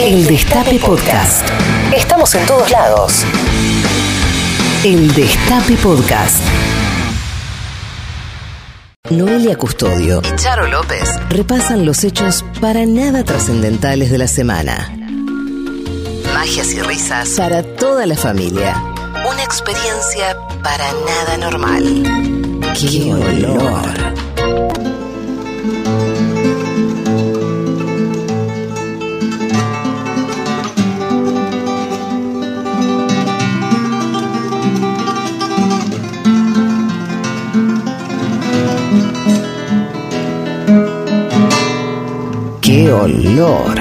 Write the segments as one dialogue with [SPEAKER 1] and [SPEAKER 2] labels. [SPEAKER 1] El Destape Podcast. Estamos en todos lados. El Destape Podcast. Noelia Custodio y Charo López repasan los hechos para nada trascendentales de la semana. Magias y risas para toda la familia. Una experiencia para nada normal. ¡Qué olor! ¡Qué olor!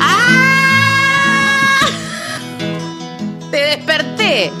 [SPEAKER 2] ¡Ah! Te desperté.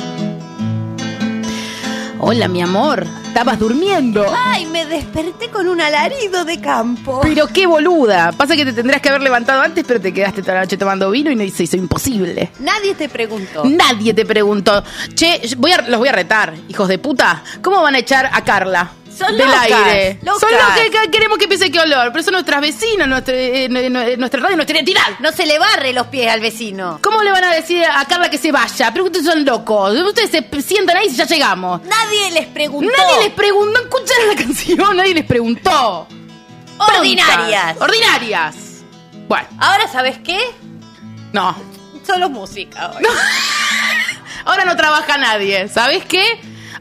[SPEAKER 2] Hola, mi amor. Estabas durmiendo.
[SPEAKER 3] Ay, me desperté con un alarido de campo.
[SPEAKER 2] Pero qué boluda. Pasa que te tendrás que haber levantado antes, pero te quedaste toda la noche tomando vino y no se hizo imposible.
[SPEAKER 3] Nadie te preguntó.
[SPEAKER 2] Nadie te preguntó. Che, yo voy a- los voy a retar, hijos de puta. ¿Cómo van a echar a Carla?
[SPEAKER 3] Son
[SPEAKER 2] del
[SPEAKER 3] locas,
[SPEAKER 2] aire.
[SPEAKER 3] locas.
[SPEAKER 2] Son los que queremos que piense qué olor. Pero son nuestras vecinas, nuestra, eh, no- no- nuestra radio, nuestra identidad.
[SPEAKER 3] No se le barre los pies al vecino.
[SPEAKER 2] ¿Cómo le van a decir a Carla que se vaya? Pero ustedes son locos. Ustedes se sientan ahí y ya llegamos.
[SPEAKER 3] Nadie les preguntó.
[SPEAKER 2] Nadie les preguntó, escucharon la canción, nadie les preguntó. Tontas,
[SPEAKER 3] Ordinarias.
[SPEAKER 2] Ordinarias. Bueno,
[SPEAKER 3] Ahora, ¿sabes qué?
[SPEAKER 2] no.
[SPEAKER 3] Solo música hoy.
[SPEAKER 2] Ahora no trabaja nadie. ¿Sabes qué?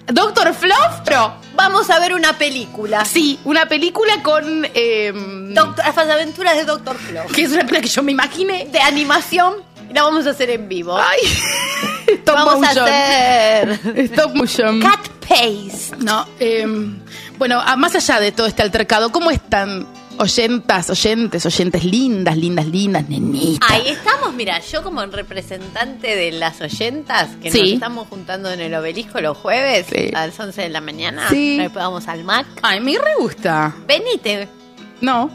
[SPEAKER 2] Doctor Fluff, pero
[SPEAKER 3] Vamos a ver una película.
[SPEAKER 2] sí, una película con... eh,
[SPEAKER 3] Doctor- las aventuras de Doctor Flo.
[SPEAKER 2] que es una película que yo me imaginé.
[SPEAKER 3] De animación. y La vamos a hacer en vivo.
[SPEAKER 2] Ay, stop
[SPEAKER 3] vamos
[SPEAKER 2] motion.
[SPEAKER 3] a hacer...
[SPEAKER 2] Stop motion.
[SPEAKER 3] Cat Pace.
[SPEAKER 2] No, eh, bueno, a- más allá de todo este altercado, ¿cómo están oyentas, oyentes, oyentes lindas, lindas, lindas, nenitas?
[SPEAKER 3] Ahí estamos, mira, yo como representante de las oyentas que
[SPEAKER 2] Sí.
[SPEAKER 3] nos estamos juntando en el obelisco los jueves
[SPEAKER 2] Sí.
[SPEAKER 3] a las 11 de la mañana,
[SPEAKER 2] Sí.
[SPEAKER 3] para que vamos al MAC.
[SPEAKER 2] Ay, me re gusta.
[SPEAKER 3] Venite.
[SPEAKER 2] No.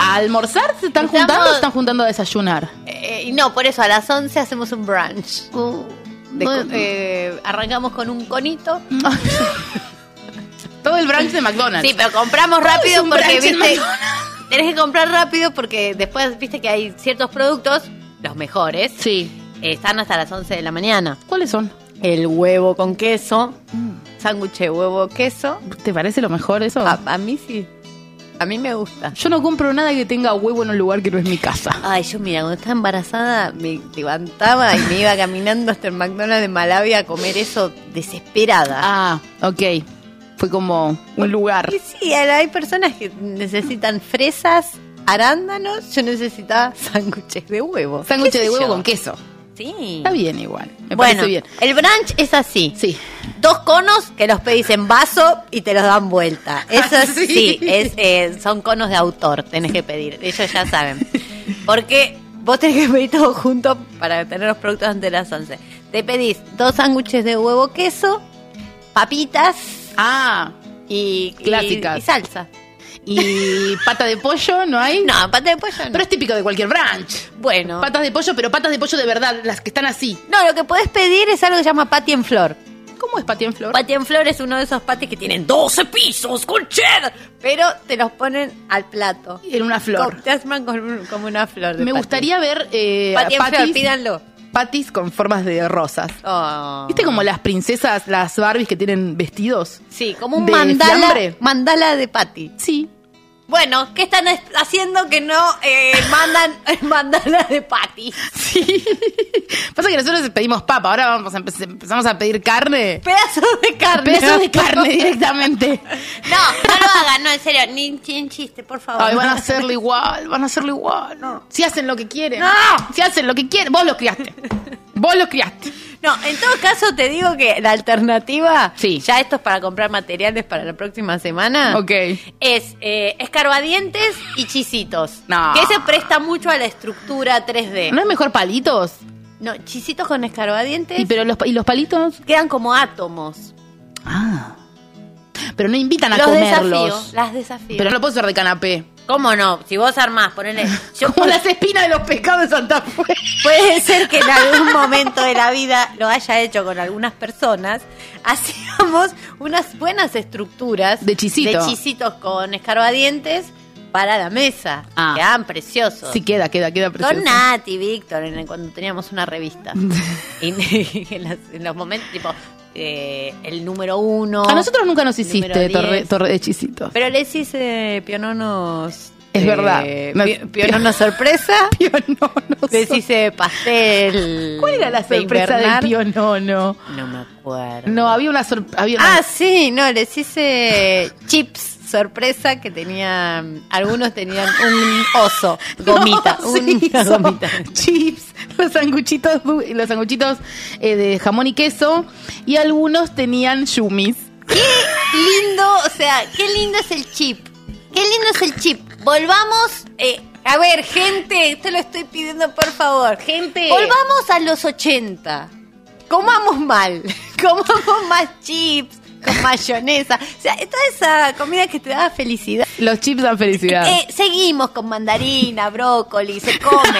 [SPEAKER 2] ¿A almorzar se están
[SPEAKER 3] Estamos-
[SPEAKER 2] juntando o se están juntando a desayunar?
[SPEAKER 3] Eh, y no, por eso a las 11 hacemos un brunch.
[SPEAKER 2] Uh,
[SPEAKER 3] De-
[SPEAKER 2] Bueno.
[SPEAKER 3] eh, arrancamos con un conito.
[SPEAKER 2] Mm. Todo el brunch de McDonald's.
[SPEAKER 3] Sí, pero compramos rápido
[SPEAKER 2] un
[SPEAKER 3] porque
[SPEAKER 2] brunch en
[SPEAKER 3] viste,
[SPEAKER 2] McDonald's.
[SPEAKER 3] tenés que comprar rápido porque después viste que hay ciertos productos, los mejores,
[SPEAKER 2] Sí.
[SPEAKER 3] eh, están hasta las 11 de la mañana.
[SPEAKER 2] ¿Cuáles son?
[SPEAKER 3] El huevo con queso,
[SPEAKER 2] Mm.
[SPEAKER 3] sándwich de huevo queso.
[SPEAKER 2] ¿Te parece lo mejor eso?
[SPEAKER 3] A, a mí sí. A mí me gusta.
[SPEAKER 2] Yo no compro nada que tenga huevo en un lugar que no es mi casa.
[SPEAKER 3] Ay, yo mira, cuando estaba embarazada me levantaba y me iba caminando hasta el McDonald's de Malavia a comer eso desesperada.
[SPEAKER 2] Ah, ok. Fue como un lugar.
[SPEAKER 3] Y sí, hay personas que necesitan fresas, arándanos. Yo necesitaba sándwiches de huevo.
[SPEAKER 2] Sándwich
[SPEAKER 3] ¿Qué
[SPEAKER 2] de
[SPEAKER 3] sé
[SPEAKER 2] huevo
[SPEAKER 3] yo?
[SPEAKER 2] con queso.
[SPEAKER 3] Sí.
[SPEAKER 2] Está bien igual. Me
[SPEAKER 3] bueno,
[SPEAKER 2] parece bien.
[SPEAKER 3] el brunch es así.
[SPEAKER 2] Sí.
[SPEAKER 3] Dos conos que los pedís en vaso y te los dan vuelta. Eso
[SPEAKER 2] Ah, sí.
[SPEAKER 3] sí, es, eh, son conos de autor, tenés que pedir. Ellos ya saben. Porque vos tenés que pedir todo junto para tener los productos antes de las 11. Te pedís dos sándwiches de huevo queso, papitas
[SPEAKER 2] Ah,
[SPEAKER 3] y, y-
[SPEAKER 2] Clásicas.
[SPEAKER 3] y salsa.
[SPEAKER 2] y pata de pollo, ¿no hay?
[SPEAKER 3] No, pata de pollo no.
[SPEAKER 2] Pero es típico de cualquier brunch.
[SPEAKER 3] bueno.
[SPEAKER 2] Patas de pollo, pero patas de pollo de verdad, las que están así.
[SPEAKER 3] No, lo que podés pedir es algo que se llama patty en flor.
[SPEAKER 2] ¿Cómo es patty en flor?
[SPEAKER 3] Patty en flor es uno de esos patis que tienen 12 pisos con cheddar, pero te los ponen al plato.
[SPEAKER 2] en una
[SPEAKER 3] Co-
[SPEAKER 2] flor.
[SPEAKER 3] Te hacen con un- como una flor. de
[SPEAKER 2] Me
[SPEAKER 3] patty.
[SPEAKER 2] gustaría ver eh,
[SPEAKER 3] Patty en flor,
[SPEAKER 2] patis-
[SPEAKER 3] pídanlo.
[SPEAKER 2] patis con formas de rosas.
[SPEAKER 3] Oh.
[SPEAKER 2] ¿Viste como las princesas, las Barbies que tienen vestidos?
[SPEAKER 3] Sí, como un
[SPEAKER 2] de
[SPEAKER 3] mandala,
[SPEAKER 2] fiambre?
[SPEAKER 3] mandala de patty.
[SPEAKER 2] Sí.
[SPEAKER 3] Bueno, ¿qué están es- haciendo que no eh, mandan mandala de patty?
[SPEAKER 2] Sí. Pasa que nosotros pedimos papa, ahora vamos a empe- empezamos a pedir carne.
[SPEAKER 3] Pedazos de carne.
[SPEAKER 2] Pedazos de carne directamente.
[SPEAKER 3] No, no lo hagan, no, en serio, ni, ni en chiste, por favor.
[SPEAKER 2] Ay, van a hacerlo igual, van a hacerlo igual. No. Si hacen lo que quieren.
[SPEAKER 3] No.
[SPEAKER 2] Si hacen lo que quieren. Vos los criaste. Vos los criaste.
[SPEAKER 3] No, en todo caso te digo que la alternativa,
[SPEAKER 2] Sí.
[SPEAKER 3] ya esto es para comprar materiales para la próxima semana,
[SPEAKER 2] Ok.
[SPEAKER 3] es eh, escarbadientes y chisitos.
[SPEAKER 2] No.
[SPEAKER 3] Que se presta mucho a la estructura 3D.
[SPEAKER 2] ¿No es mejor palitos?
[SPEAKER 3] No, chisitos con escarbadientes
[SPEAKER 2] ¿Y, pero los, ¿Y los palitos?
[SPEAKER 3] quedan como átomos.
[SPEAKER 2] Ah. Pero no invitan a
[SPEAKER 3] los
[SPEAKER 2] comerlos.
[SPEAKER 3] desafío, las desafío.
[SPEAKER 2] Pero no lo puedo hacer de canapé.
[SPEAKER 3] ¿Cómo no? Si vos armás, ponele. Yo
[SPEAKER 2] Como las espinas de los pescados de Santa Fe.
[SPEAKER 3] Puede ser que en algún momento de la vida lo haya hecho con algunas personas. Hacíamos unas buenas estructuras
[SPEAKER 2] De chisito.
[SPEAKER 3] de chisitos con escarbadientes para la mesa.
[SPEAKER 2] Ah.
[SPEAKER 3] Quedaban preciosos.
[SPEAKER 2] Sí, queda, queda, queda precioso.
[SPEAKER 3] Con Nati, Víctor, en el- cuando teníamos una revista. y, en, las- en los momentos, tipo, eh, el número uno.
[SPEAKER 2] A nosotros nunca nos hiciste
[SPEAKER 3] Número
[SPEAKER 2] torre,
[SPEAKER 3] 10.
[SPEAKER 2] torre de chisitos.
[SPEAKER 3] Pero les hice piononos. eh,
[SPEAKER 2] Es verdad. No-
[SPEAKER 3] pi- piononos sorpresa.
[SPEAKER 2] Pionono.
[SPEAKER 3] Les hice pastel.
[SPEAKER 2] ¿Cuál era la
[SPEAKER 3] de
[SPEAKER 2] sorpresa del
[SPEAKER 3] invernar.
[SPEAKER 2] pionono?
[SPEAKER 3] No me acuerdo.
[SPEAKER 2] No, había una sorpresa.
[SPEAKER 3] Ah, sí, no, les hice chips sorpresa que tenían. Algunos tenían un oso, gomita.
[SPEAKER 2] No,
[SPEAKER 3] una
[SPEAKER 2] sí, son
[SPEAKER 3] gomita.
[SPEAKER 2] Chips, los sanguchitos, du- los sanguchitos eh, de jamón y queso y algunos tenían yumis.
[SPEAKER 3] lindo, o sea, qué lindo es el chip. Qué lindo es el chip. Volvamos. eh, a ver, gente, te lo estoy pidiendo por favor.
[SPEAKER 2] Gente.
[SPEAKER 3] Volvamos a los 80. Comamos mal. Comamos más chips, con mayonesa. O sea, toda esa comida que te da felicidad.
[SPEAKER 2] Los chips dan felicidad.
[SPEAKER 3] Eh, seguimos con mandarina, brócoli, se come.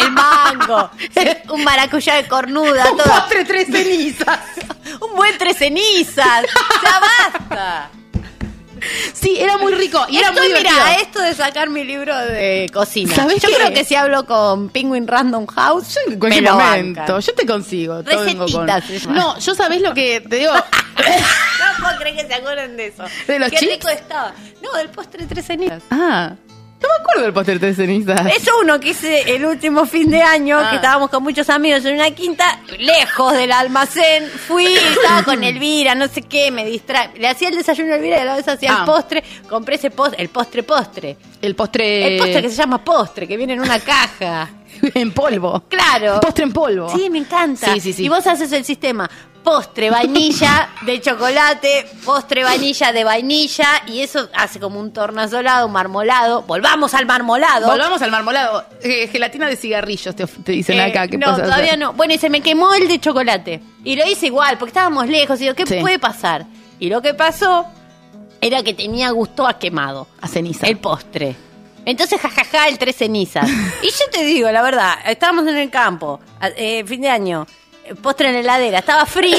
[SPEAKER 3] El mango, se- un maracuyá de cornuda,
[SPEAKER 2] Un
[SPEAKER 3] todo.
[SPEAKER 2] postre tres cenizas.
[SPEAKER 3] Un buen tres cenizas. Ya basta.
[SPEAKER 2] Sí, era muy rico y era muy
[SPEAKER 3] Estoy, eh.
[SPEAKER 2] divertido.
[SPEAKER 3] mira, a esto de sacar mi libro de Eh, cocina.
[SPEAKER 2] ¿Sabés
[SPEAKER 3] Yo
[SPEAKER 2] qué?
[SPEAKER 3] creo que si hablo con Penguin Random House,
[SPEAKER 2] Yo en cualquier
[SPEAKER 3] me lo
[SPEAKER 2] momento,
[SPEAKER 3] bancan.
[SPEAKER 2] yo te consigo. todo vengo con-
[SPEAKER 3] Recetitas, se llama.
[SPEAKER 2] No, yo sabés lo que te digo.
[SPEAKER 3] No puedo creer que se acuerden de eso.
[SPEAKER 2] ¿De los
[SPEAKER 3] Qué
[SPEAKER 2] chips?
[SPEAKER 3] rico estaba. No, del postre tres cenizas.
[SPEAKER 2] Ah, no me acuerdo del postre tres cenizas.
[SPEAKER 3] Es uno que hice el último fin de año,
[SPEAKER 2] Ah.
[SPEAKER 3] que estábamos con muchos amigos en una quinta, lejos del almacén. Fui, estaba con Elvira, no sé qué, me distrae. Le hacía el desayuno a Elvira y a la vez hacía
[SPEAKER 2] Ah.
[SPEAKER 3] el postre. Compré ese postre, el postre postre.
[SPEAKER 2] El postre,
[SPEAKER 3] El postre que se llama postre, que viene en una caja.
[SPEAKER 2] en polvo.
[SPEAKER 3] Claro.
[SPEAKER 2] Postre en polvo.
[SPEAKER 3] Sí, me encanta.
[SPEAKER 2] Sí, sí, sí.
[SPEAKER 3] Y vos haces el sistema postre vainilla de chocolate, postre vainilla de vainilla y eso hace como un tornasolado, un marmolado. Volvamos al marmolado.
[SPEAKER 2] Volvamos al marmolado. Eh, gelatina de cigarrillos te, of- te dicen
[SPEAKER 3] Eh,
[SPEAKER 2] acá. ¿qué
[SPEAKER 3] no,
[SPEAKER 2] pasa?
[SPEAKER 3] todavía no. Bueno, y se me quemó el de chocolate. Y lo hice igual, porque estábamos lejos. Y digo, ¿qué
[SPEAKER 2] Sí.
[SPEAKER 3] puede pasar? Y lo que pasó era que tenía gusto a quemado.
[SPEAKER 2] A ceniza.
[SPEAKER 3] El postre. Entonces, jajaja, el tres cenizas. y yo te digo, la verdad, estábamos en el campo, a- eh, fin de año, eh, postre en la heladera, estaba frío.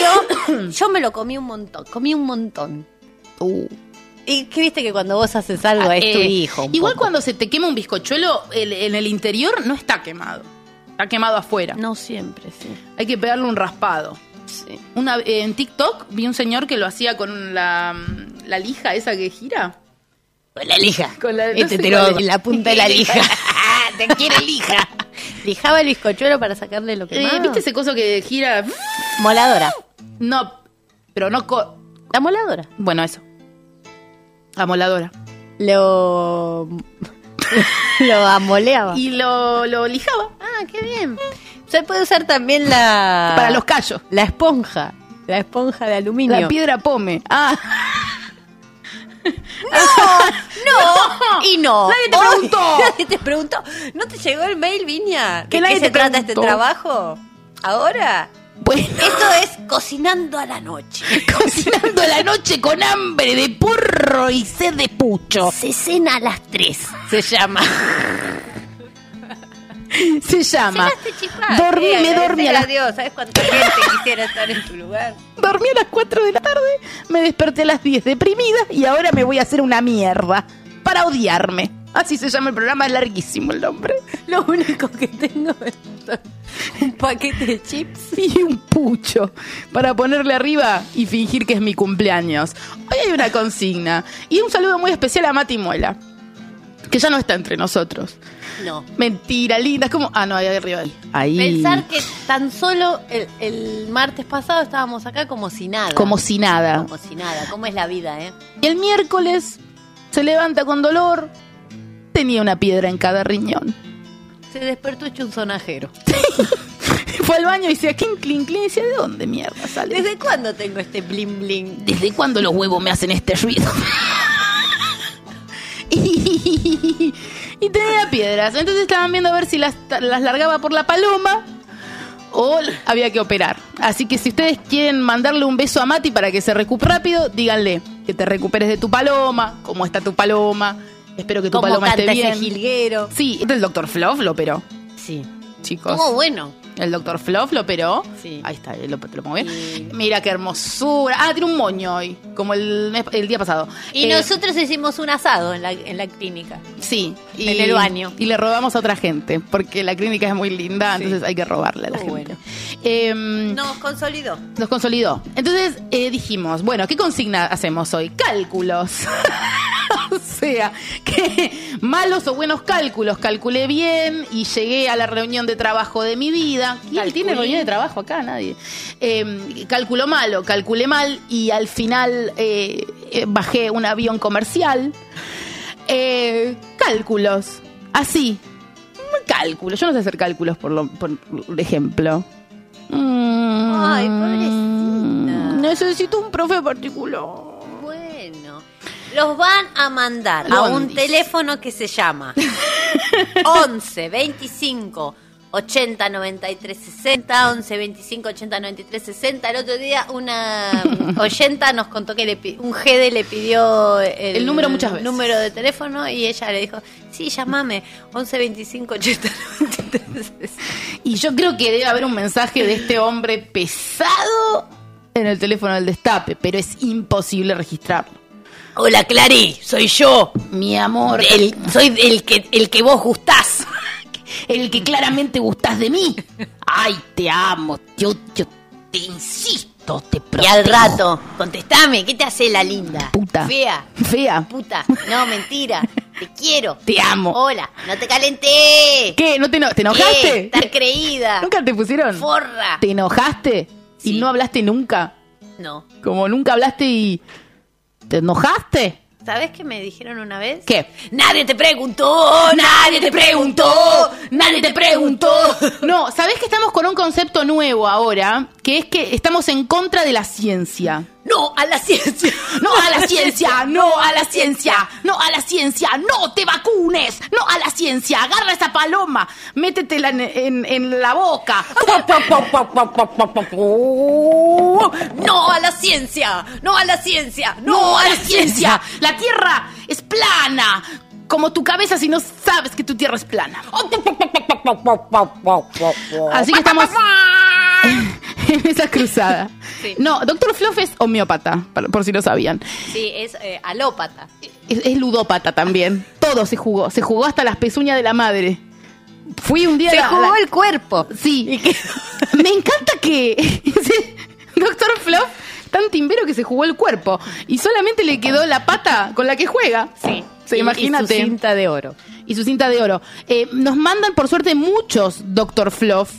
[SPEAKER 3] yo me lo comí un montón, comí un montón.
[SPEAKER 2] Uh.
[SPEAKER 3] Y que viste que cuando vos haces algo es tu
[SPEAKER 2] Eh,
[SPEAKER 3] hijo. un
[SPEAKER 2] Igual
[SPEAKER 3] poco.
[SPEAKER 2] cuando se te quema un bizcochuelo, el- en el interior no está quemado. Está quemado afuera.
[SPEAKER 3] No siempre, sí.
[SPEAKER 2] Hay que pegarle un raspado.
[SPEAKER 3] sí.
[SPEAKER 2] Una, eh, en TikTok vi un señor que lo hacía con la, la lija esa que gira.
[SPEAKER 3] Con la lija.
[SPEAKER 2] Con la- no
[SPEAKER 3] este
[SPEAKER 2] sé
[SPEAKER 3] te lo
[SPEAKER 2] cuál es.
[SPEAKER 3] en la punta de la lija.
[SPEAKER 2] Te quiere lija.
[SPEAKER 3] Lijaba el bizcochuelo para sacarle lo que
[SPEAKER 2] Eh, ¿Viste ese coso que gira?
[SPEAKER 3] Moladora.
[SPEAKER 2] No, pero no... co-
[SPEAKER 3] La moladora.
[SPEAKER 2] bueno, eso. Amoladora.
[SPEAKER 3] Lo. lo amoleaba.
[SPEAKER 2] Y lo, lo lijaba
[SPEAKER 3] Ah, qué bien. Se puede usar también la.
[SPEAKER 2] para los callos.
[SPEAKER 3] La esponja. La esponja de aluminio.
[SPEAKER 2] La piedra pome. Ah,
[SPEAKER 3] No, y no.
[SPEAKER 2] Nadie te
[SPEAKER 3] Hoy-
[SPEAKER 2] preguntó.
[SPEAKER 3] Nadie te preguntó. ¿No te llegó el mail, Viña? ¿De
[SPEAKER 2] Que nadie
[SPEAKER 3] qué
[SPEAKER 2] te
[SPEAKER 3] se trata este
[SPEAKER 2] preguntó.
[SPEAKER 3] trabajo? ¿Ahora?
[SPEAKER 2] bueno.
[SPEAKER 3] Esto es cocinando a la noche.
[SPEAKER 2] Cocinando la noche con hambre de porro y sed de pucho.
[SPEAKER 3] Se cena a las 3. Se llama.
[SPEAKER 2] Se llama.
[SPEAKER 3] Cenaste chiflada,
[SPEAKER 2] Dormí,
[SPEAKER 3] sí,
[SPEAKER 2] me dormí a
[SPEAKER 3] agradecele
[SPEAKER 2] las-
[SPEAKER 3] a Dios, ¿sabes cuánta gente quisiera estar en tu lugar?
[SPEAKER 2] Dormí a las 4 de la tarde, me desperté a las 10 deprimida y ahora me voy a hacer una mierda para odiarme. Así se llama el programa, es larguísimo el nombre.
[SPEAKER 3] Lo único que tengo es un paquete de chips.
[SPEAKER 2] Y un pucho para ponerle arriba y fingir que es mi cumpleaños. Hoy hay una consigna y un saludo muy especial a Mati Muela, que ya no está entre nosotros.
[SPEAKER 3] No.
[SPEAKER 2] Mentira, linda, es como... Ah, no, ahí arriba. Ahí.
[SPEAKER 3] Pensar que tan solo el, el martes pasado estábamos acá como si nada.
[SPEAKER 2] Como si nada.
[SPEAKER 3] Como si nada. ¿Cómo es la vida, eh?
[SPEAKER 2] Y el miércoles se levanta con dolor. Tenía una piedra en cada riñón.
[SPEAKER 3] Se despertó hecho un sonajero.
[SPEAKER 2] Fue al baño y decía, ¿quién clin clin? Y decía, ¿de dónde mierda sale?
[SPEAKER 3] ¿Desde cuándo tengo este bling bling?
[SPEAKER 2] ¿Desde cuándo los huevos me hacen este ruido? y tenía piedras. Entonces estaban viendo a ver si las, las largaba por la paloma o había que operar. Así que si ustedes quieren mandarle un beso a Mati para que se recupere rápido, díganle que te recuperes de tu paloma, cómo está tu paloma, Espero que tu
[SPEAKER 3] Como
[SPEAKER 2] paloma esté
[SPEAKER 3] canta
[SPEAKER 2] bien.
[SPEAKER 3] ese jilguero.
[SPEAKER 2] Sí, el doctor Fluff lo operó,
[SPEAKER 3] Sí.
[SPEAKER 2] chicos.
[SPEAKER 3] Estuvo Oh, bueno.
[SPEAKER 2] El doctor Fluff lo operó.
[SPEAKER 3] Sí.
[SPEAKER 2] Ahí está, lo, te lo pongo bien.
[SPEAKER 3] Y-
[SPEAKER 2] Mira qué hermosura. Ah, tiene un moño hoy, como el, mes- el día pasado.
[SPEAKER 3] Y
[SPEAKER 2] Eh,
[SPEAKER 3] nosotros hicimos un asado en la, en la clínica.
[SPEAKER 2] Sí.
[SPEAKER 3] en el baño.
[SPEAKER 2] Y le robamos a otra gente, porque la clínica es muy linda, entonces hay que robarle a la
[SPEAKER 3] Oh,
[SPEAKER 2] gente.
[SPEAKER 3] bueno.
[SPEAKER 2] Em,
[SPEAKER 3] Nos consolidó.
[SPEAKER 2] Nos consolidó. Entonces eh, dijimos, bueno, ¿qué consigna hacemos hoy? Cálculos. o sea, que malos o buenos cálculos. Calculé bien y llegué a la reunión de trabajo de mi vida. ¿Quién
[SPEAKER 3] Calculín.
[SPEAKER 2] tiene reunión de trabajo acá? Nadie. Eh, calculo malo, calculé mal y al final eh, eh, bajé un avión comercial. Eh, cálculos. Así. Cálculos. Yo no sé hacer cálculos, por, lo- por ejemplo. Mm.
[SPEAKER 3] Ay, pobrecita.
[SPEAKER 2] Necesito un profe particular.
[SPEAKER 3] Bueno. Los van a mandar a un
[SPEAKER 2] Londis.
[SPEAKER 3] teléfono que se llama 11 25 80 93 60 11 25 80 93 60 el otro día una oyenta nos contó que le pi- un GD le pidió el,
[SPEAKER 2] El número muchas veces.
[SPEAKER 3] número de teléfono y ella le dijo sí llámame 11 25 80 93 60
[SPEAKER 2] Y yo creo que debe haber un mensaje de este hombre pesado en el teléfono del destape, pero es imposible registrarlo.
[SPEAKER 3] hola Clary soy yo
[SPEAKER 2] Mi amor,
[SPEAKER 3] el, soy el que el que vos gustás
[SPEAKER 2] el que claramente gustás de mí. Ay, te amo, yo, yo te insisto, te
[SPEAKER 3] Y al
[SPEAKER 2] protejo.
[SPEAKER 3] rato, contestame, ¿qué te hace la linda?
[SPEAKER 2] Puta.
[SPEAKER 3] Fea.
[SPEAKER 2] Fea,
[SPEAKER 3] Puta. No, mentira. Te quiero.
[SPEAKER 2] te amo.
[SPEAKER 3] Hola, no te calenté.
[SPEAKER 2] ¿Qué? ¿No te, eno- te
[SPEAKER 3] ¿Qué?
[SPEAKER 2] enojaste?
[SPEAKER 3] Estás creída.
[SPEAKER 2] ¿Nunca te pusieron?
[SPEAKER 3] Forra.
[SPEAKER 2] ¿Te enojaste? ¿Y
[SPEAKER 3] Sí.
[SPEAKER 2] no hablaste nunca?
[SPEAKER 3] No.
[SPEAKER 2] Como nunca hablaste y... ¿Te enojaste?
[SPEAKER 3] ¿Sabes qué me dijeron una vez?
[SPEAKER 2] ¿Qué?
[SPEAKER 3] Nadie te preguntó, nadie te preguntó, nadie te preguntó.
[SPEAKER 2] No, sabés que estamos con un concepto nuevo ahora, que es que estamos en contra de la ciencia.
[SPEAKER 3] No, a la ciencia.
[SPEAKER 2] No a la ciencia, no a la ciencia, no a la ciencia, no te vacunes, no a la ciencia, agarra esa paloma, métetela en, en- en la boca.
[SPEAKER 3] No a la ciencia, no a la ciencia,
[SPEAKER 2] No a la ciencia, la tierra es plana, como tu cabeza si no sabes que tu tierra es plana. Así que estamos en esa cruzada.
[SPEAKER 3] Sí.
[SPEAKER 2] No, doctor Fluff es homeópata, por- por si no sabían.
[SPEAKER 3] Sí, es eh, alópata.
[SPEAKER 2] Es, es ludópata también. Todo se jugó. Se jugó hasta las pezuñas de la madre. Fui un día. a
[SPEAKER 3] Se
[SPEAKER 2] la-
[SPEAKER 3] jugó
[SPEAKER 2] la-
[SPEAKER 3] el cuerpo.
[SPEAKER 2] Sí. Me encanta que. ese Doctor Flop, tan timbero que se jugó el cuerpo. Y solamente le quedó la pata con la que juega.
[SPEAKER 3] Sí.
[SPEAKER 2] Se imagínate.
[SPEAKER 3] Y su cinta de oro.
[SPEAKER 2] y su cinta de oro. Eh, nos mandan, por suerte, muchos Doctor Fluff.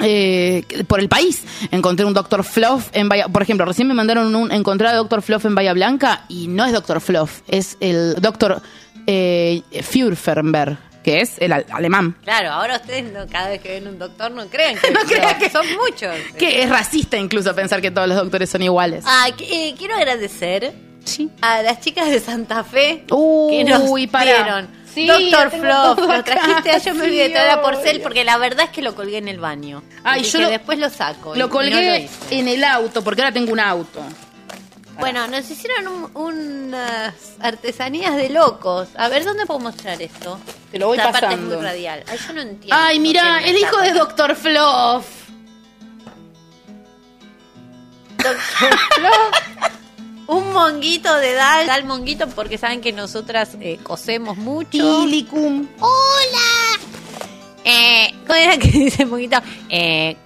[SPEAKER 2] eh, por el país encontré un Doctor Fluff en Bahía por ejemplo recién me mandaron un encontré a Doctor Fluff en Bahía Blanca y no es Doctor Fluff es el Doctor eh, Fürfenberg que es el al- alemán
[SPEAKER 3] Claro, ahora ustedes no- cada vez que ven un doctor no crean que,
[SPEAKER 2] No crean que-
[SPEAKER 3] son muchos.
[SPEAKER 2] que es racista incluso pensar que todos los doctores son iguales
[SPEAKER 3] Ah, que- eh, quiero agradecer
[SPEAKER 2] sí
[SPEAKER 3] a las chicas de Santa Fe
[SPEAKER 2] Uy,
[SPEAKER 3] que nos
[SPEAKER 2] pará.
[SPEAKER 3] dieron.
[SPEAKER 2] Sí,
[SPEAKER 3] Doctor
[SPEAKER 2] lo tengo
[SPEAKER 3] Fluff,
[SPEAKER 2] todo
[SPEAKER 3] lo
[SPEAKER 2] acá.
[SPEAKER 3] trajiste, ah, yo me olvidé de
[SPEAKER 2] Sí,
[SPEAKER 3] traer a
[SPEAKER 2] obvio.
[SPEAKER 3] Porcel porque la verdad es que lo colgué en el baño.
[SPEAKER 2] Ay,
[SPEAKER 3] Y
[SPEAKER 2] yo
[SPEAKER 3] dije,
[SPEAKER 2] lo-
[SPEAKER 3] después lo saco. y
[SPEAKER 2] lo
[SPEAKER 3] no
[SPEAKER 2] colgué
[SPEAKER 3] hice.
[SPEAKER 2] en el auto porque ahora tengo un auto
[SPEAKER 3] Bueno, nos hicieron un- unas artesanías de locos. A ver, ¿dónde puedo mostrar esto?
[SPEAKER 2] Te lo voy
[SPEAKER 3] Esta parte es
[SPEAKER 2] pasando.
[SPEAKER 3] muy radial. Ay, yo no entiendo.
[SPEAKER 2] ay mira
[SPEAKER 3] por qué
[SPEAKER 2] el
[SPEAKER 3] me
[SPEAKER 2] hijo
[SPEAKER 3] tapa.
[SPEAKER 2] de Doctor Fluff
[SPEAKER 3] Un monguito de Dal. Dal monguito porque saben que nosotras eh, cosemos mucho.
[SPEAKER 2] Pilicum.
[SPEAKER 3] ¡Hola! Eh, ¿Cómo era que dice monguito? Eh,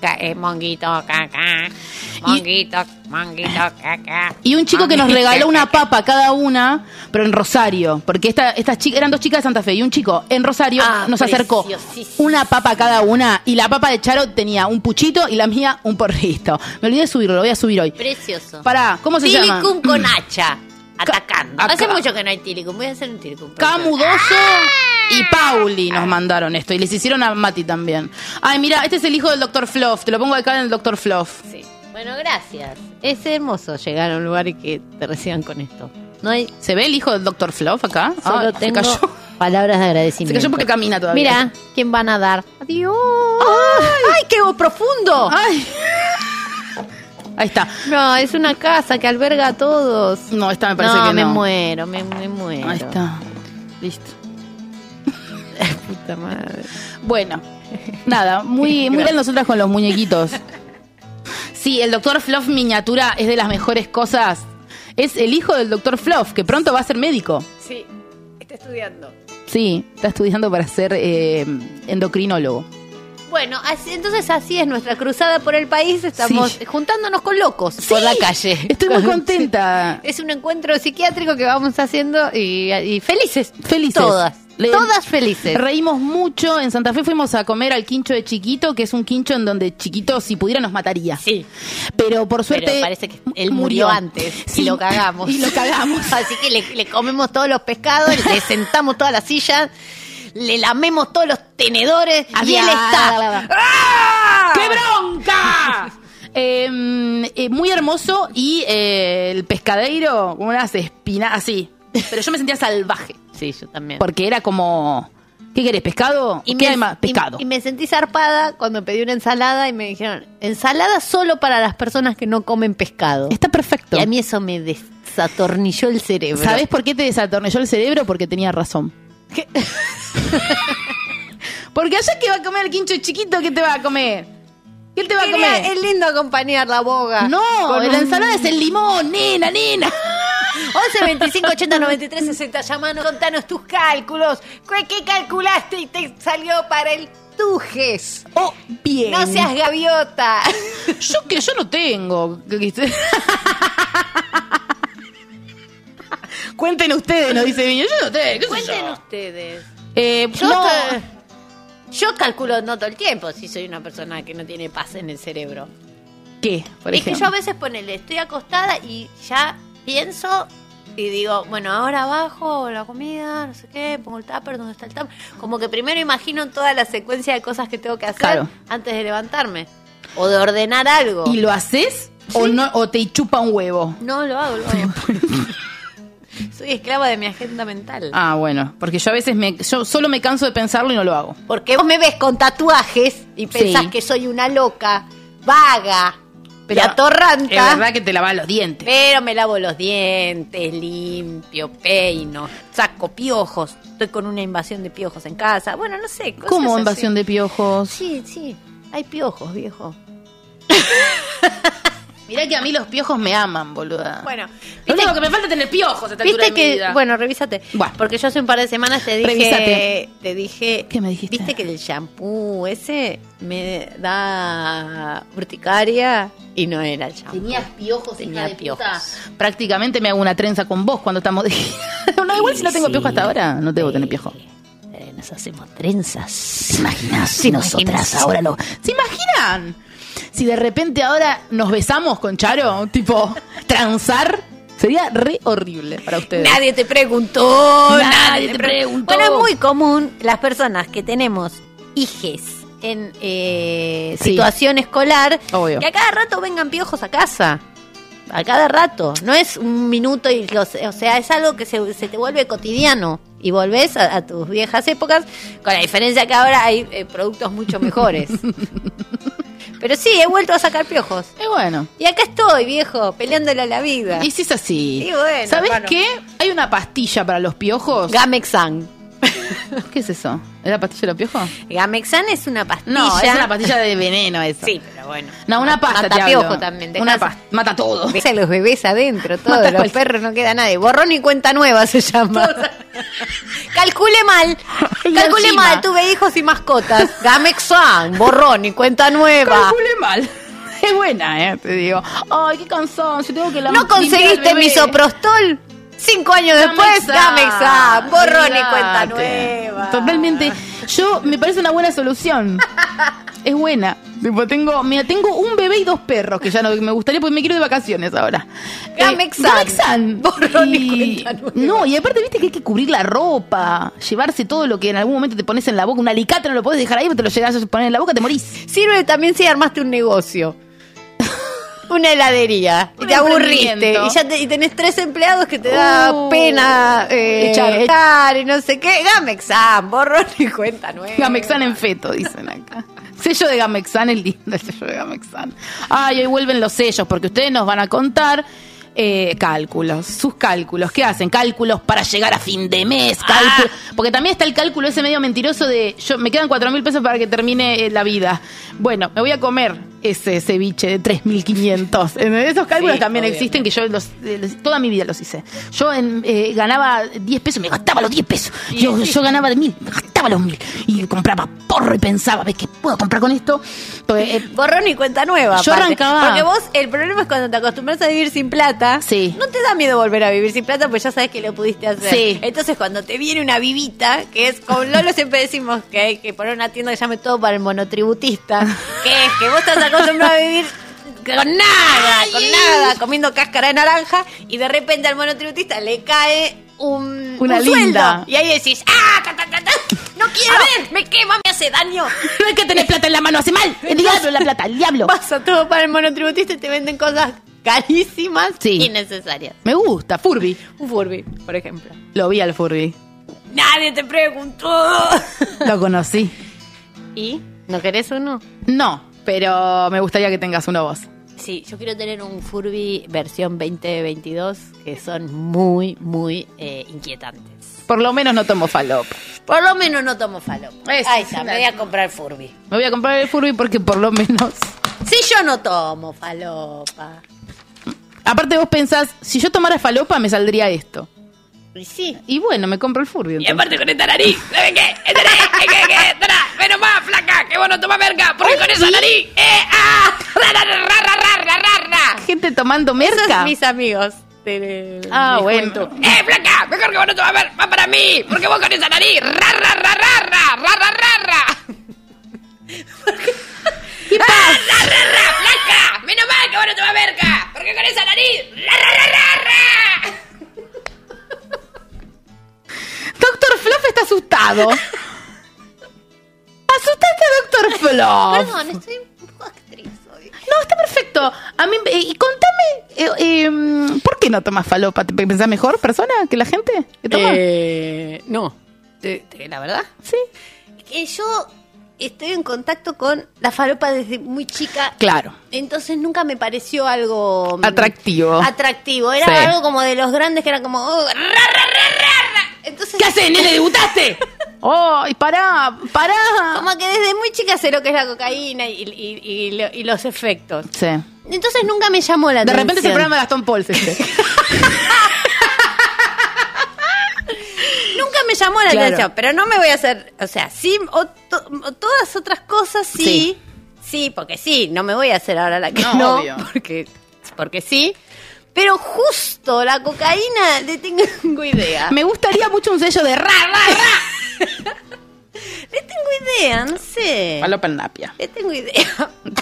[SPEAKER 3] ca- eh, monguito, caca. Monguito, monguito, caca.
[SPEAKER 2] Y un chico que nos
[SPEAKER 3] Monguito,
[SPEAKER 2] regaló una
[SPEAKER 3] caca.
[SPEAKER 2] papa cada una, pero en Rosario, porque esta, estas chicas eran dos chicas de Santa Fe y un chico en Rosario
[SPEAKER 3] Ah,
[SPEAKER 2] nos acercó
[SPEAKER 3] preciosísimo.
[SPEAKER 2] una papa cada una y la papa de Charo tenía un puchito y la mía un porrito. Me olvidé de subirlo, lo voy a subir hoy.
[SPEAKER 3] Precioso.
[SPEAKER 2] Pará, ¿cómo se llama?
[SPEAKER 3] Tilicum con hacha. Atacando.
[SPEAKER 2] acá.
[SPEAKER 3] Hace mucho que no hay Tilicum. Voy a hacer un Tilicum.
[SPEAKER 2] Camudoso y
[SPEAKER 3] Ah.
[SPEAKER 2] Pauli nos mandaron esto y les hicieron a Mati también. Ay, mira, este es el hijo del Dr. Fluff, te lo pongo acá en el Dr. Fluff.
[SPEAKER 3] Sí. Bueno, gracias. Es hermoso llegar a un lugar y que te reciban con esto. No hay.
[SPEAKER 2] ¿Se ve el hijo del Dr. Fluff acá?
[SPEAKER 3] Solo
[SPEAKER 2] Ay, Ah, se
[SPEAKER 3] tengo
[SPEAKER 2] cayó.
[SPEAKER 3] palabras de
[SPEAKER 2] Se
[SPEAKER 3] agradecimiento.
[SPEAKER 2] cayó porque camina todavía.
[SPEAKER 3] Mira, ¿quién van a dar? Adiós. ¡Ay, qué profundo!
[SPEAKER 2] Ay. Ahí está.
[SPEAKER 3] No, es una casa que alberga a todos.
[SPEAKER 2] No, esta me parece
[SPEAKER 3] No,
[SPEAKER 2] que
[SPEAKER 3] me
[SPEAKER 2] no.
[SPEAKER 3] muero, me, me muero.
[SPEAKER 2] Ahí está. Listo.
[SPEAKER 3] Puta madre.
[SPEAKER 2] Bueno, nada, muy, muy bien nosotras con los muñequitos. Sí, el Doctor Fluff miniatura es de las mejores cosas. Es el hijo del Doctor Fluff, que pronto va a ser médico.
[SPEAKER 3] Sí, está estudiando.
[SPEAKER 2] Sí, está estudiando para ser eh, endocrinólogo.
[SPEAKER 3] Bueno, así- entonces así es nuestra cruzada por el país. Estamos
[SPEAKER 2] Sí.
[SPEAKER 3] juntándonos con locos por
[SPEAKER 2] Sí,
[SPEAKER 3] la calle.
[SPEAKER 2] Estoy muy contenta.
[SPEAKER 3] Es un encuentro psiquiátrico que vamos haciendo y, y felices.
[SPEAKER 2] Felices.
[SPEAKER 3] Todas.
[SPEAKER 2] Le-
[SPEAKER 3] todas felices.
[SPEAKER 2] Reímos mucho. En Santa Fe fuimos a comer al quincho de Chiquito, que es un quincho en donde Chiquito, si pudiera, nos mataría.
[SPEAKER 3] sí.
[SPEAKER 2] Pero por suerte.
[SPEAKER 3] Pero parece que él murió, antes
[SPEAKER 2] Sí,
[SPEAKER 3] y lo cagamos.
[SPEAKER 2] Y lo cagamos.
[SPEAKER 3] Así que le, le comemos todos los pescados, le sentamos todas las sillas, le lamemos todos los tenedores y
[SPEAKER 2] Así,
[SPEAKER 3] él
[SPEAKER 2] ah,
[SPEAKER 3] está.
[SPEAKER 2] la, la, la. ¡Qué bronca! Eh, eh, muy hermoso y eh, el pescadeiro, con unas espinas así. Pero yo me sentía salvaje,
[SPEAKER 3] Sí, yo también.
[SPEAKER 2] porque era como, ¿qué querés, pescado? ¿Qué hay más?
[SPEAKER 3] y-
[SPEAKER 2] Pescado.
[SPEAKER 3] Y, me sentí zarpada cuando pedí una ensalada y me dijeron, ensalada solo para las personas que no comen pescado.
[SPEAKER 2] Está perfecto.
[SPEAKER 3] Y a mí eso me desatornilló el cerebro.
[SPEAKER 2] ¿Sabés por qué te desatornilló el cerebro? Porque tenía razón. porque allá que va a comer el quincho chiquito, ¿qué te va a comer? ¿Qué te va a
[SPEAKER 3] Quería-
[SPEAKER 2] comer?
[SPEAKER 3] es lindo acompañar la
[SPEAKER 2] Ah,
[SPEAKER 3] boga.
[SPEAKER 2] No,
[SPEAKER 3] Con
[SPEAKER 2] la
[SPEAKER 3] un-
[SPEAKER 2] ensalada es el limón, nena, nena.
[SPEAKER 3] 11, 25, 80, 93, 60. Llamanos, contanos tus cálculos. ¿Qué, qué calculaste y te salió para el tujes?
[SPEAKER 2] Oh, bien.
[SPEAKER 3] No seas gaviota.
[SPEAKER 2] Yo que yo no tengo. Cuenten ustedes, nos dice Viño. Yo no tengo. ¿qué sé
[SPEAKER 3] Cuenten
[SPEAKER 2] yo?
[SPEAKER 3] ustedes.
[SPEAKER 2] Eh,
[SPEAKER 3] Yo,
[SPEAKER 2] no,
[SPEAKER 3] ca- yo calculo no todo el tiempo si soy una persona que no tiene paz en el cerebro.
[SPEAKER 2] ¿Qué? Por
[SPEAKER 3] es que yo
[SPEAKER 2] ejemplo.
[SPEAKER 3] a veces ponele, estoy acostada y ya pienso y digo, bueno, ahora bajo la comida, no sé qué, pongo el tupper, ¿dónde está el tupper? Como que primero imagino toda la secuencia de cosas que tengo que hacer
[SPEAKER 2] Claro.
[SPEAKER 3] antes de levantarme o de ordenar algo.
[SPEAKER 2] ¿Y lo haces? O, no, ¿O te chupa un huevo?
[SPEAKER 3] No lo hago, lo hago. Soy esclava de mi agenda mental.
[SPEAKER 2] Ah, bueno. Porque yo a veces me, yo solo me canso de pensarlo y no lo hago.
[SPEAKER 3] Porque vos me ves con tatuajes y pensás
[SPEAKER 2] Sí.
[SPEAKER 3] que soy una loca, vaga,
[SPEAKER 2] Pero
[SPEAKER 3] pero atorranta.
[SPEAKER 2] Es verdad que te lavas los dientes.
[SPEAKER 3] Pero me lavo los dientes, limpio, peino, saco piojos. Estoy con una invasión de piojos en casa. Bueno, no sé. Cosas
[SPEAKER 2] ¿Cómo invasión de piojos?
[SPEAKER 3] Sí, sí. Hay piojos, viejo.
[SPEAKER 2] Mirá que a mí los piojos me aman, boluda.
[SPEAKER 3] Bueno,
[SPEAKER 2] lo
[SPEAKER 3] viste-
[SPEAKER 2] único que me falta es tener piojos a esta altura
[SPEAKER 3] Viste
[SPEAKER 2] de mi
[SPEAKER 3] que,
[SPEAKER 2] vida.
[SPEAKER 3] bueno, revísate.
[SPEAKER 2] Bueno.
[SPEAKER 3] Porque yo hace un par de semanas te dije,
[SPEAKER 2] Revísate.
[SPEAKER 3] te dije,
[SPEAKER 2] ¿Qué me dijiste?
[SPEAKER 3] Viste que el shampoo ese me da urticaria y no era el shampoo.
[SPEAKER 2] Tenías piojos,
[SPEAKER 3] Tenía
[SPEAKER 2] hija de
[SPEAKER 3] piojos.
[SPEAKER 2] puta. Prácticamente me hago una trenza con vos cuando estamos de gira. No, igual si no tengo
[SPEAKER 3] Sí.
[SPEAKER 2] piojo hasta ahora, no debo tener
[SPEAKER 3] Sí.
[SPEAKER 2] piojo.
[SPEAKER 3] Eh, Nos hacemos trenzas.
[SPEAKER 1] Imaginas
[SPEAKER 3] si nosotras ahora
[SPEAKER 1] lo.
[SPEAKER 2] ¿Se imaginan? Si de repente ahora nos besamos con Charo, tipo, transar, sería re horrible para ustedes.
[SPEAKER 3] Nadie te preguntó.
[SPEAKER 2] Nadie te preguntó.
[SPEAKER 3] Bueno, es muy común las personas que tenemos hijes en eh,
[SPEAKER 2] Sí.
[SPEAKER 3] situación escolar
[SPEAKER 2] Obvio.
[SPEAKER 3] que a cada rato vengan piojos a casa. A cada rato. No es un minuto y los. O sea, es algo que se, se te vuelve cotidiano. Y volvés a, a tus viejas épocas, con la diferencia que ahora hay eh, productos mucho mejores. Pero sí, he vuelto a sacar piojos.
[SPEAKER 2] Y bueno,
[SPEAKER 3] Y acá estoy, viejo, peleándole a la vida.
[SPEAKER 2] y si es así.
[SPEAKER 3] Y bueno,
[SPEAKER 2] ¿Sabés
[SPEAKER 3] hermano.
[SPEAKER 2] qué? Hay una pastilla para los piojos.
[SPEAKER 3] Gamexan.
[SPEAKER 2] ¿Qué es eso? ¿Es la pastilla de los piojos?
[SPEAKER 3] Gamexan Eh, es una pastilla.
[SPEAKER 2] No, es una pastilla de veneno eso.
[SPEAKER 3] Sí, pero bueno.
[SPEAKER 2] No, una pasta te
[SPEAKER 3] Mata
[SPEAKER 2] hablo.
[SPEAKER 3] piojo también. dejás-
[SPEAKER 2] Una pasta. Mata todo.
[SPEAKER 3] Ves a los bebés adentro, todos
[SPEAKER 2] Mata
[SPEAKER 3] los
[SPEAKER 2] cualquier-
[SPEAKER 3] perros, no queda nadie. Borrón y cuenta nueva se llama. Calcule mal.
[SPEAKER 2] Y
[SPEAKER 3] Calcule
[SPEAKER 2] encima.
[SPEAKER 3] mal, tuve hijos y mascotas. Gamexan, borrón y cuenta nueva.
[SPEAKER 2] Calculé mal. Es buena, eh, te digo. Ay, qué cansancio, tengo que la
[SPEAKER 3] ¿No conseguiste misoprostol? Cinco años después, Gamexan, borrón y cuenta nueva.
[SPEAKER 2] Totalmente. Yo me parece una buena solución. Es buena. Tipo, tengo, mira, tengo un bebé y dos perros que ya no me gustaría porque me quiero de vacaciones ahora. Eh,
[SPEAKER 3] Gamexan.
[SPEAKER 2] Gamexan.
[SPEAKER 3] Borrón y cuenta nueva.
[SPEAKER 2] No, y aparte, viste que hay que cubrir la ropa, llevarse todo lo que en algún momento te pones en la boca. Un alicate no lo podés dejar ahí, te lo llegas a poner en la boca, te morís.
[SPEAKER 3] Sirve también si armaste un negocio. Una heladería. Y
[SPEAKER 2] Un
[SPEAKER 3] te aburriste.
[SPEAKER 2] emprendimiento.
[SPEAKER 3] Y ya te- y tenés tres empleados que te da
[SPEAKER 2] Uh,
[SPEAKER 3] pena eh,
[SPEAKER 2] echar.
[SPEAKER 3] echar. y no sé qué. Gamexan, ah, borrón y cuenta nueva.
[SPEAKER 2] Gamexan en feto, dicen acá. sello de Gamexan es lindo, el sello de Gamexan. Ay, hoy vuelven los sellos, porque ustedes nos van a contar. eh, cálculos, sus cálculos, ¿qué hacen? Cálculos para llegar a fin de mes, cálculo- porque también está el cálculo ese medio mentiroso de yo me quedan cuatro mil pesos para que termine eh, la vida. Bueno, me voy a comer ese ceviche de 3.500. En Esos cálculos
[SPEAKER 3] Sí,
[SPEAKER 2] también
[SPEAKER 3] obviamente.
[SPEAKER 2] existen que yo los, eh, los- toda mi vida los hice. Yo en, eh, ganaba 10 pesos, me gastaba los 10 pesos. Yo, yo ganaba de mil, me gastaba los mil. Y compraba porro y pensaba, ¿ves qué puedo comprar con esto? Porque, eh,
[SPEAKER 3] Borrón y cuenta nueva.
[SPEAKER 2] Yo
[SPEAKER 3] aparte.
[SPEAKER 2] arrancaba-
[SPEAKER 3] Porque vos, el problema es cuando te acostumbras a vivir sin plata.
[SPEAKER 2] Sí.
[SPEAKER 3] No te da miedo volver a vivir sin plata porque ya sabes que lo pudiste hacer.
[SPEAKER 2] Sí.
[SPEAKER 3] Entonces, cuando te viene una vivita, que es con Lolo siempre decimos que hay que poner una tienda que llame todo para el monotributista, que es que vos estás acostumbrado a vivir. Con nada, con nada, comiendo cáscara de naranja y de repente al monotributista le cae un,
[SPEAKER 2] Una
[SPEAKER 3] un sueldo.
[SPEAKER 2] linda.
[SPEAKER 3] Y ahí decís, ¡ah! ta, ta, ta, ta, ¡No quiero! ¡Me quema! ¡Me hace daño!
[SPEAKER 2] no hay que tener plata en la mano, hace mal. El diablo, la plata, el diablo.
[SPEAKER 3] Pasa todo para el monotributista y te venden cosas carísimas
[SPEAKER 2] Sí.
[SPEAKER 3] innecesarias.
[SPEAKER 2] Me gusta, Furby.
[SPEAKER 3] Un Furby, por ejemplo.
[SPEAKER 2] Lo vi al Furby.
[SPEAKER 3] Nadie te preguntó.
[SPEAKER 2] Lo conocí.
[SPEAKER 3] ¿Y? ¿No querés uno?
[SPEAKER 2] No, pero me gustaría que tengas uno vos.
[SPEAKER 3] Sí, yo quiero tener un Furby versión 2022 que son muy, muy eh, inquietantes.
[SPEAKER 2] Por lo menos no tomo falop.
[SPEAKER 3] Por lo menos no tomo falopa.
[SPEAKER 2] Eso
[SPEAKER 3] Ahí
[SPEAKER 2] es
[SPEAKER 3] está,
[SPEAKER 2] una-
[SPEAKER 3] me voy a comprar Furby.
[SPEAKER 2] Me voy a comprar el Furby porque por lo menos...
[SPEAKER 3] Si yo no tomo falopa.
[SPEAKER 2] Aparte vos pensás, si yo tomara falopa me saldría esto.
[SPEAKER 3] Y sí.
[SPEAKER 2] Y bueno, me compro el Furby.
[SPEAKER 4] Y
[SPEAKER 2] entonces.
[SPEAKER 4] aparte con esta nariz, ¿saben qué? Esta nariz, eh, que, que, tra, menos más flaca, que vos no tomás verga, porque con esa nariz, eh, ah, ra, ra, ra, ra, ra, ra, ra, ra.
[SPEAKER 2] Gente tomando
[SPEAKER 3] Esos
[SPEAKER 2] merca.
[SPEAKER 3] mis amigos. de-
[SPEAKER 2] Ah,
[SPEAKER 3] mi
[SPEAKER 2] bueno.
[SPEAKER 3] juventud.
[SPEAKER 4] Eh, flaca, mejor que vos no tomás verga, más para mí, porque vos con esa nariz, ra, ra, ra, ra, ra, ra, ra, ra, ra.
[SPEAKER 2] ¿Qué pasa?
[SPEAKER 4] Ra, ra, ra, Ah, flaca, menos mal que vos no tomás verga, porque con esa nariz, ra, ra, ra, ra, ra.
[SPEAKER 2] Doctor Fluff está asustado. Asustaste Doctor Fluff.
[SPEAKER 3] Perdón, estoy un poco actriz hoy.
[SPEAKER 2] No, está perfecto. A mí, eh, y contame, eh, eh, ¿por qué no tomas falopa? ¿Te ¿Pensás mejor persona que la gente que toma?
[SPEAKER 3] Eh, no. Te- te- La verdad.
[SPEAKER 2] sí.
[SPEAKER 3] Es que yo estoy en contacto con la faropa desde muy chica.
[SPEAKER 2] Claro.
[SPEAKER 3] Entonces nunca me pareció algo mm,
[SPEAKER 2] Atractivo.
[SPEAKER 3] Atractivo. Era
[SPEAKER 2] Sí.
[SPEAKER 3] algo como de los grandes que era como. oh, ra, ra, ra, ra, ra. Entonces,
[SPEAKER 4] ¿Qué haces, nene, debutaste?
[SPEAKER 2] ¡Ay, Oh, pará! ¡Pará!
[SPEAKER 3] como que desde muy chica sé lo que es la cocaína y, y- y lo- y los efectos.
[SPEAKER 2] Sí.
[SPEAKER 3] Entonces nunca me llamó la
[SPEAKER 2] De
[SPEAKER 3] atención.
[SPEAKER 2] repente es el programa de Gastón Pauls este.
[SPEAKER 3] Nunca me llamó la
[SPEAKER 2] Claro.
[SPEAKER 3] atención, pero no me voy a hacer, o sea, sí, o to- o todas otras cosas sí,
[SPEAKER 2] Sí.
[SPEAKER 3] sí, porque sí, no me voy a hacer ahora la que
[SPEAKER 2] No,
[SPEAKER 3] no,
[SPEAKER 2] obvio.
[SPEAKER 3] porque porque sí, pero justo la cocaína le tengo idea,
[SPEAKER 2] Me gustaría mucho un sello de ra, ra, ra.
[SPEAKER 3] le tengo idea, no sé,
[SPEAKER 2] Falopa en napia.
[SPEAKER 3] le tengo idea.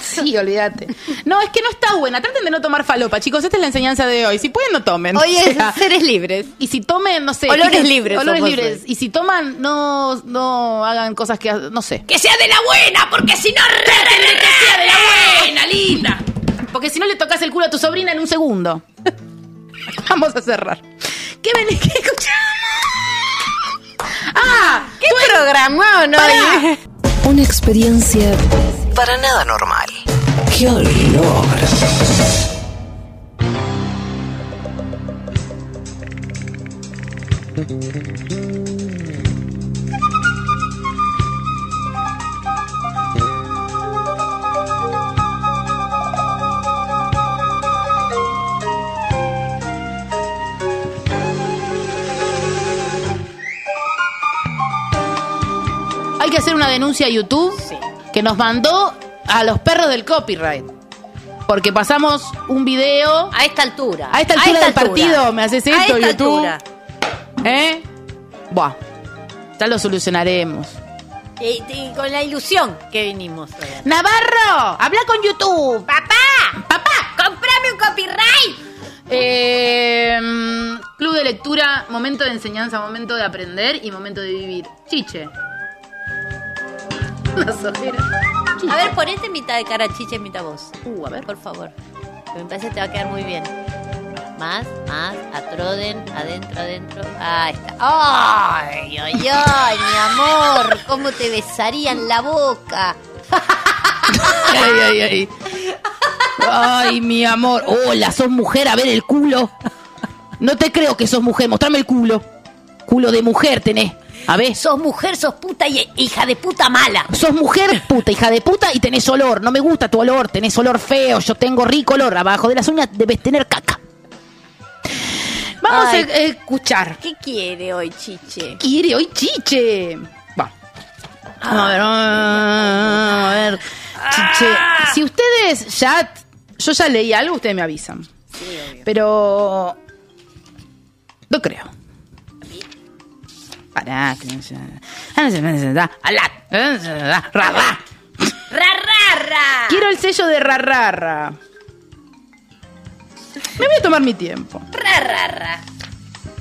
[SPEAKER 2] Sí, olvídate. No, es que no está buena. Traten de no tomar falopa, chicos. Esta es la enseñanza de hoy. Si pueden, no tomen.
[SPEAKER 3] Hoy
[SPEAKER 2] O
[SPEAKER 3] es
[SPEAKER 2] sea,
[SPEAKER 3] seres libres.
[SPEAKER 2] Y si tomen, no sé.
[SPEAKER 3] Olores
[SPEAKER 2] fíjense-
[SPEAKER 3] libres
[SPEAKER 2] Olores
[SPEAKER 3] somos
[SPEAKER 2] libres.
[SPEAKER 3] hoy.
[SPEAKER 2] Y si toman, no, no hagan cosas que. No sé.
[SPEAKER 4] Que sea de la buena, porque si no, ra, ra, ra, que sea de la buena, linda.
[SPEAKER 2] Porque si no le tocas el culo a tu sobrina en un segundo. Vamos a cerrar. ¿Qué ven? ¿Qué escuchamos? ¡Ah!
[SPEAKER 3] ¿Qué programado no?
[SPEAKER 2] Pará.
[SPEAKER 1] Una experiencia para nada normal. ¡Qué olor!
[SPEAKER 2] Hay que hacer una denuncia a YouTube que nos mandó a los perros del copyright. Porque pasamos un video.
[SPEAKER 3] A esta altura.
[SPEAKER 2] A esta altura del partido me haces
[SPEAKER 3] A
[SPEAKER 2] esto,
[SPEAKER 3] esta
[SPEAKER 2] YouTube.
[SPEAKER 3] altura.
[SPEAKER 2] ¿Eh? Buah. Ya lo solucionaremos.
[SPEAKER 3] Y- y con la ilusión que vinimos hoy.
[SPEAKER 2] ¡Navarro! ¡Habla con YouTube!
[SPEAKER 3] ¡Papá!
[SPEAKER 2] ¡Papá!
[SPEAKER 3] ¡Comprame un copyright!
[SPEAKER 2] Eh, mm, club de lectura, momento de enseñanza, momento de aprender y momento de vivir. Chiche. Las ojeras.
[SPEAKER 3] A ver, ponete mitad de cara chiche, mitad voz.
[SPEAKER 2] Uh, a ver.
[SPEAKER 3] Por favor. Me parece que te va a quedar muy bien. Más, más, atroden, adentro, adentro. Ahí está. ¡Ay, ay, ay, mi amor! ¿Cómo te besarían la boca?
[SPEAKER 2] ay, ay, ay. Ay, mi amor. Hola, sos mujer, a ver el culo. No te creo que sos mujer, mostrame el culo. Culo de mujer tenés. A ver,
[SPEAKER 3] Sos mujer, sos puta y hija de puta mala.
[SPEAKER 2] sos mujer, puta, hija de puta, y tenés olor. No me gusta tu olor, tenés olor feo, yo tengo rico olor. Abajo de las uñas debes tener caca. Vamos
[SPEAKER 3] Ay.
[SPEAKER 2] a eh, escuchar.
[SPEAKER 3] ¿Qué quiere hoy, chiche?
[SPEAKER 2] quiere hoy Chiche? Va. A ver, a ver. Chiche, si ustedes ya. Yo ya leí algo, ustedes me avisan. Pero. No creo. Pará, que no se- Ah, no se- no se da. Alá, no se da. Ra, ra.
[SPEAKER 3] ¡Rarrarra!
[SPEAKER 2] Quiero el sello de rarrarra. Me voy a tomar mi tiempo.
[SPEAKER 3] ¡Rarrarra!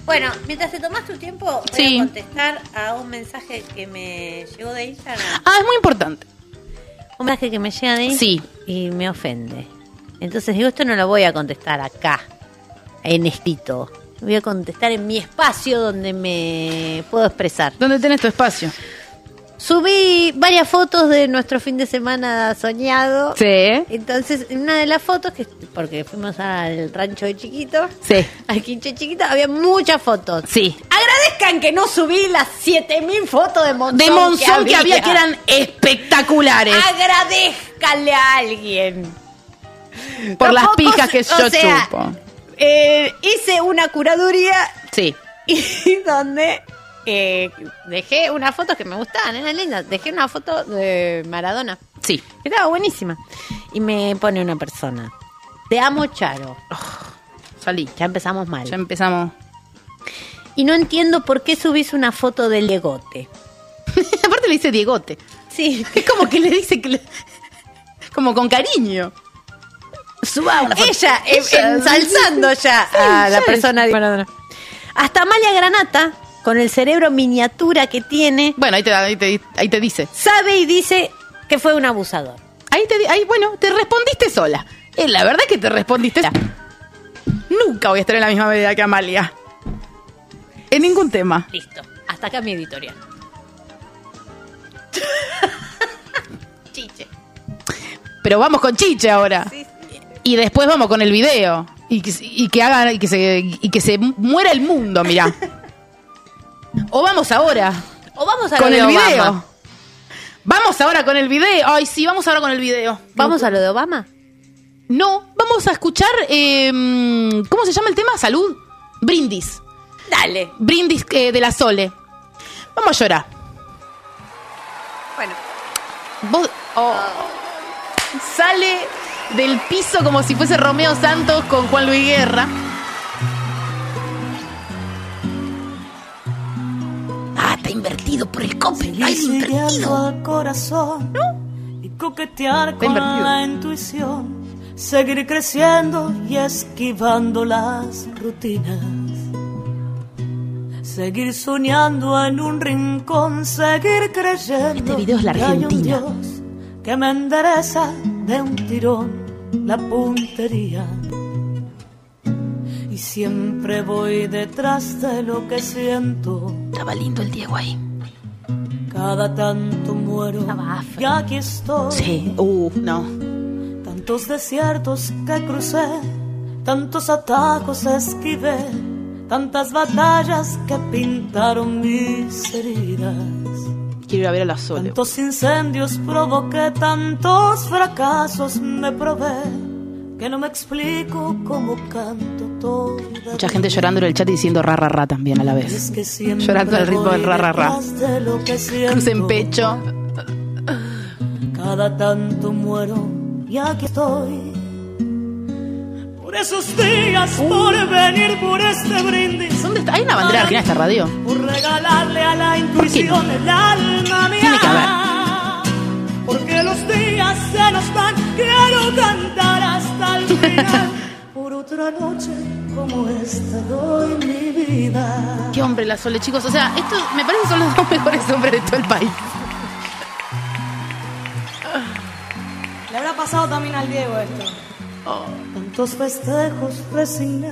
[SPEAKER 3] Bueno, mientras te tomas tu tiempo, voy
[SPEAKER 2] Sí.
[SPEAKER 3] a contestar a un mensaje que me llegó de Instagram.
[SPEAKER 2] Ah, es muy importante.
[SPEAKER 3] Un mensaje que me llega de Instagram.
[SPEAKER 2] Sí.
[SPEAKER 3] Y me ofende. Entonces digo, esto no lo voy a contestar acá, en escrito. Lo voy a contestar en mi espacio donde me puedo expresar.
[SPEAKER 2] ¿Dónde tenés tu espacio?
[SPEAKER 3] Subí varias fotos de nuestro fin de semana soñado.
[SPEAKER 2] Sí.
[SPEAKER 3] Entonces, en una de las fotos, que porque fuimos al rancho de chiquito,
[SPEAKER 2] Sí.
[SPEAKER 3] al quinche chiquito, había muchas fotos.
[SPEAKER 2] Sí.
[SPEAKER 3] Agradezcan que no subí las 7000 fotos de Monzón.
[SPEAKER 2] de Monzón que había Ah, que eran espectaculares
[SPEAKER 3] Agradezcanle a alguien.
[SPEAKER 2] por las
[SPEAKER 3] Tampoco
[SPEAKER 2] picas
[SPEAKER 3] se-
[SPEAKER 2] que
[SPEAKER 3] o
[SPEAKER 2] yo
[SPEAKER 3] sea,
[SPEAKER 2] chupo.
[SPEAKER 3] eh, hice una curaduría
[SPEAKER 2] Sí.
[SPEAKER 3] y donde eh, dejé unas fotos que me gustaban, eran lindas. Dejé una foto de Maradona.
[SPEAKER 2] Sí.
[SPEAKER 3] que Estaba buenísima. Y me pone una persona. Te amo, Charo.
[SPEAKER 2] Salí.
[SPEAKER 3] Ya empezamos mal.
[SPEAKER 2] Ya em- empezamos.
[SPEAKER 3] Y no entiendo por qué subís una foto del legote.
[SPEAKER 2] Aparte le dice Diegote.
[SPEAKER 3] Sí.
[SPEAKER 2] Es como que le dice que le- como con cariño. Suba una foto.
[SPEAKER 3] Ella, em-
[SPEAKER 2] Ella.
[SPEAKER 3] ensalzando ya a la
[SPEAKER 2] sí.
[SPEAKER 3] persona de Maradona. Hasta Amalia Granata, con el cerebro miniatura que tiene,
[SPEAKER 2] Bueno, ahí te, ahí te, ahí te dice.
[SPEAKER 3] sabe y dice que fue un abusador.
[SPEAKER 2] Ahí te di- ahí, bueno, te respondiste sola. Eh, la verdad que te respondiste. Nunca voy a estar en la misma medida que Amalia. En ningún tema.
[SPEAKER 3] Listo. Hasta acá mi editorial. Chiche.
[SPEAKER 2] Pero vamos con Chiche ahora. Y después vamos con el video. Y que, y que hagan, y que se, y que se muera el mundo, mirá. O vamos ahora
[SPEAKER 3] O vamos a
[SPEAKER 2] con
[SPEAKER 3] lo de
[SPEAKER 2] el
[SPEAKER 3] Obama.
[SPEAKER 2] video. Vamos ahora con el video. Ay, sí, vamos ahora con el video.
[SPEAKER 3] ¿Vamos a lo de Obama?
[SPEAKER 2] No, vamos a escuchar. eh, ¿Cómo se llama el tema? Salud. Brindis.
[SPEAKER 3] Dale.
[SPEAKER 2] Brindis eh, de la Sole. Vamos a llorar.
[SPEAKER 3] Bueno.
[SPEAKER 2] Vos- oh. Sale del piso como si fuese Romeo Santos con Juan Luis Guerra. Ah, está invertido por el copel. Ay,
[SPEAKER 5] Seguirlo
[SPEAKER 2] invertido.
[SPEAKER 5] al corazón y coquetear
[SPEAKER 2] Está
[SPEAKER 5] con
[SPEAKER 2] invertido.
[SPEAKER 5] la intuición, seguir creciendo y esquivando las rutinas, seguir soñando en un rincón, seguir creyendo
[SPEAKER 2] Este video es la
[SPEAKER 5] que hay un
[SPEAKER 2] Argentina.
[SPEAKER 5] Dios que me endereza de un tirón la puntería. Y siempre voy detrás de lo que siento.
[SPEAKER 2] Estaba lindo el Diego ahí.
[SPEAKER 5] Cada tanto muero
[SPEAKER 3] Estaba afro.
[SPEAKER 5] y aquí estoy.
[SPEAKER 2] Sí. Uh, no.
[SPEAKER 5] Tantos desiertos que crucé, tantos atajos esquivé, tantas batallas que pintaron mis heridas.
[SPEAKER 2] Quiero ir a ver a la Sole.
[SPEAKER 5] Tantos incendios provoqué, tantos fracasos me probé, que no me explico cómo canto todo.
[SPEAKER 2] Mucha gente llorando en el chat y diciendo ra, ra, ra también a la vez. llorando al ritmo del ra, ra, ra. Cruz en pecho.
[SPEAKER 5] Cada tanto muero y aquí estoy. Por esos días, por venir por este brindis,
[SPEAKER 2] ¿Dónde está? Hay una bandera argentina en esta radio.
[SPEAKER 5] por regalarle a la intuición el alma mía.
[SPEAKER 2] Tiene que haber.
[SPEAKER 5] Porque los días se nos van, quiero cantar hasta el final. por otra noche como esta doy mi vida.
[SPEAKER 2] Qué hombre la Sole, chicos. O sea, estos me parece son los dos mejores hombres de todo el país.
[SPEAKER 5] Le habrá pasado también al Diego esto. Tantos festejos resigné.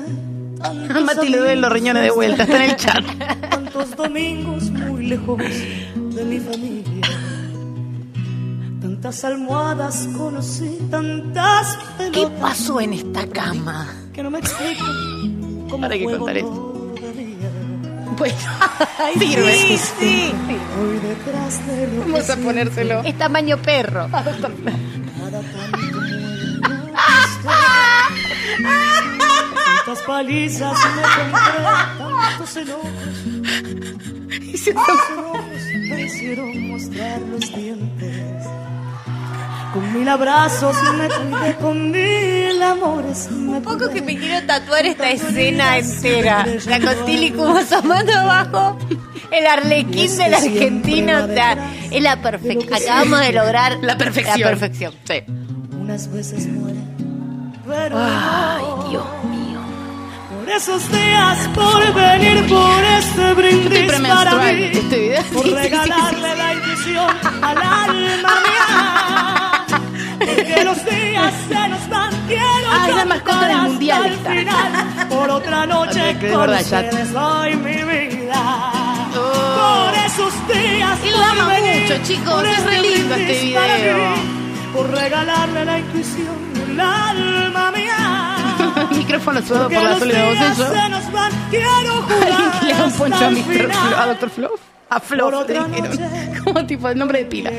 [SPEAKER 2] A
[SPEAKER 5] tantos
[SPEAKER 2] Mati le duelen los
[SPEAKER 5] amigos
[SPEAKER 2] riñones de vuelta, está en el chat.
[SPEAKER 5] Tantos domingos muy lejos de mi familia. Tantas almohadas conocí, tantas
[SPEAKER 3] ¿Qué
[SPEAKER 5] pelotas
[SPEAKER 3] pasó en esta cama?
[SPEAKER 5] que no me explico cómo
[SPEAKER 2] Ahora hay que
[SPEAKER 5] juego
[SPEAKER 2] contar esto.
[SPEAKER 5] todavía.
[SPEAKER 2] Bueno,
[SPEAKER 3] Sí, sí.
[SPEAKER 5] Voy detrás de lo que
[SPEAKER 2] vamos a ponérselo.
[SPEAKER 3] Es tamaño perro.
[SPEAKER 5] Cada tanto muero, tantas palizas me compré, tantos enojos, tantos enojos me hicieron mostrar los dientes. Con mil abrazos me cuidé, con mil amores me Un
[SPEAKER 3] Poco que me quiero tatuar esta escena entera. La Cotilicus asomando abajo. El arlequín de la Argentina. O sea, es la perfección. Acabamos de lograr
[SPEAKER 2] La perfección.
[SPEAKER 3] La perfección.
[SPEAKER 2] Sí.
[SPEAKER 5] Unas veces muere, pero
[SPEAKER 3] Ay,
[SPEAKER 5] no.
[SPEAKER 3] Dios mío.
[SPEAKER 5] Por esos días, por venir, por este
[SPEAKER 2] estoy
[SPEAKER 5] brindis para
[SPEAKER 2] premenstrual,
[SPEAKER 5] mí,
[SPEAKER 2] este video.
[SPEAKER 5] por
[SPEAKER 2] Sí, sí, sí,
[SPEAKER 5] regalarle la ilusión al alma mía. Porque los días se nos van, quiero
[SPEAKER 2] Ah, es la
[SPEAKER 5] cantar
[SPEAKER 2] mascota del mundial
[SPEAKER 5] hasta el final. Por otra noche
[SPEAKER 2] Ok, que de
[SPEAKER 5] con
[SPEAKER 2] verdad, ya-
[SPEAKER 5] ustedes hoy mi vida.
[SPEAKER 2] Oh.
[SPEAKER 5] Por esos días,
[SPEAKER 2] Y lo
[SPEAKER 5] por
[SPEAKER 2] ama
[SPEAKER 5] venir,
[SPEAKER 2] mucho, chicos,
[SPEAKER 5] por
[SPEAKER 2] es re lindo
[SPEAKER 5] brindis
[SPEAKER 2] este
[SPEAKER 5] para
[SPEAKER 2] video.
[SPEAKER 5] vivir, Por regalarle la intuición al alma mía.
[SPEAKER 2] Micrófono sudado por
[SPEAKER 5] Que
[SPEAKER 2] la
[SPEAKER 5] los
[SPEAKER 2] soledad
[SPEAKER 5] días
[SPEAKER 2] voceso.
[SPEAKER 5] se nos van, quiero jugar
[SPEAKER 2] Alguien le da un poncho
[SPEAKER 5] hasta
[SPEAKER 2] a
[SPEAKER 5] el
[SPEAKER 2] Mr. Flo, a
[SPEAKER 5] final.
[SPEAKER 2] Dr. Flo. A Flo,
[SPEAKER 5] Por otra
[SPEAKER 2] le dijeron.
[SPEAKER 5] noche.
[SPEAKER 2] Como tipo el nombre de pila.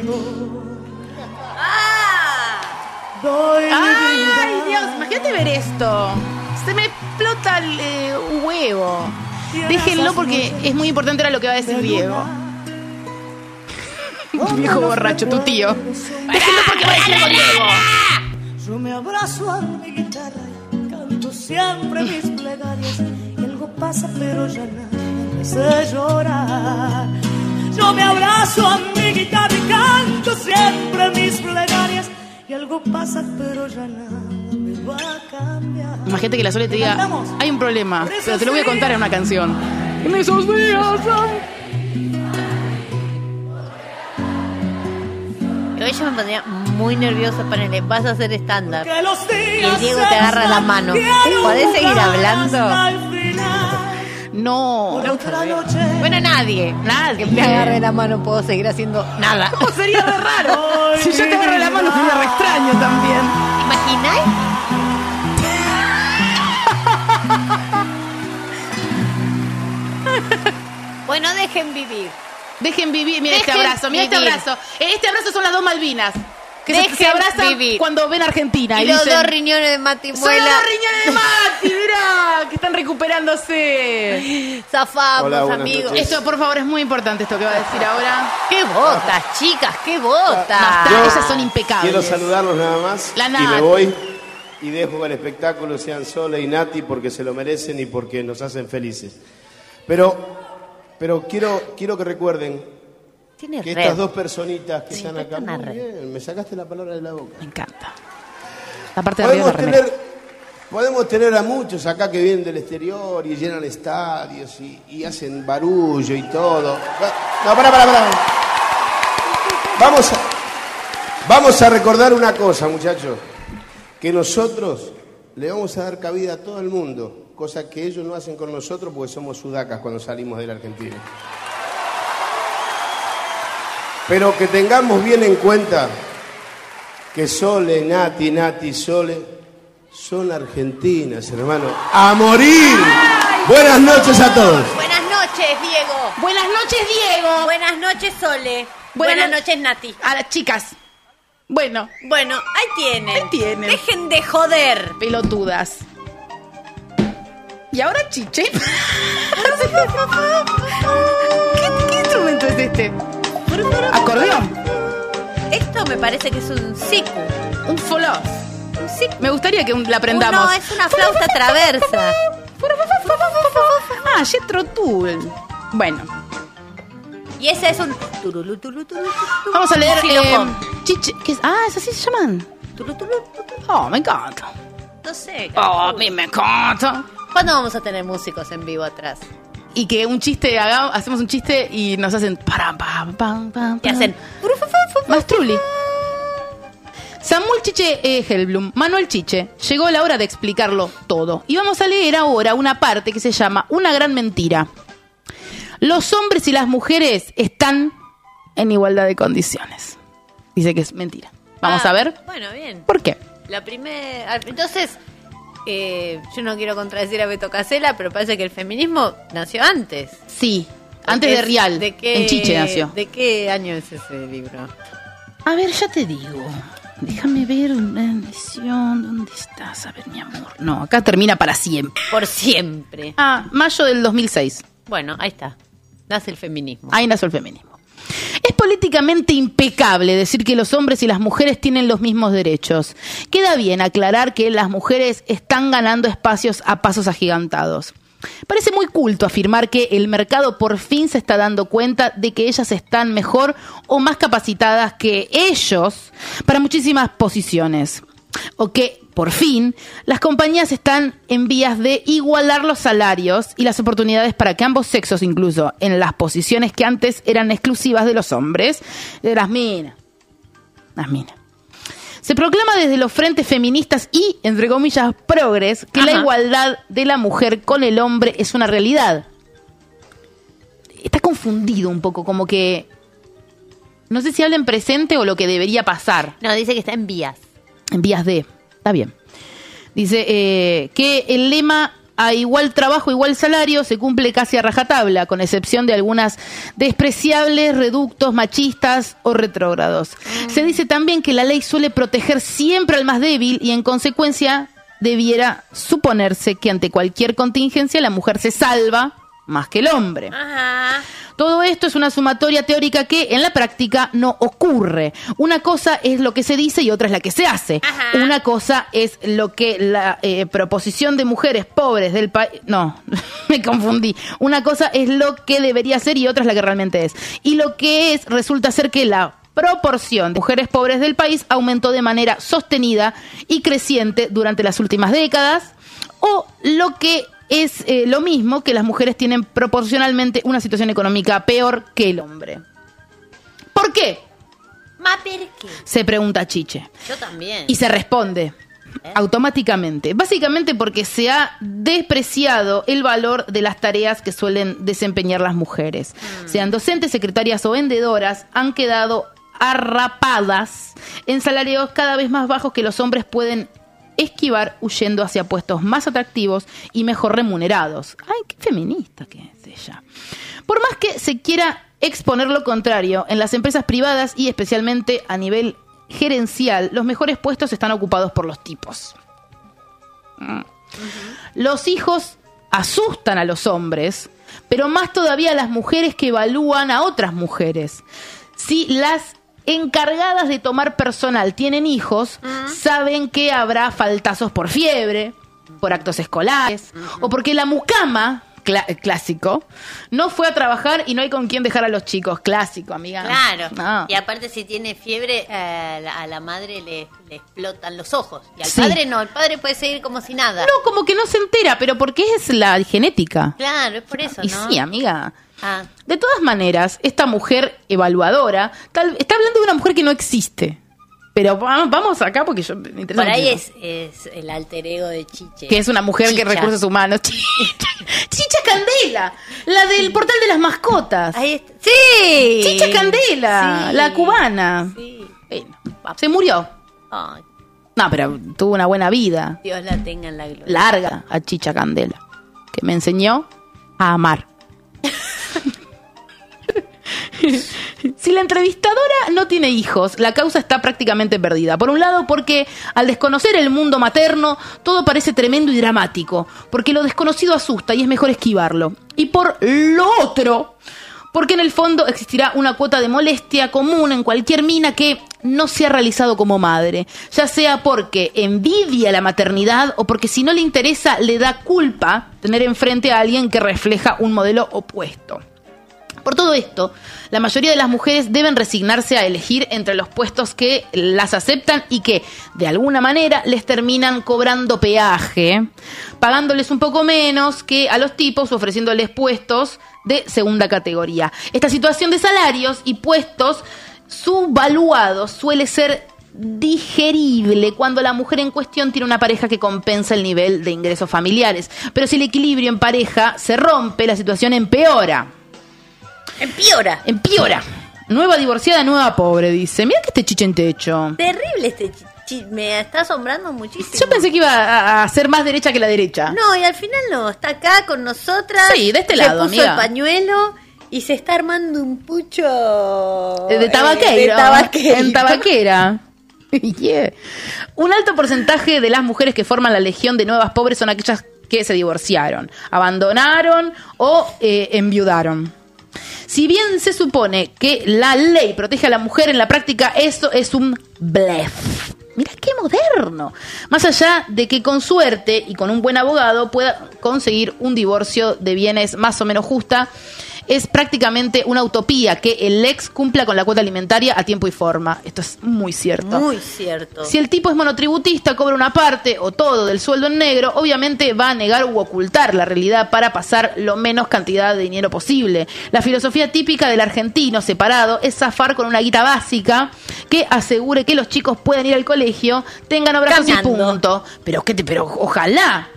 [SPEAKER 5] Doy mi
[SPEAKER 2] Ay,
[SPEAKER 5] vida.
[SPEAKER 2] Dios, imagínate ver esto. Se me explota el eh, huevo. Déjenlo porque es muy importante ahora lo que va a decir Diego. Un viejo borracho, tu tío. Déjenlo porque va a decir algo Diego.
[SPEAKER 5] Yo me abrazo a mi guitarra y canto siempre mis plegarias. Y algo pasa, pero ya nada me hace llorar. Yo me abrazo a mi guitarra y canto siempre mis plegarias. Y algo pasa, pero ya nada me va a cambiar.
[SPEAKER 2] Imagínate que la Sole te diga,
[SPEAKER 5] Cantamos.
[SPEAKER 2] hay un problema, pero te lo voy a contar en una canción. En esos días, son-
[SPEAKER 3] Pero ella me ponía muy nerviosa para el vas a hacer estándar.
[SPEAKER 5] Que los días
[SPEAKER 3] Y Diego te agarra la mano. ¿Podés seguir hablando?
[SPEAKER 2] No.
[SPEAKER 3] Bueno, nadie. Nadie. Que me agarre la mano, puedo seguir haciendo nada.
[SPEAKER 2] ¿Cómo sería de raro? Si yo te agarro la mano, sería re extraño también.
[SPEAKER 3] ¿Imagináis? bueno, dejen vivir.
[SPEAKER 2] Dejen vivir, mira este
[SPEAKER 3] Dejen
[SPEAKER 2] abrazo, mira este
[SPEAKER 3] vivir.
[SPEAKER 2] abrazo. Eh, Este abrazo son las dos Malvinas. Que se- se,
[SPEAKER 3] Dejen
[SPEAKER 2] abrazan
[SPEAKER 3] vivir.
[SPEAKER 2] cuando ven Argentina.
[SPEAKER 3] Y
[SPEAKER 2] Y,
[SPEAKER 3] los
[SPEAKER 2] dicen,
[SPEAKER 3] dos riñones de Mati
[SPEAKER 2] "Son los
[SPEAKER 3] Muela.
[SPEAKER 2] dos riñones de Mati, mirá, que están recuperándose.
[SPEAKER 3] Zafamos,
[SPEAKER 6] Hola, buenas
[SPEAKER 3] amigos.
[SPEAKER 6] noches.
[SPEAKER 2] Esto, por favor, es muy importante esto que va a decir ahora.
[SPEAKER 3] ¡Qué botas, chicas! ¡Qué
[SPEAKER 2] Ah,
[SPEAKER 6] Yo
[SPEAKER 3] botas!
[SPEAKER 2] ellas son impecables.
[SPEAKER 6] Quiero saludarlos nada más
[SPEAKER 2] La
[SPEAKER 6] y
[SPEAKER 2] Nat.
[SPEAKER 6] me voy y dejo que el espectáculo sean Sole y Nati porque se lo merecen y porque nos hacen felices. Pero, pero quiero, quiero que recuerden
[SPEAKER 3] Tiene
[SPEAKER 6] que
[SPEAKER 3] red.
[SPEAKER 6] estas dos personitas que
[SPEAKER 3] Sí,
[SPEAKER 6] están acá,
[SPEAKER 3] están
[SPEAKER 6] muy
[SPEAKER 3] arre.
[SPEAKER 6] bien, me sacaste la palabra de la boca.
[SPEAKER 2] Me encanta. La parte de arriba de
[SPEAKER 6] Podemos
[SPEAKER 2] la remera.
[SPEAKER 6] tener, podemos tener a muchos acá que vienen del exterior y llenan estadios y, y hacen barullo y todo. No, pará, pará, pará. Vamos a, vamos a recordar una cosa, muchachos. Que nosotros le vamos a dar cabida a todo el mundo, cosa que ellos no hacen con nosotros porque somos sudacas cuando salimos de la Argentina. Pero que tengamos bien en cuenta que Sole, Nati, Nati, Sole son argentinas, hermano. ¡A morir! Buenas noches a todos.
[SPEAKER 3] Buenas noches, Diego.
[SPEAKER 2] Buenas noches, Diego.
[SPEAKER 3] Buenas noches, Sole.
[SPEAKER 2] Buenas-
[SPEAKER 3] Buenas noches, Nati.
[SPEAKER 2] A las chicas. Bueno,
[SPEAKER 3] Bueno, ahí tienen.
[SPEAKER 2] Ahí tienen.
[SPEAKER 3] Dejen de joder.
[SPEAKER 2] pelotudas. Y ahora chiche. ¿Qué, qué instrumento es este? Acordeón.
[SPEAKER 3] Esto me parece que es un siku.
[SPEAKER 2] Un follow.
[SPEAKER 3] Un siku.
[SPEAKER 2] Me gustaría que un- la aprendamos.
[SPEAKER 3] No, es una flauta traversa.
[SPEAKER 2] Ah, Jetro Tool. Bueno,
[SPEAKER 3] Y ese es un. turulú, turulú, turulú, turulú,
[SPEAKER 2] vamos a leer.
[SPEAKER 3] xilofón.
[SPEAKER 2] eh, chiche, ¿qué es? Ah, es así se llaman.
[SPEAKER 3] Turulú, turulú, turulú.
[SPEAKER 2] Oh, me encanta.
[SPEAKER 3] No sé.
[SPEAKER 2] Oh, a mí me encanta.
[SPEAKER 3] ¿Cuándo vamos a tener músicos en vivo atrás?
[SPEAKER 2] Y que un chiste, haga- hacemos un chiste y nos hacen. Para, pam, pam, pam,
[SPEAKER 3] Y hacen.
[SPEAKER 2] Mastrulli. Samuel Chiche eh, Helblum, Manuel Chiche, llegó la hora de explicarlo todo. Y vamos a leer ahora una parte que se llama Una gran mentira. Los hombres y las mujeres están en igualdad de condiciones. dice que es mentira. Vamos
[SPEAKER 3] Ah,
[SPEAKER 2] a ver
[SPEAKER 3] Bueno, bien.
[SPEAKER 2] por qué.
[SPEAKER 3] La primera. Entonces, eh, yo no quiero contradecir a Beto Casella, pero parece que el feminismo nació antes.
[SPEAKER 2] Sí, antes de
[SPEAKER 3] Porque es-
[SPEAKER 2] Real,
[SPEAKER 3] ¿de qué-
[SPEAKER 2] en Chiche nació.
[SPEAKER 3] ¿De qué año es ese libro?
[SPEAKER 2] A ver, ya te digo. Déjame ver una edición. ¿Dónde estás? A ver, mi amor. No, acá termina para siempre.
[SPEAKER 3] Por siempre.
[SPEAKER 2] Ah, mayo del 2006.
[SPEAKER 3] Bueno, ahí está. Nace el feminismo.
[SPEAKER 2] Ahí nació el feminismo. Es políticamente impecable decir que los hombres y las mujeres tienen los mismos derechos. Queda bien aclarar que las mujeres están ganando espacios a pasos agigantados. Parece muy culto afirmar que el mercado por fin se está dando cuenta de que ellas están mejor o más capacitadas que ellos para muchísimas posiciones. O que, por fin, las compañías están en vías de igualar los salarios y las oportunidades para que ambos sexos, incluso en las posiciones que antes eran exclusivas de los hombres, de las minas. Las minas. Se proclama desde los frentes feministas y, entre comillas, progres, que la
[SPEAKER 3] Ajá.
[SPEAKER 2] igualdad de la mujer con el hombre es una realidad. Está confundido un poco, como que... No sé si habla en presente o lo que debería pasar
[SPEAKER 3] No, dice que está en vías.
[SPEAKER 2] en vías de. Está bien. Dice eh, que el lema a igual trabajo, igual salario se cumple casi a rajatabla, con excepción de algunas despreciables, reductos, machistas o retrógrados. Se dice también que la ley suele proteger siempre al más débil y en consecuencia debiera suponerse que ante cualquier contingencia la mujer se salva más que el hombre.
[SPEAKER 3] Ajá.
[SPEAKER 2] Todo esto es una sumatoria teórica que en la práctica no ocurre. Una cosa es lo que se dice y otra es la que se hace.
[SPEAKER 3] Ajá.
[SPEAKER 2] Una cosa es lo que la eh, proposición de mujeres pobres del país... No, me confundí. Una cosa es lo que debería ser y otra es la que realmente es. Y lo que es resulta ser que la proporción de mujeres pobres del país aumentó de manera sostenida y creciente durante las últimas décadas o lo que es eh, lo mismo que las mujeres tienen proporcionalmente una situación económica peor que el hombre. ¿Por qué?
[SPEAKER 3] Ma, ¿per qué?
[SPEAKER 2] Se pregunta Chiche.
[SPEAKER 3] Yo también.
[SPEAKER 2] Y se responde automáticamente. Básicamente porque se ha despreciado el valor de las tareas que suelen desempeñar las mujeres. Sean docentes, secretarias o vendedoras, han quedado arrapadas en salarios cada vez más bajos que los hombres pueden esquivar huyendo hacia puestos más atractivos y mejor remunerados. Ay, qué feminista que es ella. Por más que se quiera exponer lo contrario, en las empresas privadas y especialmente a nivel gerencial, los mejores puestos están ocupados por los tipos. Mm. Los hijos asustan a los hombres, pero más todavía a las mujeres que evalúan a otras mujeres. Si las encargadas de tomar personal tienen hijos, saben que habrá faltazos por fiebre, por actos escolares, o porque la mucama, cla- eh, clásico, no fue a trabajar y no hay con quién dejar a los chicos. Clásico, amiga. Ah.
[SPEAKER 3] Claro.
[SPEAKER 2] No.
[SPEAKER 3] Y aparte, si tiene fiebre, eh, a la- a la madre le, le explotan los ojos. Y al
[SPEAKER 2] Sí.
[SPEAKER 3] padre no. El padre puede seguir como si nada.
[SPEAKER 2] No, como que no se entera, pero porque es la genética.
[SPEAKER 3] Claro, es por eso,
[SPEAKER 2] y
[SPEAKER 3] ¿no?
[SPEAKER 2] sí, amiga.
[SPEAKER 3] Ah.
[SPEAKER 2] De todas maneras, esta mujer evaluadora tal- está hablando de una mujer que no existe. Pero va- vamos acá porque yo me interesa
[SPEAKER 3] Por ahí
[SPEAKER 2] mucho.
[SPEAKER 3] es, es el alter ego de Chiche.
[SPEAKER 2] Que es una mujer que
[SPEAKER 3] Chicha.
[SPEAKER 2] recursos humanos. Chicha, Chicha Candela, la del portal de las mascotas.
[SPEAKER 3] Ahí está. ¡Sí!
[SPEAKER 2] Chicha Candela,
[SPEAKER 3] Sí.
[SPEAKER 2] la cubana.
[SPEAKER 3] Sí.
[SPEAKER 2] Bueno, se murió.
[SPEAKER 3] Ay,
[SPEAKER 2] No, pero tuvo una buena vida.
[SPEAKER 3] Dios la tenga en la gloria.
[SPEAKER 2] Larga a Chicha Candela. Que me enseñó a amar. Si la entrevistadora no tiene hijos, la causa está prácticamente perdida. Por un lado, porque al desconocer el mundo materno, todo parece tremendo y dramático, porque lo desconocido asusta y es mejor esquivarlo. Y por lo otro, porque en el fondo existirá una cuota de molestia común en cualquier mina que no se ha realizado como madre, ya sea porque envidia la maternidad o porque si no le interesa le da culpa tener enfrente a alguien que refleja un modelo opuesto. Por todo esto, la mayoría de las mujeres deben resignarse a elegir entre los puestos que las aceptan y que, de alguna manera, les terminan cobrando peaje, pagándoles un poco menos que a los tipos, ofreciéndoles puestos de segunda categoría. Esta situación de salarios y puestos subvaluados suele ser digerible cuando la mujer en cuestión tiene una pareja que compensa el nivel de ingresos familiares. Pero si el equilibrio en pareja se rompe, la situación empeora
[SPEAKER 3] Empeora.
[SPEAKER 2] empeora. Nueva divorciada, nueva pobre, dice. Mira que este chiche en techo.
[SPEAKER 3] Terrible este chi- chi- Me está asombrando muchísimo.
[SPEAKER 2] Yo pensé que iba a, a ser más derecha que la derecha.
[SPEAKER 3] No, y al final no. Está acá con nosotras.
[SPEAKER 2] Sí, de este
[SPEAKER 3] se
[SPEAKER 2] lado,
[SPEAKER 3] puso
[SPEAKER 2] amiga.
[SPEAKER 3] el pañuelo y se está armando un pucho.
[SPEAKER 2] Eh, De
[SPEAKER 3] eh,
[SPEAKER 2] tabaqueiro.
[SPEAKER 3] de tabaqueiro.
[SPEAKER 2] En tabaquera. Yeah. Un alto porcentaje de las mujeres que forman la legión de nuevas pobres son aquellas que se divorciaron, abandonaron o eh, enviudaron. Si bien se supone que la ley protege a la mujer, en la práctica eso es un blef. Mira qué moderno. Más allá de que con suerte y con un buen abogado pueda conseguir un divorcio de bienes más o menos justa, es prácticamente una utopía que el ex cumpla con la cuota alimentaria a tiempo y forma. Esto es muy cierto.
[SPEAKER 3] Muy cierto.
[SPEAKER 2] Si el tipo es monotributista, cobra una parte o todo del sueldo en negro, obviamente va a negar u ocultar la realidad para pasar lo menos cantidad de dinero posible. La filosofía típica del argentino separado es zafar con una guita básica que asegure que los chicos puedan ir al colegio, tengan obras y
[SPEAKER 3] Caminando.
[SPEAKER 2] punto. Pero qué te, pero ojalá.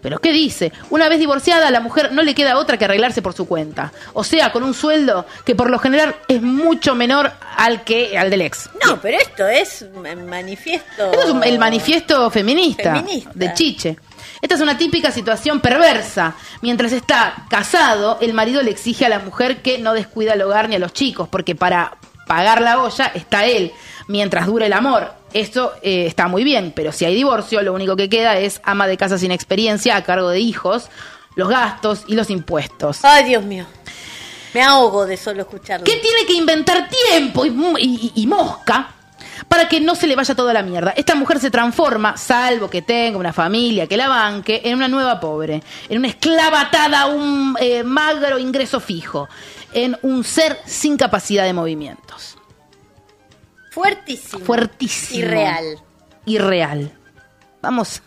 [SPEAKER 2] Pero qué dice, una vez divorciada a la mujer no le queda otra que arreglarse por su cuenta, o sea, con un sueldo que por lo general es mucho menor al que al del ex.
[SPEAKER 3] No, pero esto es un manifiesto.
[SPEAKER 2] Esto Este es un- el manifiesto feminista,
[SPEAKER 3] Feminista.
[SPEAKER 2] de Chiche. Esta es una típica situación perversa. Mientras está casado, el marido le exige a la mujer que no descuida el hogar ni a los chicos, porque para pagar la olla está él, mientras dure el amor. Esto eh, está muy bien, pero si hay divorcio, lo único que queda es ama de casa sin experiencia a cargo de hijos, los gastos y los impuestos.
[SPEAKER 3] Ay, Dios mío. Me ahogo de solo escucharlo.
[SPEAKER 2] ¿Qué tiene que inventar tiempo y, mu- y- y- y mosca para que no se le vaya toda la mierda? Esta mujer se transforma, salvo que tenga una familia que la banque, en una nueva pobre, en una esclava atada a un eh, magro ingreso fijo, en un ser sin capacidad de movimientos.
[SPEAKER 3] Fuertísimo.
[SPEAKER 2] Fuertísimo.
[SPEAKER 3] Irreal.
[SPEAKER 2] Irreal. Vamos.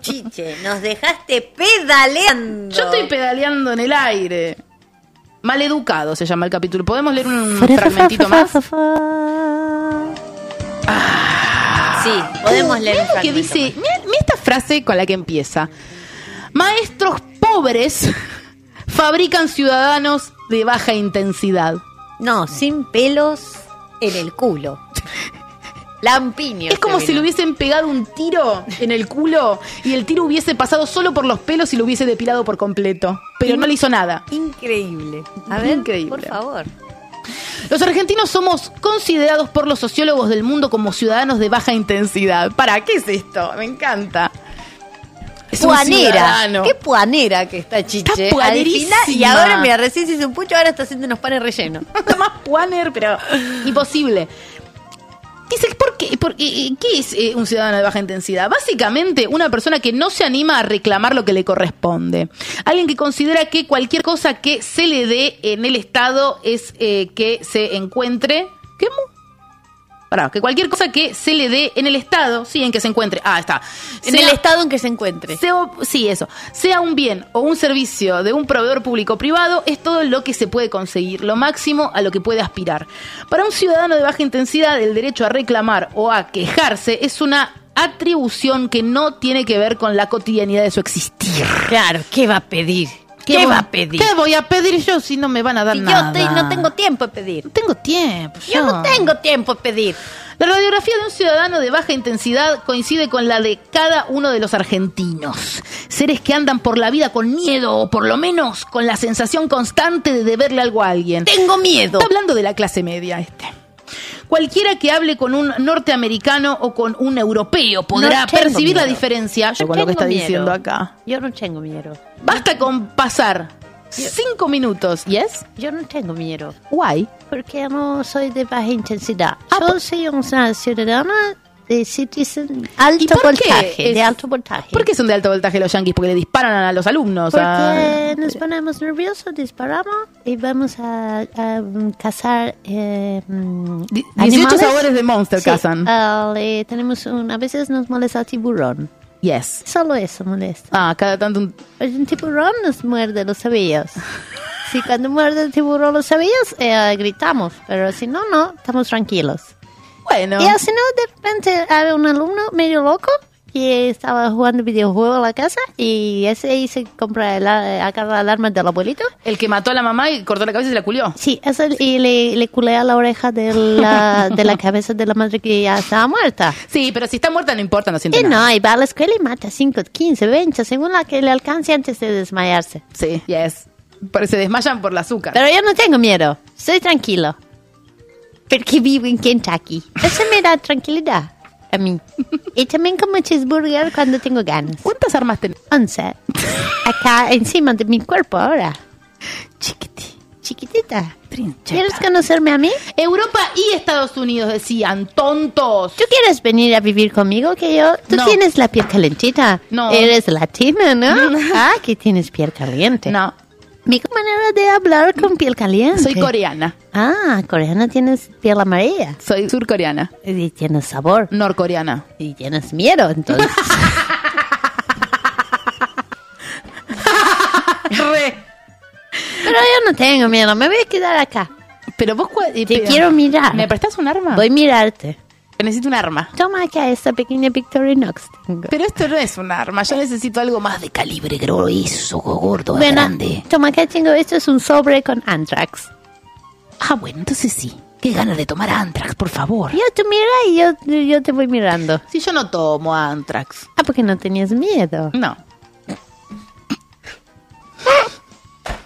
[SPEAKER 3] Chiche, nos dejaste pedaleando.
[SPEAKER 2] Yo estoy pedaleando en el aire. Maleducado se llama el capítulo. ¿Podemos leer un fragmentito más?
[SPEAKER 3] Sí, podemos leer.
[SPEAKER 2] Mirá
[SPEAKER 3] un
[SPEAKER 2] lo que
[SPEAKER 3] fragmento
[SPEAKER 2] dice, mirá, mirá esta frase con la que empieza. Maestros pobres fabrican ciudadanos de baja intensidad.
[SPEAKER 3] más. No, sin pelos en el culo. Lampiño.
[SPEAKER 2] Es como si le hubiesen pegado un tiro en el culo y el tiro hubiese pasado solo por los pelos y lo hubiese depilado por completo. Pero no le hizo nada.
[SPEAKER 3] Increíble. A ver,
[SPEAKER 2] Increíble.
[SPEAKER 3] por favor.
[SPEAKER 2] Los argentinos somos considerados por los sociólogos del mundo como ciudadanos de baja intensidad. ¿Para qué es esto? Me encanta. Es un
[SPEAKER 3] Puanera.
[SPEAKER 2] ciudadano.
[SPEAKER 3] Qué puanera que está Chiche.
[SPEAKER 2] Está puanerísima.
[SPEAKER 3] Al final- Y ahora, mira, recién se hizo un pucho, ahora está haciendo unos panes rellenos.
[SPEAKER 2] más puaner, pero imposible. Dice, ¿por qué? ¿Por qué, ¿Qué es eh, un ciudadano de baja intensidad? Básicamente, una persona que no se anima a reclamar lo que le corresponde. Alguien que considera que cualquier cosa que se le dé en el Estado es eh, que se encuentre... ¿Qué? mu- Pará, que cualquier cosa que se le dé en el Estado, sí, en que se encuentre. Ah, está.
[SPEAKER 3] En
[SPEAKER 2] Sea-
[SPEAKER 3] el estado en que se encuentre.
[SPEAKER 2] sea- sí, eso. Sea un bien o un servicio de un proveedor público o privado, es todo lo que se puede conseguir, lo máximo a lo que puede aspirar. Para un ciudadano de baja intensidad, el derecho a reclamar o a quejarse es una atribución que no tiene que ver con la cotidianidad de su existir.
[SPEAKER 3] Claro, ¿qué va a pedir? ¿Qué,
[SPEAKER 2] voy-
[SPEAKER 3] va a pedir?
[SPEAKER 2] ¿Qué voy a pedir yo si no me van a dar
[SPEAKER 3] Si yo
[SPEAKER 2] nada?
[SPEAKER 3] estoy- no tengo tiempo de pedir.
[SPEAKER 2] Tengo tiempo.
[SPEAKER 3] Yo no tengo tiempo de pedir.
[SPEAKER 2] La radiografía de un ciudadano de baja intensidad coincide con la de cada uno de los argentinos. Seres que andan por la vida con miedo o por lo menos con la sensación constante de deberle algo a alguien.
[SPEAKER 3] Tengo miedo.
[SPEAKER 2] Está hablando de la clase media este. Cualquiera que hable con un norteamericano o con un europeo podrá
[SPEAKER 3] No tengo
[SPEAKER 2] percibir la
[SPEAKER 3] miedo.
[SPEAKER 2] diferencia con
[SPEAKER 3] No
[SPEAKER 2] lo que
[SPEAKER 3] tengo
[SPEAKER 2] está
[SPEAKER 3] miedo.
[SPEAKER 2] diciendo acá.
[SPEAKER 3] Yo no tengo miedo.
[SPEAKER 2] Basta con pasar cinco minutos. ¿Yes?
[SPEAKER 3] Yo no tengo miedo.
[SPEAKER 2] Why?
[SPEAKER 3] Porque no soy de baja intensidad.
[SPEAKER 2] Ah,
[SPEAKER 3] Yo
[SPEAKER 2] por-
[SPEAKER 3] soy una ciudadana de citizen alto
[SPEAKER 2] ¿Y por qué
[SPEAKER 3] voltaje.
[SPEAKER 2] es-
[SPEAKER 3] De alto voltaje.
[SPEAKER 2] ¿Por qué son de alto voltaje los yanquis? Porque le disparan a los alumnos. ah.
[SPEAKER 3] Porque
[SPEAKER 2] a-
[SPEAKER 3] nos ponemos nerviosos, disparamos y vamos a, a, mm, cazar eh, mm,
[SPEAKER 2] Di- 18
[SPEAKER 3] animales.
[SPEAKER 2] sabores de Monster
[SPEAKER 3] Sí,
[SPEAKER 2] cazan.
[SPEAKER 3] ah, le tenemos un- a veces nos molesta tiburón.
[SPEAKER 2] Yes.
[SPEAKER 3] Solo eso molesta.
[SPEAKER 2] Ah, cada tanto un...
[SPEAKER 3] Un tiburón nos muerde los cabellos. Si cuando muerde el tiburón los cabellos, eh, gritamos, pero si no, no, estamos tranquilos.
[SPEAKER 2] Bueno.
[SPEAKER 3] Y así no, de repente hay un alumno medio loco que estaba jugando videojuegos en la casa y ese hice compra el, a- agarra el arma del abuelito.
[SPEAKER 2] El que mató a la mamá y cortó la cabeza y se la culió.
[SPEAKER 3] Sí, ese, y le, le culea la oreja de la, de la cabeza de la madre que ya estaba muerta.
[SPEAKER 2] Sí, pero si está muerta no importa, no siente
[SPEAKER 3] Y
[SPEAKER 2] nada.
[SPEAKER 3] no, y va a la escuela y mata 5, 15, 20, según la que le alcance antes de desmayarse.
[SPEAKER 2] Sí, yes. Pero se desmayan por el azúcar.
[SPEAKER 3] Pero yo no tengo miedo, soy tranquilo. Porque vivo en Kentucky. Eso me da tranquilidad a mí. Y también como cheeseburger cuando tengo ganas.
[SPEAKER 2] ¿Cuántas armas tenés?
[SPEAKER 3] 11. Acá encima de mi cuerpo ahora. Chiquiti, chiquitita. ¿Quieres conocerme a mí?
[SPEAKER 2] Europa y Estados Unidos decían, tontos.
[SPEAKER 3] ¿Tú quieres venir a vivir conmigo que yo? Tú
[SPEAKER 2] No.
[SPEAKER 3] tienes la piel calentita.
[SPEAKER 2] No.
[SPEAKER 3] Eres latina, ¿no? ah, que tienes piel caliente.
[SPEAKER 2] No,
[SPEAKER 3] Mi manera de hablar con piel caliente.
[SPEAKER 2] soy coreana.
[SPEAKER 3] Ah, coreana tienes piel amarilla.
[SPEAKER 2] Soy surcoreana,
[SPEAKER 3] Y tienes sabor.
[SPEAKER 2] norcoreana.
[SPEAKER 3] Y tienes miedo, entonces. Pero yo no tengo miedo, me voy a quedar acá.
[SPEAKER 2] Pero vos... cua- eh,
[SPEAKER 3] Te
[SPEAKER 2] pero-
[SPEAKER 3] quiero mirar.
[SPEAKER 2] ¿Me prestás un arma?
[SPEAKER 3] Voy a mirarte.
[SPEAKER 2] Necesito un arma.
[SPEAKER 3] Toma acá esta pequeña Victorinox. Tengo.
[SPEAKER 2] Pero esto no es un arma, yo necesito algo más de calibre grueso, gordo,
[SPEAKER 3] Bueno,
[SPEAKER 2] grande.
[SPEAKER 3] toma acá tengo, esto es un sobre con Antrax.
[SPEAKER 2] Ah, bueno, entonces sí. Qué ganas de tomar Antrax, por favor.
[SPEAKER 3] Yo te mira y yo, yo te voy mirando.
[SPEAKER 2] Si yo no tomo Antrax.
[SPEAKER 3] Ah, porque no tenías miedo.
[SPEAKER 2] No.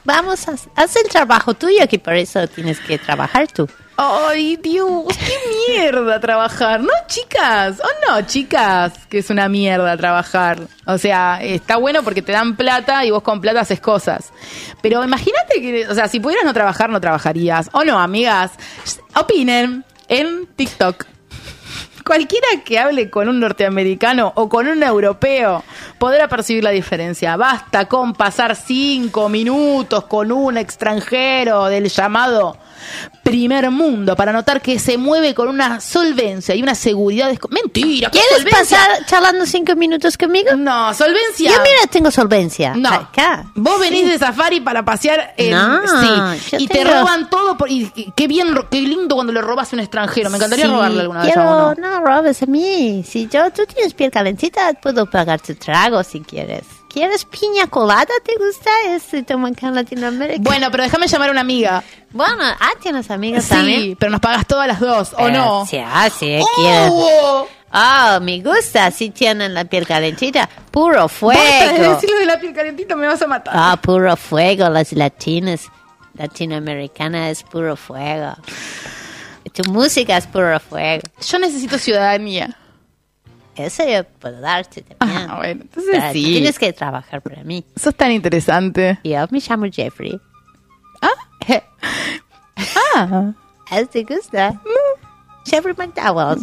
[SPEAKER 3] Vamos, haz, haz el trabajo tuyo, que por eso tienes que trabajar tú.
[SPEAKER 2] Ay, Dios, qué mierda trabajar, ¿no, chicas? ¿O no, chicas? Que es una mierda trabajar. O sea, está bueno porque te dan plata y vos con plata haces cosas. Pero imagínate que, o sea, si pudieras no trabajar, no trabajarías. ¿O no, amigas? Opinen en TikTok. Cualquiera que hable con un norteamericano o con un europeo podrá percibir la diferencia. Basta con pasar cinco minutos con un extranjero del llamado primer mundo para notar que se mueve con una solvencia y una seguridad. desco- Mentira, ¿qué
[SPEAKER 3] ¿Quieres
[SPEAKER 2] solvencia?
[SPEAKER 3] pasar charlando cinco minutos conmigo?
[SPEAKER 2] No, solvencia.
[SPEAKER 3] Yo mira, tengo solvencia.
[SPEAKER 2] No.
[SPEAKER 3] Acá.
[SPEAKER 2] Vos venís de safari para pasear en-
[SPEAKER 3] No,
[SPEAKER 2] sí,
[SPEAKER 3] yo
[SPEAKER 2] y te
[SPEAKER 3] tengo-
[SPEAKER 2] roban todo por- y, y qué bien ro- qué lindo cuando le robas a un extranjero. Me encantaría
[SPEAKER 3] Sí,
[SPEAKER 2] robarle alguna vez a
[SPEAKER 3] quiero-
[SPEAKER 2] uno.
[SPEAKER 3] No robes a mí. Si yo, tú tienes piel calentita, puedo pagar tu trago si quieres. ¿Quieres piña colada? ¿Te gusta? Este toma acá en Latinoamérica.
[SPEAKER 2] Bueno, pero déjame llamar a una amiga.
[SPEAKER 3] Bueno, ah, tienes amigos
[SPEAKER 2] Sí,
[SPEAKER 3] también.
[SPEAKER 2] pero nos pagas todas las dos, ¿o no?
[SPEAKER 3] Sí, ah, sí,
[SPEAKER 2] ¡Oh!
[SPEAKER 3] quieres. Oh, me gusta. Si tienen la piel calentita, puro
[SPEAKER 2] Basta de
[SPEAKER 3] fuego.
[SPEAKER 2] decirlo de la piel calentita, me vas a matar.
[SPEAKER 3] Ah, puro fuego, las latinas. Latinoamericana es puro fuego. Tu música es puro fuego.
[SPEAKER 2] Yo necesito ciudadanía.
[SPEAKER 3] Eso yo puedo darte también.
[SPEAKER 2] Ah, bueno, entonces
[SPEAKER 3] Pero
[SPEAKER 2] sí.
[SPEAKER 3] Tienes que trabajar para mí.
[SPEAKER 2] Sos tan interesante.
[SPEAKER 3] Yo me llamo Jeffrey.
[SPEAKER 2] Ah, Mm.
[SPEAKER 3] ¿Ah, ¿Te gusta? Jeffrey McDowell.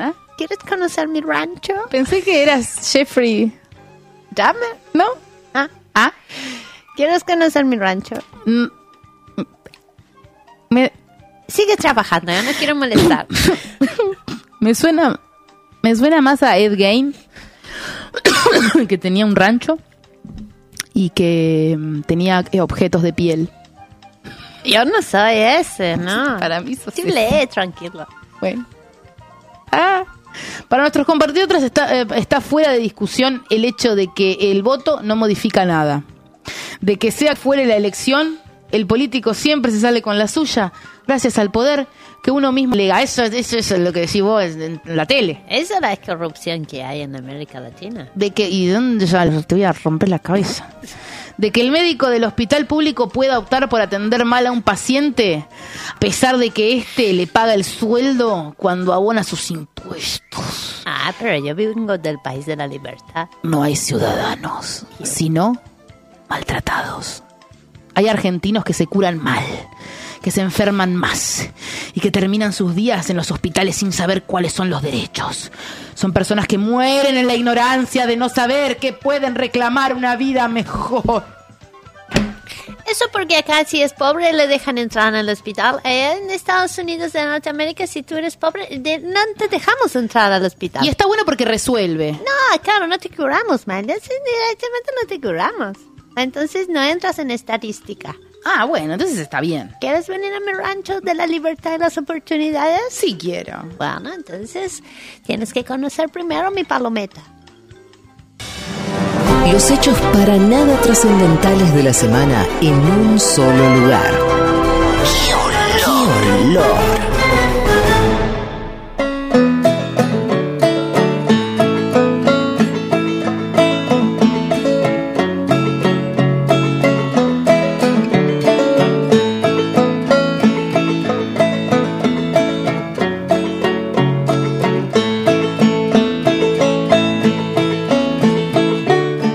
[SPEAKER 2] ¿ah?
[SPEAKER 3] ¿Quieres conocer mi rancho?
[SPEAKER 2] pensé que eras Jeffrey. ¿Llame? ¿No?
[SPEAKER 3] Ah,
[SPEAKER 2] Ah,
[SPEAKER 3] ¿Quieres conocer mi rancho?
[SPEAKER 2] mm, mm, me,
[SPEAKER 3] Sigue trabajando, yo no quiero molestar.
[SPEAKER 2] me suena me suena más a Ed Gain, que tenía un rancho y que mm, tenía eh, objetos de piel.
[SPEAKER 3] yo no soy ese, no.
[SPEAKER 2] Para mí sos
[SPEAKER 3] Tú lee, eh, tranquilo.
[SPEAKER 2] Bueno. Ah. Para nuestros compatriotas está, eh, está fuera de discusión el hecho de que el voto no modifica nada. De que sea fuera la elección, el político siempre se sale con la suya, gracias al poder que uno mismo le da. Eso, eso es lo que decís vos en en la tele.
[SPEAKER 3] Esa es la corrupción que hay en América Latina.
[SPEAKER 2] De que, ¿y de dónde ya te voy a romper la cabeza? De que el médico del hospital público pueda optar por atender mal a un paciente, a pesar de que éste le paga el sueldo cuando abona sus impuestos.
[SPEAKER 3] Ah, pero yo vengo del país de la libertad.
[SPEAKER 2] No hay ciudadanos, sino maltratados. Hay argentinos que se curan mal, que se enferman más y que terminan sus días en los hospitales sin saber cuáles son los derechos. Son personas que mueren en la ignorancia de no saber que pueden reclamar una vida mejor.
[SPEAKER 3] Eso porque acá si es pobre le dejan entrar al hospital. Allá en Estados Unidos de Norteamérica si tú eres pobre de- no te dejamos entrar al hospital.
[SPEAKER 2] Y está bueno porque resuelve.
[SPEAKER 3] No, claro, no te curamos, man. Así Directamente no te curamos. Entonces no entras en estadística.
[SPEAKER 2] Ah, bueno, entonces está bien.
[SPEAKER 3] ¿Quieres venir a mi rancho de la libertad y las oportunidades?
[SPEAKER 2] Sí quiero.
[SPEAKER 3] Bueno, entonces tienes que conocer primero mi palometa.
[SPEAKER 1] Los hechos para nada trascendentales de la semana en un solo lugar. ¡Qué olor! ¡Qué olor!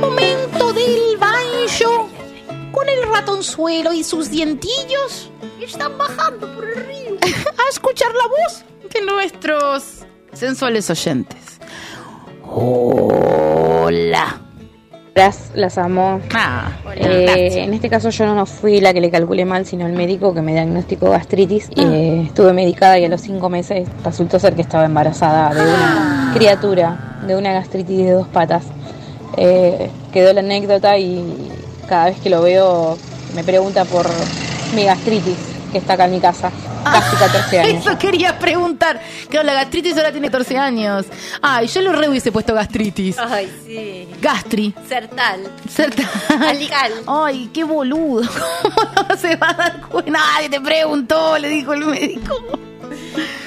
[SPEAKER 2] Momento del baño con el ratonzuelo y sus dientillos. Están bajando por el río a Ah, escuchar la voz de nuestros sensuales oyentes. Hola.
[SPEAKER 7] Las, las amo.
[SPEAKER 2] Ah,
[SPEAKER 7] Eh, en este caso yo no fui la que le calculé mal, sino el médico que me diagnosticó gastritis. Eh, estuve medicada y a los cinco meses resultó ser que estaba embarazada de una criatura, de una gastritis de dos patas. Eh, quedó la anécdota y cada vez que lo veo me pregunta por mi gastritis, que está acá en mi casa, casi
[SPEAKER 4] Este
[SPEAKER 7] 14 años.
[SPEAKER 2] Eso quería preguntar. Claro, la gastritis ahora tiene 14 años. Ay, yo lo re hubiese puesto gastritis.
[SPEAKER 4] Ay, sí.
[SPEAKER 2] Gastri.
[SPEAKER 4] Sertal.
[SPEAKER 2] Certa.
[SPEAKER 4] Alical.
[SPEAKER 2] Ay, qué boludo. ¿Cómo no se va a dar cuenta? Nadie te preguntó, le dijo el médico.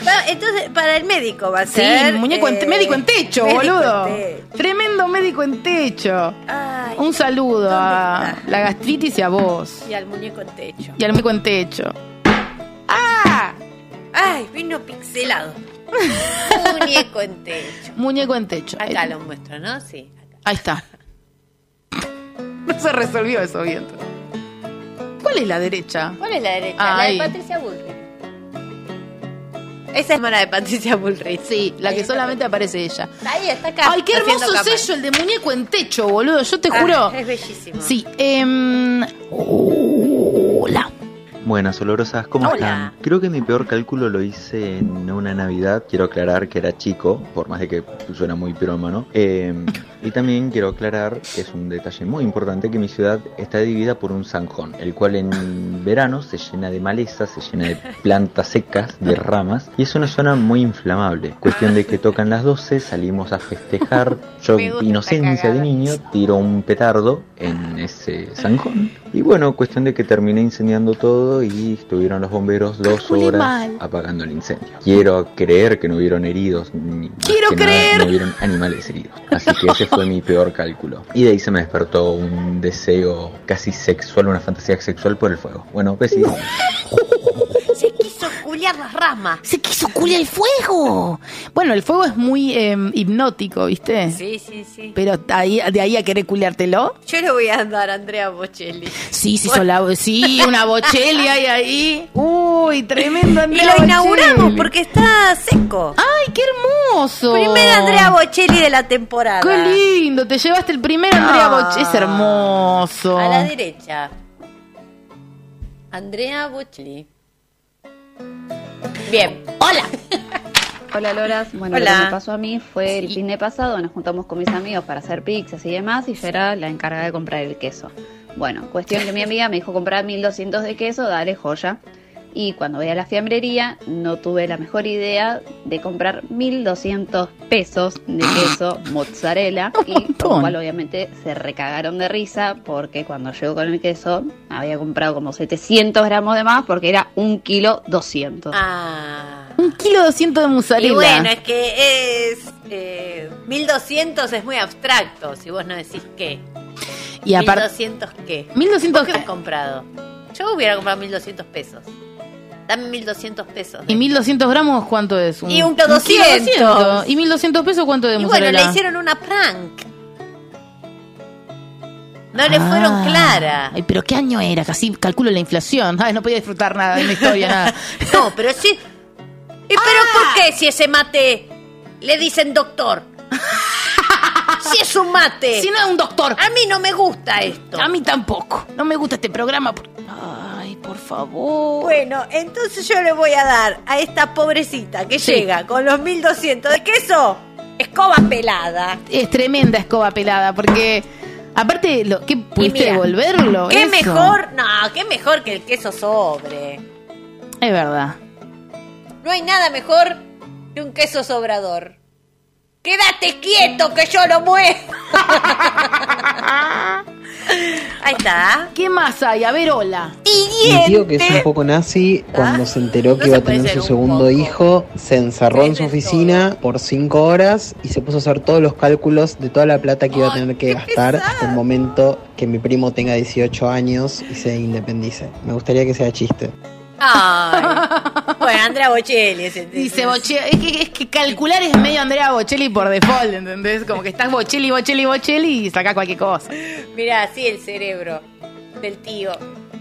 [SPEAKER 4] Pa- Entonces, para el médico va a
[SPEAKER 2] Sí,
[SPEAKER 4] ser.
[SPEAKER 2] muñeco en te-
[SPEAKER 4] eh,
[SPEAKER 2] médico en techo,
[SPEAKER 4] médico
[SPEAKER 2] boludo.
[SPEAKER 4] en techo.
[SPEAKER 2] Tremendo médico en techo.
[SPEAKER 4] Ay,
[SPEAKER 2] Un saludo
[SPEAKER 4] ¿dónde
[SPEAKER 2] a
[SPEAKER 4] está?
[SPEAKER 2] la gastritis y a vos.
[SPEAKER 4] Y al muñeco en techo.
[SPEAKER 2] Y al médico en techo. ¡Ah!
[SPEAKER 4] Ay, vino pixelado. muñeco en techo.
[SPEAKER 2] Muñeco en techo.
[SPEAKER 4] Acá lo muestro, ¿no? Sí. acá.
[SPEAKER 2] Ahí está. No se resolvió eso bien. ¿Cuál es la derecha?
[SPEAKER 4] ¿Cuál es la derecha?
[SPEAKER 2] Ay.
[SPEAKER 4] La de Patricia Bullrich. Esa es la de Patricia Bullrich.
[SPEAKER 2] Sí, la
[SPEAKER 4] Ahí
[SPEAKER 2] que
[SPEAKER 4] está.
[SPEAKER 2] solamente aparece ella.
[SPEAKER 4] Ahí está acá.
[SPEAKER 2] Ay, qué
[SPEAKER 4] haciendo
[SPEAKER 2] hermoso
[SPEAKER 4] cámara.
[SPEAKER 2] sello el de muñeco en techo, boludo. Yo te
[SPEAKER 4] Ah,
[SPEAKER 2] juro.
[SPEAKER 4] Es bellísimo.
[SPEAKER 2] Sí. em, hola.
[SPEAKER 8] Buenas, olorosas, ¿cómo
[SPEAKER 4] Hola.
[SPEAKER 8] están? Creo que mi peor cálculo lo hice en una Navidad. Quiero aclarar que era chico, por más de que suena muy pirómano. Eh, y también quiero aclarar, que es un detalle muy importante, que mi ciudad está dividida por un zanjón, el cual en verano se llena de maleza, se llena de plantas secas, de ramas, y es una zona muy inflamable. Cuestión de que tocan las 12, salimos a festejar. Yo,
[SPEAKER 4] Me gusta esta
[SPEAKER 8] inocencia de
[SPEAKER 4] cagada.
[SPEAKER 8] niño, tiro un petardo en ese zanjón. Y bueno, cuestión de que terminé incendiando todo y estuvieron los bomberos dos
[SPEAKER 2] Calculé
[SPEAKER 8] horas
[SPEAKER 2] mal.
[SPEAKER 8] apagando el incendio. Quiero creer que no hubieron heridos. Ni, más
[SPEAKER 2] Quiero
[SPEAKER 8] que nada,
[SPEAKER 2] creer.
[SPEAKER 8] no hubieron animales heridos. Así que ese fue mi peor cálculo. Y de ahí se me despertó un deseo casi sexual, una fantasía sexual por el fuego. Bueno, pues besitos.
[SPEAKER 4] Se quiso culiar las ramas.
[SPEAKER 2] Se quiso culiar el fuego. Bueno, el fuego es muy em, hipnótico, ¿viste?
[SPEAKER 4] Sí, sí, sí.
[SPEAKER 2] Pero ahí, de ahí a querer culiártelo.
[SPEAKER 4] Yo le voy a dar a Andrea Bocelli.
[SPEAKER 2] Sí, sí, son la- sí, una bocheli hay ahí. Uy, tremendo
[SPEAKER 4] Y
[SPEAKER 2] Andrea
[SPEAKER 4] lo
[SPEAKER 2] Bocelli.
[SPEAKER 4] inauguramos porque está seco.
[SPEAKER 2] ¡Ay, qué hermoso!
[SPEAKER 4] Primera Andrea Bocelli de la temporada.
[SPEAKER 2] ¡Qué lindo! Te llevaste el primer Andrea
[SPEAKER 4] Ah.
[SPEAKER 2] Bocelli. Es hermoso.
[SPEAKER 4] A la derecha. Andrea Bocelli. Bien. Hola.
[SPEAKER 9] Hola Loras, bueno,
[SPEAKER 4] Hola.
[SPEAKER 9] lo que me pasó a mí fue el fin de pasado, nos juntamos con mis amigos para hacer pizzas y demás, y yo era la encargada de comprar el queso. Bueno, cuestión que mi amiga me dijo comprar 1200 de queso, dale joya. Y cuando voy a la fiambrería, no tuve la mejor idea de comprar 1200 pesos de queso mozzarella. Y con lo
[SPEAKER 2] montón.
[SPEAKER 9] cual, obviamente, se recagaron de risa porque cuando llegó con el queso, había comprado como 700 gramos de más porque era un kilo 200.
[SPEAKER 4] Ah.
[SPEAKER 2] Un kilo doscientos de mozzarella.
[SPEAKER 4] Y bueno, es que es. eh, 1200 es muy abstracto. Si vos no decís qué.
[SPEAKER 2] y aparte...
[SPEAKER 4] 1200 qué. ¿Vos
[SPEAKER 2] 1200
[SPEAKER 4] qué has comprado? Yo hubiera comprado 1200 pesos. Dame 1200 pesos.
[SPEAKER 2] y 1200 gramos, ¿cuánto es?
[SPEAKER 4] Y un kilo
[SPEAKER 2] kilo
[SPEAKER 4] 200.
[SPEAKER 2] 200. ¿Y 1200 pesos cuánto de
[SPEAKER 4] Y bueno,
[SPEAKER 2] mozzarella?
[SPEAKER 4] le hicieron una prank. No le
[SPEAKER 2] Ah.
[SPEAKER 4] fueron clara.
[SPEAKER 2] Ay, pero ¿qué año era? Casi calculo la inflación. Ay, no podía disfrutar nada de la historia, nada.
[SPEAKER 4] No, pero sí. ¿Y
[SPEAKER 2] Ah.
[SPEAKER 4] pero por qué si ese mate le dicen doctor? si es un mate.
[SPEAKER 2] Si no es un doctor.
[SPEAKER 4] A mí Ah, no me gusta esto.
[SPEAKER 2] A mí tampoco. No me gusta este programa. por- Ay, por favor.
[SPEAKER 4] Bueno, entonces yo le voy a dar a esta pobrecita que
[SPEAKER 2] Sí.
[SPEAKER 4] llega con los 1200 de queso, escoba pelada.
[SPEAKER 2] Es tremenda escoba pelada, porque aparte, lo, ¿qué pudiste
[SPEAKER 4] mira,
[SPEAKER 2] devolverlo?
[SPEAKER 4] Qué
[SPEAKER 2] Eso.
[SPEAKER 4] mejor, no, qué mejor que el queso sobre.
[SPEAKER 2] Es verdad.
[SPEAKER 4] No hay nada mejor que un queso sobrador. Quédate quieto que yo lo muevo. Ahí está.
[SPEAKER 2] ¿Qué más hay? A ver, hola.
[SPEAKER 1] Mi tío, que es un poco nazi, cuando se enteró que
[SPEAKER 4] Ah, No
[SPEAKER 1] iba
[SPEAKER 4] se
[SPEAKER 1] a
[SPEAKER 4] puede
[SPEAKER 1] tener
[SPEAKER 4] ser
[SPEAKER 1] su
[SPEAKER 4] un
[SPEAKER 1] segundo
[SPEAKER 4] poco.
[SPEAKER 1] hijo, se encerró en su
[SPEAKER 4] Tiene
[SPEAKER 1] oficina por cinco horas y se puso a hacer todos los cálculos de toda la plata que iba a
[SPEAKER 4] Ay,
[SPEAKER 1] tener
[SPEAKER 4] qué
[SPEAKER 1] que gastar
[SPEAKER 4] pesado.
[SPEAKER 1] hasta el momento que mi primo tenga 18 años y se independice. Me gustaría que sea chiste.
[SPEAKER 4] Ay. Bueno, Andrea Bocelli. ese-
[SPEAKER 2] Dice Bocelli. Es que, es que calcular es medio Andrea Bocelli por default, ¿entendés? Como que estás Bocelli, Bocelli, Bocelli y sacás cualquier cosa.
[SPEAKER 4] Mirá, así el cerebro del tío.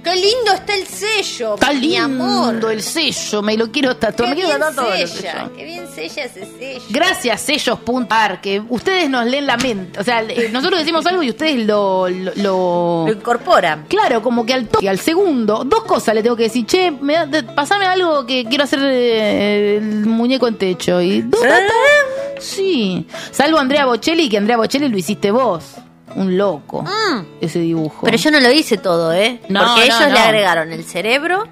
[SPEAKER 4] ¡Qué lindo está el sello!
[SPEAKER 2] Está
[SPEAKER 4] mi
[SPEAKER 2] lindo
[SPEAKER 4] amor!
[SPEAKER 2] el sello, me lo quiero
[SPEAKER 4] ¡Qué
[SPEAKER 2] tatuar. Me
[SPEAKER 4] bien,
[SPEAKER 2] quiero tatuar todos los
[SPEAKER 4] sella,
[SPEAKER 2] sellos.
[SPEAKER 4] ¡Qué bien sella ese sello!
[SPEAKER 2] Gracias, sellos.ar, que ustedes nos leen la mente. O sea, eh, nosotros decimos algo y ustedes lo- lo- lo
[SPEAKER 4] Lo incorporan.
[SPEAKER 2] Claro, como que al toque, al segundo, dos cosas le tengo que decir, che, me da- de- pasame algo que quiero hacer eh, el muñeco en techo. Y do-
[SPEAKER 4] ¿Eh?
[SPEAKER 2] ta- ta- sí. Salvo Andrea Bocelli, que Andrea Bocelli lo hiciste vos. Un loco.
[SPEAKER 4] Ah.
[SPEAKER 2] Ese dibujo.
[SPEAKER 4] Pero yo no lo hice todo, ¿eh?
[SPEAKER 2] No,
[SPEAKER 4] Porque
[SPEAKER 2] no,
[SPEAKER 4] ellos
[SPEAKER 2] no.
[SPEAKER 4] le agregaron el cerebro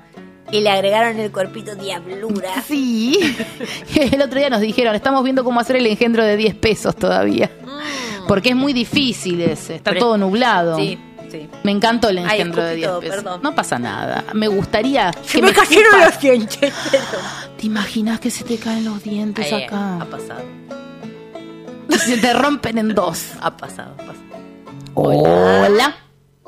[SPEAKER 4] y le agregaron el cuerpito diablura.
[SPEAKER 2] Sí. El otro día nos dijeron, estamos viendo cómo hacer el engendro de 10 pesos todavía. Porque es muy difícil ese, está
[SPEAKER 4] Ah. Pero-
[SPEAKER 2] todo nublado.
[SPEAKER 4] Sí, sí.
[SPEAKER 2] Me encantó el
[SPEAKER 4] Ay,
[SPEAKER 2] engendro de
[SPEAKER 4] escupí
[SPEAKER 2] 10
[SPEAKER 4] todo,
[SPEAKER 2] pesos.
[SPEAKER 4] perdón.
[SPEAKER 2] No pasa nada. Me gustaría
[SPEAKER 4] Se me cayeron
[SPEAKER 2] escupas.
[SPEAKER 4] los dientes.
[SPEAKER 2] ¿Te imaginas que se te caen los dientes
[SPEAKER 4] Ahí,
[SPEAKER 2] acá?
[SPEAKER 4] Ha pasado,
[SPEAKER 2] Y se te rompen en dos.
[SPEAKER 4] ha pasado, ha pasado.
[SPEAKER 2] Hola.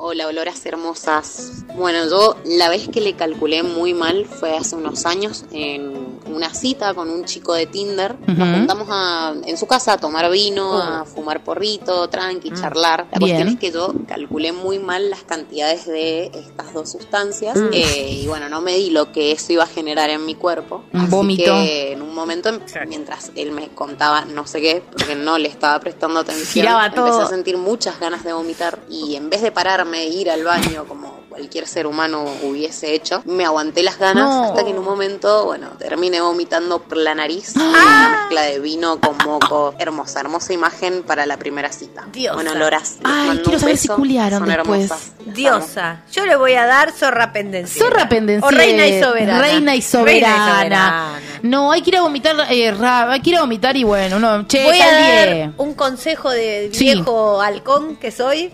[SPEAKER 9] Hola, oloras hermosas. Bueno, yo la vez que le calculé muy mal fue hace unos años en una cita con un chico de Tinder.
[SPEAKER 2] Ujú. Oh.
[SPEAKER 9] Nos juntamos a- en su casa a tomar vino, a fumar porrito, tranqui, charlar. La
[SPEAKER 2] Mm. Bien.
[SPEAKER 9] cuestión es que yo calculé muy mal las cantidades de estas dos sustancias
[SPEAKER 2] Mm.
[SPEAKER 9] eh, y bueno, no medí lo que eso iba a generar en mi cuerpo.
[SPEAKER 2] Un
[SPEAKER 9] Así
[SPEAKER 2] vómito.
[SPEAKER 9] que en un momento, mientras él me contaba no sé qué, porque no le estaba prestando atención,
[SPEAKER 2] Giraba
[SPEAKER 9] empecé
[SPEAKER 2] todo.
[SPEAKER 9] a sentir muchas ganas de vomitar y en vez de pararme e ir al baño como cualquier ser humano hubiese hecho, me aguanté las ganas
[SPEAKER 2] No.
[SPEAKER 9] hasta que en un momento, bueno, terminé vomitando por la nariz
[SPEAKER 2] Ah.
[SPEAKER 9] una mezcla de vino con moco. Hermosa, hermosa imagen para la primera cita.
[SPEAKER 4] Diosa.
[SPEAKER 9] Bueno, Loras, les
[SPEAKER 2] Ay,
[SPEAKER 9] mando
[SPEAKER 2] quiero
[SPEAKER 9] un
[SPEAKER 2] saber si
[SPEAKER 9] beso.
[SPEAKER 2] culiaron
[SPEAKER 9] Son
[SPEAKER 2] después.
[SPEAKER 9] hermosas. Las amo.
[SPEAKER 4] Diosa, yo le voy a dar zorra pendenciera.
[SPEAKER 2] Zorra pendenciera.
[SPEAKER 4] O reina y soberana.
[SPEAKER 2] Reina y soberana.
[SPEAKER 4] Reina y soberana.
[SPEAKER 2] No, hay que ir a vomitar, eh, ra- hay que ir a vomitar y bueno, no, che, eh.
[SPEAKER 4] Voy a
[SPEAKER 2] tal
[SPEAKER 4] dar
[SPEAKER 2] día.
[SPEAKER 4] un consejo de
[SPEAKER 2] Sí.
[SPEAKER 4] viejo halcón que soy.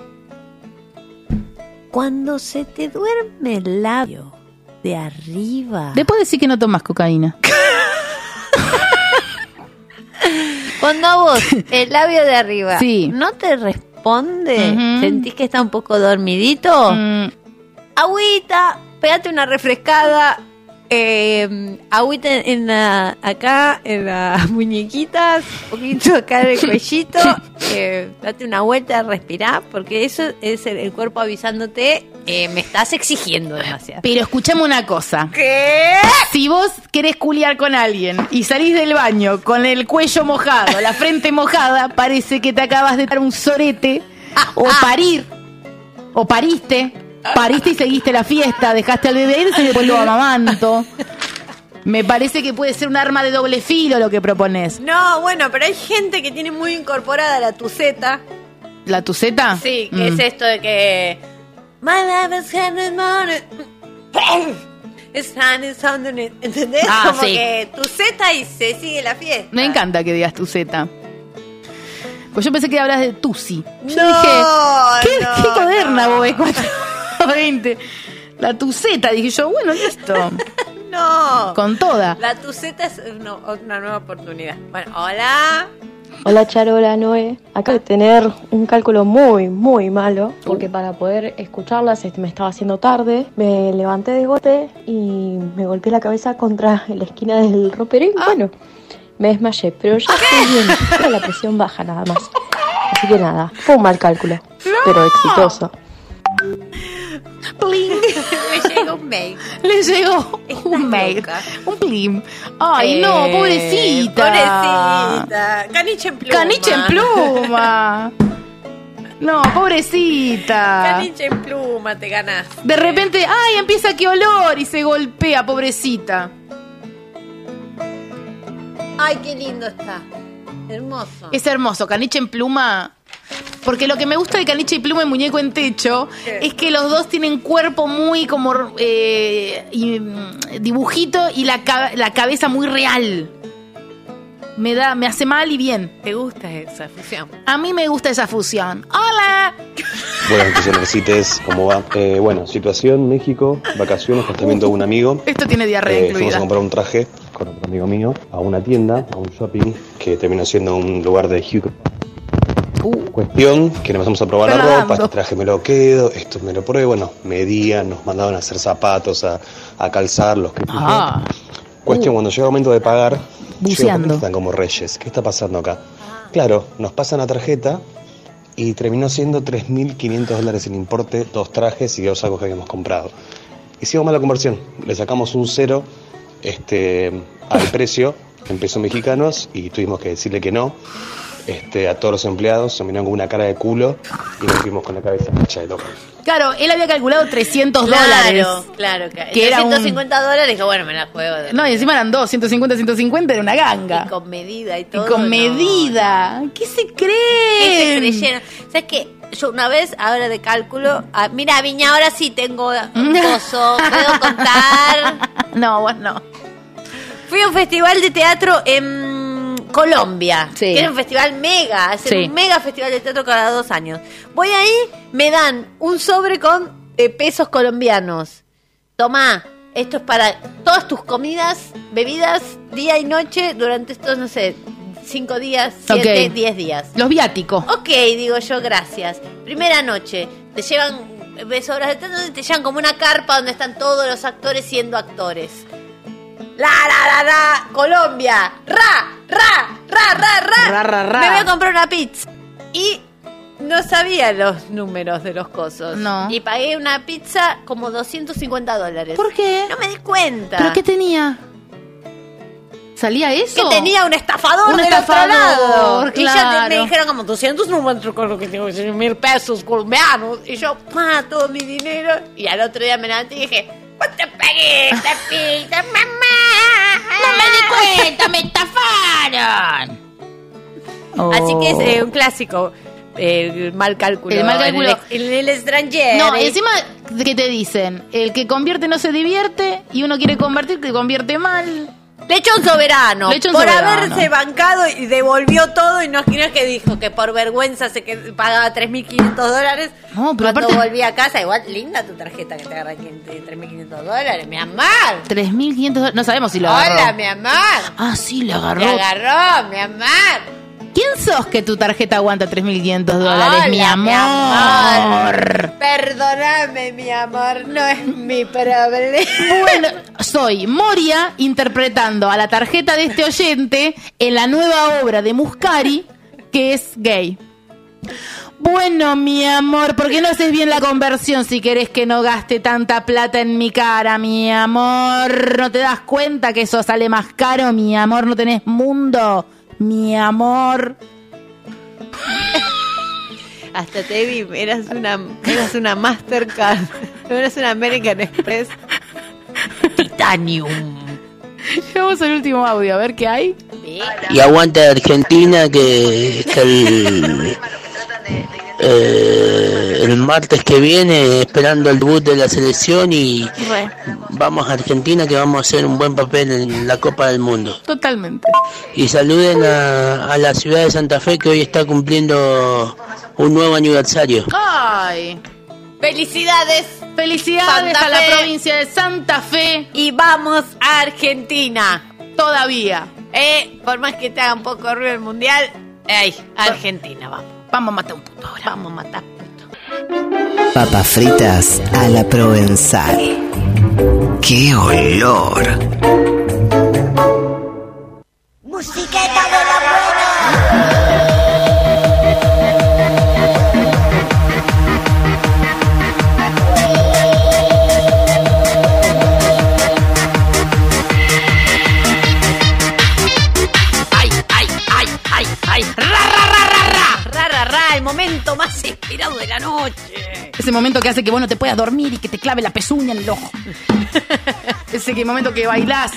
[SPEAKER 4] Cuando se te duerme el labio de arriba.
[SPEAKER 2] Después decir que no tomas cocaína.
[SPEAKER 4] Cuando a vos el labio de arriba
[SPEAKER 2] Sí.
[SPEAKER 4] no te responde,
[SPEAKER 2] Ujú.
[SPEAKER 4] sentís que está un poco dormidito,
[SPEAKER 2] Mm,
[SPEAKER 4] agüita, pegate una refrescada. eh, agüita en la- acá, en las muñequitas, un poquito acá en el cuellito, eh, date una vuelta, respirá, porque eso es el, el cuerpo avisándote, eh, me estás exigiendo demasiado.
[SPEAKER 2] pero escuchame una cosa.
[SPEAKER 4] ¿Qué?
[SPEAKER 2] Si vos querés culiar con alguien y salís del baño con el cuello mojado, la frente mojada, parece que te acabas de dar un sorete
[SPEAKER 4] Ah,
[SPEAKER 2] o parir. O pariste. Pariste y seguiste la fiesta, dejaste al bebé irse y después lo amamanto. Me parece que puede ser un arma de doble filo lo que propones.
[SPEAKER 4] No, bueno, pero hay gente que tiene muy incorporada la tuceta.
[SPEAKER 2] ¿La tuceta?
[SPEAKER 4] Sí, que
[SPEAKER 2] Mm.
[SPEAKER 4] es esto de que. My life is handed money. It's handed something. ¿Entendés?
[SPEAKER 2] Ah,
[SPEAKER 4] Como
[SPEAKER 2] sí.
[SPEAKER 4] que tu zeta y se sigue la fiesta.
[SPEAKER 2] Me encanta que digas tuceta. Pues yo pensé que hablas de tusi. Yo
[SPEAKER 4] No,
[SPEAKER 2] dije, ¿qué,
[SPEAKER 4] no,
[SPEAKER 2] qué coderna
[SPEAKER 4] no.
[SPEAKER 2] vos, 420? La tuceta, dije yo, bueno, listo.
[SPEAKER 4] No.
[SPEAKER 2] Con toda.
[SPEAKER 4] La tu zeta es una, una nueva oportunidad. Bueno, hola.
[SPEAKER 6] Hola Charola, Noé. Acabo de tener un cálculo muy, muy malo, porque para poder escucharlas este, me estaba haciendo tarde. Me levanté de gote y me golpeé la cabeza contra la esquina del ropero y bueno, me desmayé, pero ya estoy bien, era la presión baja nada más. Así que nada, fue un mal cálculo, pero exitoso.
[SPEAKER 2] Plim.
[SPEAKER 4] Me llega un mail.
[SPEAKER 2] Le llegó
[SPEAKER 4] Estás
[SPEAKER 2] un mail.
[SPEAKER 4] loca.
[SPEAKER 2] Un plim. Ay,
[SPEAKER 4] Eh,
[SPEAKER 2] no, pobrecita.
[SPEAKER 4] Pobrecita. Caniche en pluma.
[SPEAKER 2] Caniche en pluma. No, pobrecita.
[SPEAKER 4] Caniche en pluma, te ganás.
[SPEAKER 2] De repente, ay, empieza que olor y se golpea, pobrecita.
[SPEAKER 4] Ay, qué lindo está. Hermoso.
[SPEAKER 2] Es hermoso, caniche en pluma. Porque lo que me gusta de caniche y pluma y muñeco en techo
[SPEAKER 4] ¿Qué?
[SPEAKER 2] es que los dos tienen cuerpo muy como eh, y, mm, dibujito y la, ca- la cabeza muy real. Me da, me hace mal y bien.
[SPEAKER 4] ¿Te gusta esa fusión?
[SPEAKER 2] A mí me gusta esa fusión. ¡Hola!
[SPEAKER 6] Buenas noches, Energites. ¿Cómo va? Eh, bueno, situación México, vacaciones, casamiento de un amigo.
[SPEAKER 2] Esto tiene diarrea
[SPEAKER 6] Eh, fuimos a
[SPEAKER 2] incluida.
[SPEAKER 6] comprar un traje con otro amigo mío a una tienda, a un shopping que terminó siendo un lugar de Hugo. Cuestión que nos empezamos a probar la ropa,
[SPEAKER 10] Fernando.
[SPEAKER 6] este traje me lo quedo, esto me ah, lo pruebo, nos medían, nos mandaban a hacer zapatos, a, a calzarlos. qué sé yo.
[SPEAKER 2] Ah.
[SPEAKER 6] Cuestión, cuando llega el momento de pagar,
[SPEAKER 2] Buceando.
[SPEAKER 6] llego, ¿por qué están como reyes, ¿qué está pasando acá? Claro, nos pasan la tarjeta y terminó siendo 3.500 dólares el importe, dos trajes y dos sacos que habíamos comprado. Hicimos mala conversión, le sacamos un cero este, al precio en pesos mexicanos y tuvimos que decirle que no este, a todos los empleados, se miraron con una cara de culo y nos fuimos con la cabeza hecha de loco.
[SPEAKER 2] Claro, él había calculado 300 dólares.
[SPEAKER 4] Claro, claro. claro.
[SPEAKER 2] Que era un-
[SPEAKER 4] 150 dólares, dije, bueno, me la juego. de-
[SPEAKER 2] No, y encima eran dos, 150, 150, era una ganga.
[SPEAKER 4] Y con medida y
[SPEAKER 2] Y
[SPEAKER 4] todo.
[SPEAKER 2] con
[SPEAKER 4] no.
[SPEAKER 2] medida. ¿Qué se creen?
[SPEAKER 4] ¿Qué se creyeron? ¿Sabes qué? Yo una vez, ahora de cálculo, ah, mira, Viña, ahora sí tengo coso, puedo contar.
[SPEAKER 2] No, vos no.
[SPEAKER 4] Fui a un festival de teatro en Colombia, que era un festival mega, hacen
[SPEAKER 2] Sí.
[SPEAKER 4] un mega festival de teatro cada dos años. Voy ahí, me dan un sobre con eh, pesos colombianos. Tomá, esto es para todas tus comidas, bebidas, día y noche, durante estos, no sé, cinco días, siete,
[SPEAKER 2] Ok.
[SPEAKER 4] diez días.
[SPEAKER 2] Los viáticos.
[SPEAKER 4] Ok, digo yo, gracias. Primera noche, te llevan ves obras de teatro y te llevan como una carpa donde están todos los actores siendo actores. La, la, la, la, Colombia, ra, ra, ra, ra,
[SPEAKER 2] Ra,
[SPEAKER 4] ra.
[SPEAKER 2] ra, ra.
[SPEAKER 4] Me voy a comprar una pizza. Y no sabía los números de los cosos.
[SPEAKER 2] No.
[SPEAKER 4] Y pagué una pizza como 250 dólares.
[SPEAKER 2] ¿Por qué?
[SPEAKER 4] No me di cuenta.
[SPEAKER 2] ¿Pero qué tenía? ¿Salía
[SPEAKER 4] que
[SPEAKER 2] eso?
[SPEAKER 4] tenía un estafador
[SPEAKER 2] Un
[SPEAKER 4] del
[SPEAKER 2] estafador,
[SPEAKER 4] otro lado. Y ya
[SPEAKER 2] claro.
[SPEAKER 4] me dijeron como 200 números con lo que tengo que decir, mil pesos colombianos. Y yo, pa, todo mi dinero. Y al otro día me levanté y dije, "Vos te pagué esta pizza, mamá. No me di cuenta, me estafaron. Así que es eh, un clásico. eh, El mal cálculo.
[SPEAKER 2] El mal cálculo.
[SPEAKER 4] En el, ex- en el extranjero.
[SPEAKER 2] No, encima que te dicen, el que convierte no se divierte y uno quiere convertir que convierte mal.
[SPEAKER 4] Le echó un soberano.
[SPEAKER 2] Le echó un
[SPEAKER 4] por
[SPEAKER 2] soberano.
[SPEAKER 4] haberse bancado y devolvió todo y no no es que dijo que por vergüenza se que pagaba 3.500 dólares.
[SPEAKER 2] No, pero
[SPEAKER 4] Cuando
[SPEAKER 2] aparte-
[SPEAKER 4] volví a casa, igual linda tu tarjeta que te agarra aquí de 3.500 dólares, mi amor.
[SPEAKER 2] 3.500 dólares. No sabemos si lo agarró.
[SPEAKER 4] Hola, mi amor.
[SPEAKER 2] Ah, sí, lo agarró.
[SPEAKER 4] Te agarró, mi amor.
[SPEAKER 2] ¿Quién sos que tu tarjeta aguanta 3.500 dólares,
[SPEAKER 4] Hola,
[SPEAKER 2] mi
[SPEAKER 4] mi
[SPEAKER 2] amor?
[SPEAKER 4] Perdóname, mi amor, no es mi problema.
[SPEAKER 2] Bueno, soy Moria interpretando a la tarjeta de este oyente en la nueva obra de Muscari, que es gay. Bueno, mi amor, ¿por qué no haces bien la conversión si querés que no gaste tanta plata en mi cara, mi amor? ¿No te das cuenta que eso sale más caro, mi amor? ¿No tenés mundo, mi amor?
[SPEAKER 4] Hasta te vi, eras una, eras una Mastercard, no eras una American Express. Titanium.
[SPEAKER 2] Vamos al último audio, a ver qué hay.
[SPEAKER 9] Y aguante Argentina que, que el, eh, el martes que viene, esperando el debut de la selección y vamos a Argentina que vamos a hacer un buen papel en la Copa del Mundo.
[SPEAKER 2] Totalmente.
[SPEAKER 9] Y saluden a, a la ciudad de Santa Fe que hoy está cumpliendo un nuevo aniversario.
[SPEAKER 2] ¡Ay!
[SPEAKER 4] ¡Felicidades!
[SPEAKER 2] ¡Felicidades
[SPEAKER 4] Santa
[SPEAKER 2] a la
[SPEAKER 4] Fe.
[SPEAKER 2] provincia de Santa Fe!
[SPEAKER 4] Y vamos a Argentina.
[SPEAKER 2] Todavía.
[SPEAKER 4] Eh, por más que te haga un poco ruido el mundial, ¡ay! Argentina, vamos.
[SPEAKER 2] Vamos a matar un puto ahora.
[SPEAKER 4] Vamos a matar.
[SPEAKER 1] Papas fritas a la provenzal. ¡Qué olor!
[SPEAKER 11] Musiqueta de la buena.
[SPEAKER 4] ¡Ay, ay, ay, ay, ay! ¡Ra, ra, ra, ra, ra! ¡Ra, ra, ra! El momento más esperado de la noche.
[SPEAKER 2] Ese momento que hace que vos no te puedas dormir y que te clave la pezuña en el ojo. Ese que momento que bailás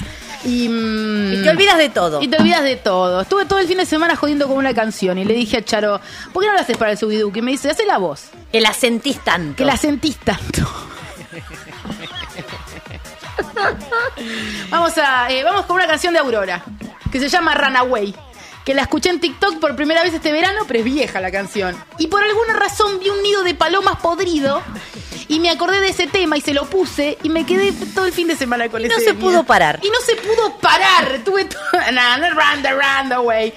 [SPEAKER 2] y... mm,
[SPEAKER 4] Y te olvidas de todo.
[SPEAKER 2] Y te olvidas de todo. Estuve todo el fin de semana jodiendo con una canción y le dije a Charo, ¿por qué no la haces para el subiduque? Y me dice, hace la voz.
[SPEAKER 4] Que la sentís tanto.
[SPEAKER 2] Que la sentís tanto. vamos a, eh, vamos con una canción de Aurora, que se llama Runaway. que la escuché en TikTok por primera vez este verano, pero es vieja la canción. Y por alguna razón vi un nido de palomas podrido y me acordé de ese tema y se lo puse y me quedé todo el fin de semana con ese
[SPEAKER 3] no se pudo parar.
[SPEAKER 2] Y no se pudo parar. Tuve todo. No, no, run the run the way.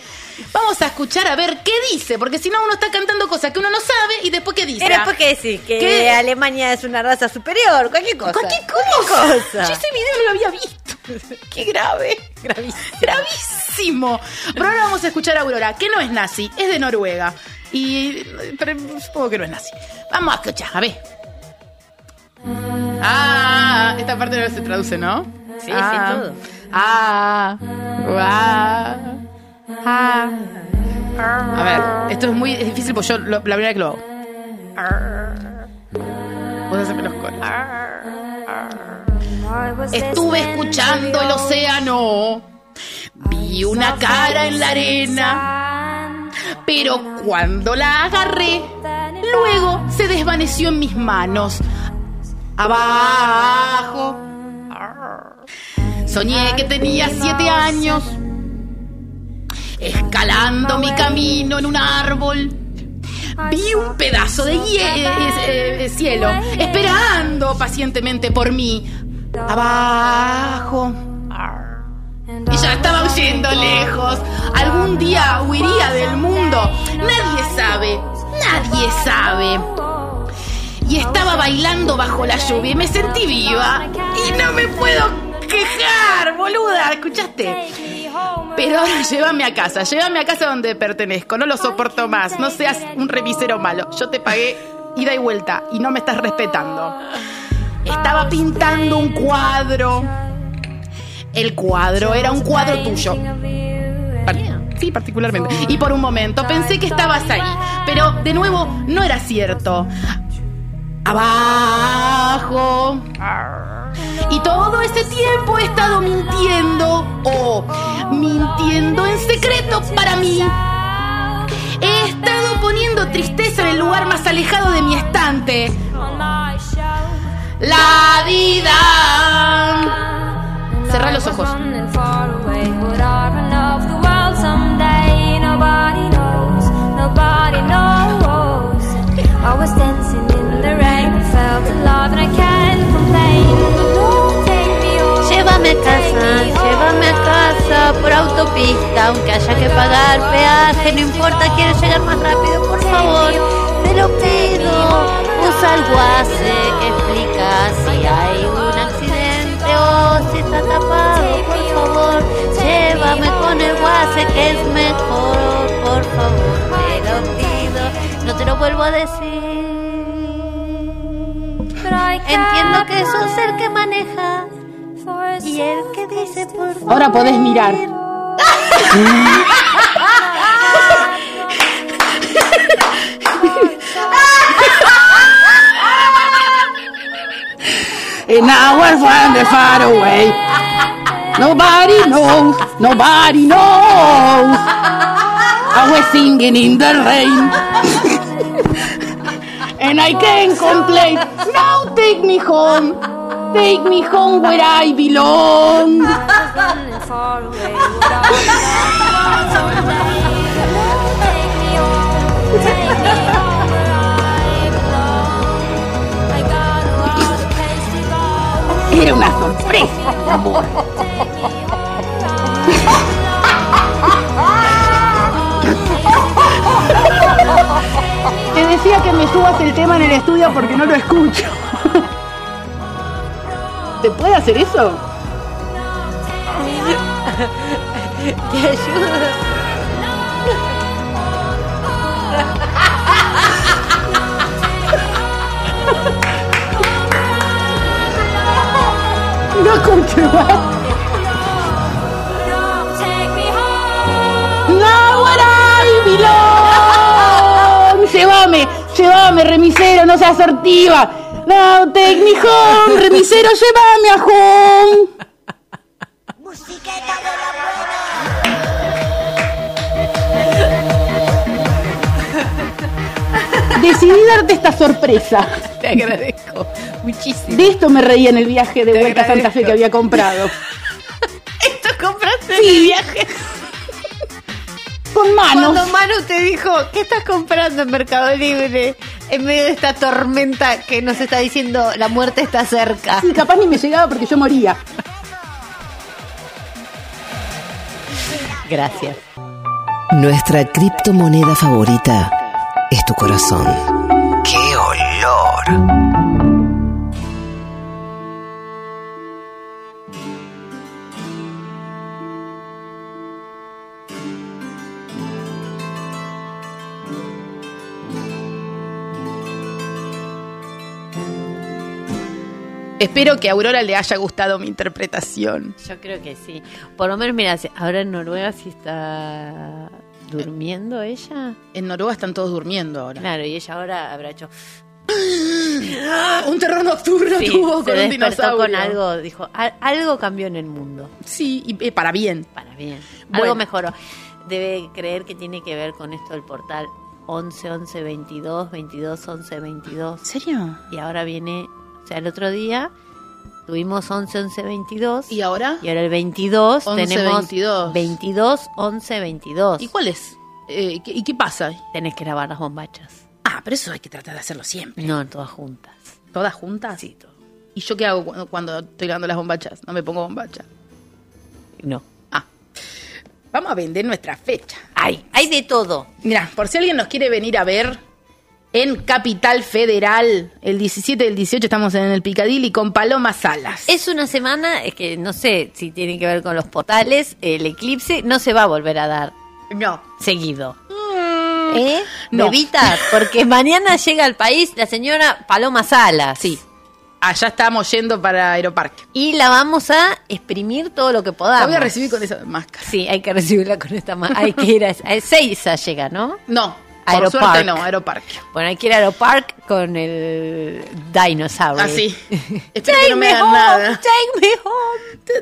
[SPEAKER 2] Vamos a escuchar a ver qué dice, porque si no uno está cantando cosas que uno no sabe y después qué
[SPEAKER 4] Eh,
[SPEAKER 2] dice.
[SPEAKER 3] Pero ¿por qué decir que
[SPEAKER 2] ¿Qué?
[SPEAKER 3] Alemania es una raza superior? Cualquier cosa.
[SPEAKER 2] Cualquier cosa.
[SPEAKER 3] cosa.
[SPEAKER 2] Yo ese video no lo había visto. Qué grave. Gravísimo. Gravísimo. Pero ahora vamos a escuchar a Aurora, que no es nazi, es de Noruega. Y pero supongo que no es nazi. Vamos a escuchar, a ver. Ah, esta parte no se traduce, ¿no?
[SPEAKER 3] Sí,
[SPEAKER 2] Ah.
[SPEAKER 3] sí, todo.
[SPEAKER 2] Ah, ah, ah. A ver, esto es muy es difícil porque yo lo- la primera vez que lo hago. Vos haceme los coros. Estuve escuchando el océano. Vi una cara en la arena. Pero cuando la agarré, luego se desvaneció en mis manos. Abajo. Soñé que tenía siete años. Escalando mi camino en un árbol. Vi un pedazo de hie- eh, eh, eh, cielo esperando pacientemente por mí. Abajo. Y ya estaba huyendo lejos. Algún día huiría del mundo. Nadie sabe. Nadie sabe. Y estaba bailando bajo la lluvia y me sentí viva. Y no me puedo quejar, boluda. ¿Escuchaste? Pero ahora llévame a casa, llévame a casa donde pertenezco, no lo soporto más, no seas un remisero malo, yo te pagué ida y vuelta y no me estás respetando. Estaba pintando un cuadro, el cuadro era un cuadro tuyo. Par- Sí, particularmente. Y por un momento pensé que estabas ahí, pero de nuevo no era cierto. Abajo. Y todo este tiempo he estado mintiendo o mintiendo en secreto para mí. He estado poniendo tristeza en el lugar más alejado de mi estante. La vida. Cerrá los ojos.
[SPEAKER 3] Llévame a casa, llévame a casa por autopista, aunque haya que pagar peaje, no importa, quiero llegar más rápido, por favor, te lo pido. Usa el guase que explica si hay un accidente o si está tapado, por favor, llévame con el guase que es mejor, por favor, te lo pido, no te lo vuelvo a decir. Entiendo que sos el que maneja y el que dice por favor.
[SPEAKER 2] Ahora podés mirar.
[SPEAKER 4] In our from the far away. Nobody knows, nobody knows. I was singing in the rain.
[SPEAKER 2] And I can't complain. Now take me home. Take me home where I belong.
[SPEAKER 4] Era una sorpresa, mi amor.
[SPEAKER 2] Te decía que me subas el tema en el estudio porque no lo escucho. ¿Te puede hacer eso?
[SPEAKER 3] Te ayudo.
[SPEAKER 4] No escucho más. No, where I belong. Llévame, llévame, remisero, no seas sortiva. No, take me home, remisero, llévame a home.
[SPEAKER 2] Decidí darte esta sorpresa.
[SPEAKER 4] Te agradezco muchísimo.
[SPEAKER 2] De esto me reía en el viaje de
[SPEAKER 4] Te
[SPEAKER 2] vuelta a Santa Fe
[SPEAKER 4] agradezco.
[SPEAKER 2] que había comprado.
[SPEAKER 4] ¿Esto compraste en el viaje? con manos.
[SPEAKER 3] Cuando Manu te dijo, ¿qué estás comprando en Mercado Libre? En medio de esta tormenta que nos está diciendo la muerte está cerca.
[SPEAKER 4] Y capaz ni me llegaba porque yo moría.
[SPEAKER 3] Gracias.
[SPEAKER 1] Nuestra criptomoneda favorita es tu corazón. ¡Qué olor!
[SPEAKER 2] Espero que a Aurora le haya gustado mi interpretación.
[SPEAKER 3] Yo creo que sí. Por lo menos, mira, si- ahora en Noruega sí está durmiendo ella.
[SPEAKER 2] En Noruega están todos durmiendo ahora.
[SPEAKER 3] Claro, y ella ahora habrá hecho.
[SPEAKER 2] Ah, Un terror nocturno
[SPEAKER 3] Sí,
[SPEAKER 2] tuvo
[SPEAKER 3] se
[SPEAKER 2] con un
[SPEAKER 3] despertó
[SPEAKER 2] dinosaurio.
[SPEAKER 3] con algo, dijo, "Al- algo cambió en el mundo.
[SPEAKER 2] Sí, y, eh, para bien.
[SPEAKER 3] Para bien.
[SPEAKER 2] Bueno.
[SPEAKER 3] Algo mejoró. Debe creer que tiene que ver con esto del portal 11 11 22 22 11 22. ¿En
[SPEAKER 2] serio?
[SPEAKER 3] Y ahora viene, o sea, el otro día tuvimos 11 11 22. ¿Y ahora? Y ahora el 22
[SPEAKER 2] 11,
[SPEAKER 3] tenemos
[SPEAKER 2] 22.
[SPEAKER 3] 22 11 22.
[SPEAKER 2] ¿Y cuál es? Eh, ¿qué- ¿Y qué pasa?
[SPEAKER 3] Tenés que lavar las bombachas.
[SPEAKER 2] Ah, pero eso hay que tratar de hacerlo siempre.
[SPEAKER 3] No, todas juntas.
[SPEAKER 2] ¿Todas juntas? Sí,
[SPEAKER 3] todo.
[SPEAKER 2] ¿Y yo qué hago cuando, cuando estoy lavando las bombachas? No me pongo bombacha.
[SPEAKER 3] No.
[SPEAKER 2] Ah. Vamos a vender nuestra fecha.
[SPEAKER 3] Ay, hay de todo.
[SPEAKER 2] Mira, por si alguien nos quiere venir a ver en Capital Federal, el 17 y el 18 estamos en el Picadilly con Paloma Salas.
[SPEAKER 3] Es una semana es que no sé si tiene que ver con los portales, el eclipse no se va a volver a dar.
[SPEAKER 2] No.
[SPEAKER 3] Seguido. ¿Eh?
[SPEAKER 2] Mm. no.
[SPEAKER 3] Bebitas, porque mañana llega al país la señora Paloma Salas. Sí.
[SPEAKER 2] Allá Ah, estamos yendo para Aeroparque.
[SPEAKER 3] Y la vamos a exprimir todo lo que podamos.
[SPEAKER 2] La voy a recibir con esa máscara.
[SPEAKER 3] Sí, hay que recibirla con esta máscara. Hay que ir a, a Ezeiza llega, ¿no?
[SPEAKER 2] No. Por
[SPEAKER 3] Aeropark.
[SPEAKER 2] suerte no, Aeroparque.
[SPEAKER 3] Bueno, hay que ir a Aeropark con el dinosaurio.
[SPEAKER 2] Así. Espero que Ah, no me
[SPEAKER 3] Take me
[SPEAKER 2] hagan
[SPEAKER 3] home,
[SPEAKER 2] nada.
[SPEAKER 3] Take me home.
[SPEAKER 2] ¿De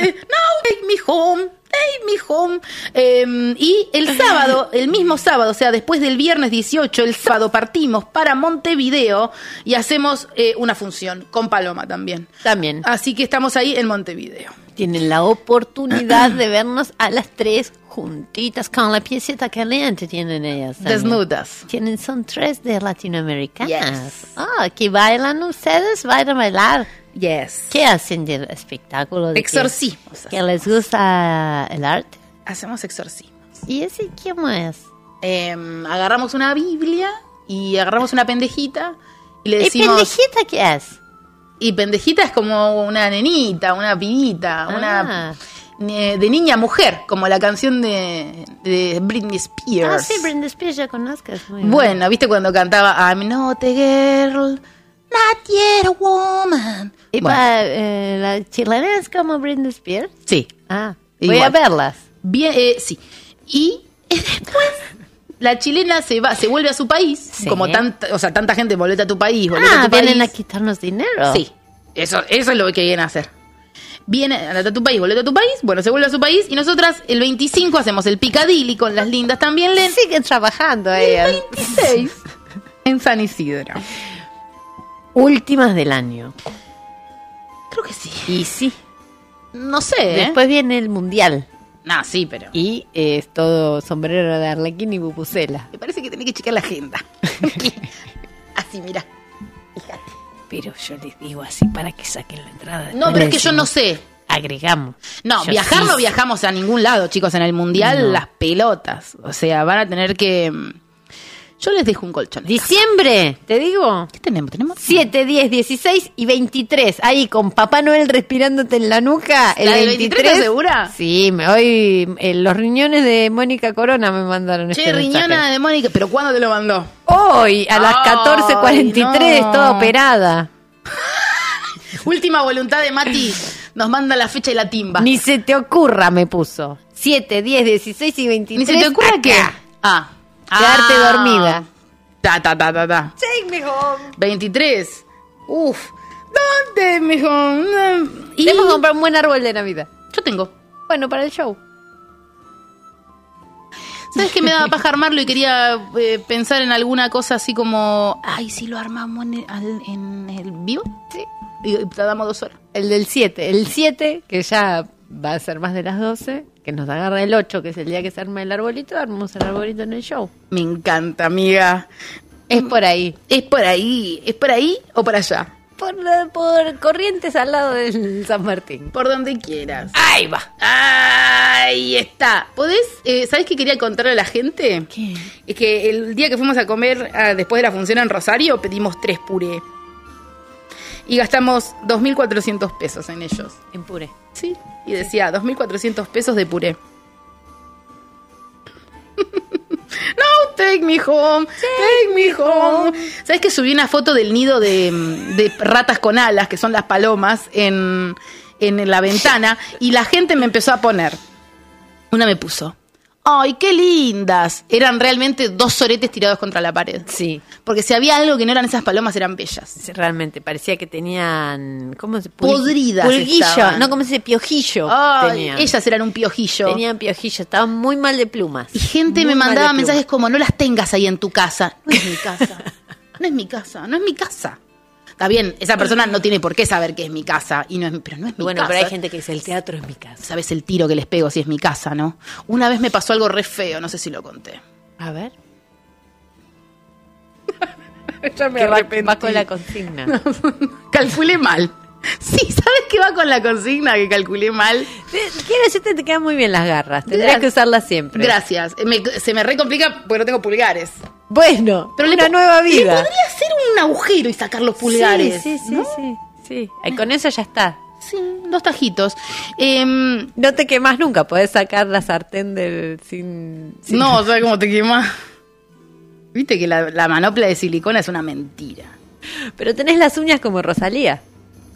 [SPEAKER 2] dónde? No, take me home. Take me home. Eh, y el sábado, el mismo sábado, o sea, después del viernes 18, el sábado partimos para Montevideo y hacemos eh, una función con Paloma también.
[SPEAKER 3] También.
[SPEAKER 2] Así que estamos ahí en Montevideo.
[SPEAKER 3] Tienen la oportunidad de vernos a las tres juntitas con la piecita caliente tienen ellas. también.
[SPEAKER 2] Desnudas.
[SPEAKER 3] Tienen, son tres de latinoamericanas. Ah, que bailan ustedes, bailan a bailar.
[SPEAKER 2] Yes.
[SPEAKER 3] ¿Qué hacen del espectáculo? De qué?
[SPEAKER 2] Exorcismos.
[SPEAKER 3] ¿Que les gusta el arte?
[SPEAKER 2] Hacemos exorcismos.
[SPEAKER 3] ¿Y ese cómo es?
[SPEAKER 2] Em, agarramos una Biblia y agarramos una pendejita y le
[SPEAKER 3] ¿Y
[SPEAKER 2] decimos...
[SPEAKER 3] pendejita qué es?
[SPEAKER 2] Y pendejita es como una nenita, una pibita,
[SPEAKER 3] Ah.
[SPEAKER 2] una... eh, De niña a mujer, como la canción de, de Britney Spears.
[SPEAKER 3] Ah, sí, Brenda Spears ya conozcas. Muy bien.
[SPEAKER 2] Bueno, ¿viste cuando cantaba I'm not a girl, not yet a woman?
[SPEAKER 3] ¿Y
[SPEAKER 2] Bueno,
[SPEAKER 3] para eh, la chilena es como Brenda Spears?
[SPEAKER 2] sí.
[SPEAKER 3] Ah, voy
[SPEAKER 2] Igual.
[SPEAKER 3] a verlas.
[SPEAKER 2] Bien, eh, sí. Y después la chilena se va, se vuelve a su país, como tanta, o sea, tanta gente volvete a tu país, volvete
[SPEAKER 3] Ah,
[SPEAKER 2] a tu
[SPEAKER 3] vienen
[SPEAKER 2] país.
[SPEAKER 3] a quitarnos dinero.
[SPEAKER 2] Sí. Eso, eso es lo que vienen a hacer. Viene, andate a tu país, volvete a tu país, bueno, se vuelve a su país y nosotras el 25 hacemos el Picadilly con las lindas también, Len.
[SPEAKER 3] Siguen trabajando ellas.
[SPEAKER 2] El 26 en San Isidro.
[SPEAKER 3] Últimas del año.
[SPEAKER 2] Creo que sí.
[SPEAKER 3] Y sí.
[SPEAKER 2] No sé. ¿eh?
[SPEAKER 3] Después viene el mundial.
[SPEAKER 2] Nah, sí, pero.
[SPEAKER 3] Y eh, es todo sombrero de arlequín y bupucela.
[SPEAKER 2] Me parece que tenés que checar la agenda. Así, mira.
[SPEAKER 3] Pero yo les digo así para que saquen la entrada.
[SPEAKER 2] No, pero es que yo no sé.
[SPEAKER 3] Agregamos.
[SPEAKER 2] No,
[SPEAKER 3] Yo
[SPEAKER 2] viajar
[SPEAKER 3] sí
[SPEAKER 2] no
[SPEAKER 3] sé.
[SPEAKER 2] viajamos a ningún lado, chicos. En el mundial,
[SPEAKER 3] No.
[SPEAKER 2] las pelotas. O sea, van a tener que. mm, Yo les dejo un colchón.
[SPEAKER 3] Diciembre, te digo.
[SPEAKER 2] ¿Qué tenemos? ¿Tenemos?
[SPEAKER 3] 7, 10, 16 y 23. Ahí con Papá Noel respirándote en la nuca. El
[SPEAKER 2] ¿La del
[SPEAKER 3] 23,
[SPEAKER 2] 23 estás segura?
[SPEAKER 3] Sí, me, hoy eh, los riñones de Mónica Corona me mandaron
[SPEAKER 2] Che,
[SPEAKER 3] este mensaje.
[SPEAKER 2] riñona de Mónica, ¿pero cuándo te lo mandó?
[SPEAKER 3] Hoy, a las
[SPEAKER 2] Ay,
[SPEAKER 3] 14.43,
[SPEAKER 2] no.
[SPEAKER 3] toda operada.
[SPEAKER 2] Última voluntad de Mati. Nos manda la fecha y la timba.
[SPEAKER 3] Ni se te ocurra, me puso. 7, 10, 16 y 23.
[SPEAKER 2] ¿Ni se te ocurra
[SPEAKER 3] acá.
[SPEAKER 2] qué? Ah.
[SPEAKER 3] Quedarte
[SPEAKER 2] Ah.
[SPEAKER 3] dormida.
[SPEAKER 2] Ta, ta, ta, ta, ta.
[SPEAKER 3] Take me home.
[SPEAKER 2] 23. Uf. ¿Dónde, mijo? Mm, Y
[SPEAKER 3] Debemos comprar un buen árbol de Navidad.
[SPEAKER 2] yo tengo.
[SPEAKER 3] Bueno, para el show.
[SPEAKER 2] ¿Sabes que me daba paja armarlo y quería eh, pensar en alguna cosa así como. Ay, si lo armamos en el, al- en el vivo.
[SPEAKER 3] Sí.
[SPEAKER 2] Y te damos dos horas.
[SPEAKER 3] El del 7. El 7, que ya va a ser más de las 12. que nos agarra el 8, que es el día que se arma el arbolito, armamos el arbolito en el show.
[SPEAKER 2] Me encanta, amiga.
[SPEAKER 3] Es por ahí.
[SPEAKER 2] Es por ahí. ¿Es por ahí o por allá?
[SPEAKER 3] Por, por corrientes al lado del San Martín.
[SPEAKER 2] Por donde quieras.
[SPEAKER 3] Ahí va.
[SPEAKER 2] Ahí está. ¿Podés? eh, ¿Sabés qué quería contarle a la gente? ¿Qué? Es que el día que fuimos a comer ah, después de la función en Rosario, pedimos tres puré. Y gastamos 2.400 pesos en ellos.
[SPEAKER 3] En puré.
[SPEAKER 2] Sí. Y decía, 2.400 pesos de puré. No, take me home, take, me home. ¿Sabes que subí una foto del nido de, de ratas con alas, que son las palomas, en, en la ventana? Y la gente me empezó a poner. Una me puso. ¡Ay, qué lindas! Eran realmente dos soretes tirados contra la pared.
[SPEAKER 3] Sí.
[SPEAKER 2] Porque si había algo que no eran esas palomas, eran bellas.
[SPEAKER 3] Realmente, parecía que tenían. ¿Cómo se pul-
[SPEAKER 2] Podridas.
[SPEAKER 3] Pulguillo.
[SPEAKER 2] estaban.
[SPEAKER 3] No, como se dice? Piojillo.
[SPEAKER 2] Ay,
[SPEAKER 3] tenían.
[SPEAKER 2] ellas eran un piojillo.
[SPEAKER 3] Tenían piojillo. Estaban muy mal de plumas.
[SPEAKER 2] Y gente me
[SPEAKER 3] Muy mal
[SPEAKER 2] mandaba
[SPEAKER 3] de pluma.
[SPEAKER 2] mensajes como, no las tengas ahí en tu casa. No es mi casa. No es mi casa, no es mi casa. Está bien, esa persona no tiene por qué saber que es mi casa, y no es, mi- pero no es mi
[SPEAKER 3] Bueno,
[SPEAKER 2] casa.
[SPEAKER 3] pero hay gente que dice: el teatro es mi casa.
[SPEAKER 2] Sabes el tiro que les pego si es mi casa, ¿no? Una vez me pasó algo re feo, no sé si lo conté.
[SPEAKER 3] A ver.
[SPEAKER 2] Ya me
[SPEAKER 3] Que va-
[SPEAKER 2] arrepentí.
[SPEAKER 3] va con la consigna.
[SPEAKER 2] Calculé mal. Sí, ¿sabes qué va con la consigna que calculé mal?
[SPEAKER 3] Quiero decirte, te quedan muy bien las garras. Tendrías
[SPEAKER 2] Gra-
[SPEAKER 3] que usarlas siempre.
[SPEAKER 2] Gracias. Eh, me- se me re complica porque no tengo pulgares.
[SPEAKER 3] Bueno,
[SPEAKER 2] Pero le
[SPEAKER 3] una
[SPEAKER 2] po-
[SPEAKER 3] nueva
[SPEAKER 2] le
[SPEAKER 3] vida.
[SPEAKER 2] podría hacer un agujero y sacar los pulgares.
[SPEAKER 3] Sí, sí, sí,
[SPEAKER 2] ¿no?
[SPEAKER 3] sí, sí. Ay, con eso ya está.
[SPEAKER 2] Sí, dos tajitos. Em,
[SPEAKER 3] no te quemas nunca, podés sacar la sartén del sin, sin-
[SPEAKER 2] No, ¿sabes cómo te quema? Viste que la, la manopla de silicona es una mentira.
[SPEAKER 3] Pero tenés las uñas como Rosalía.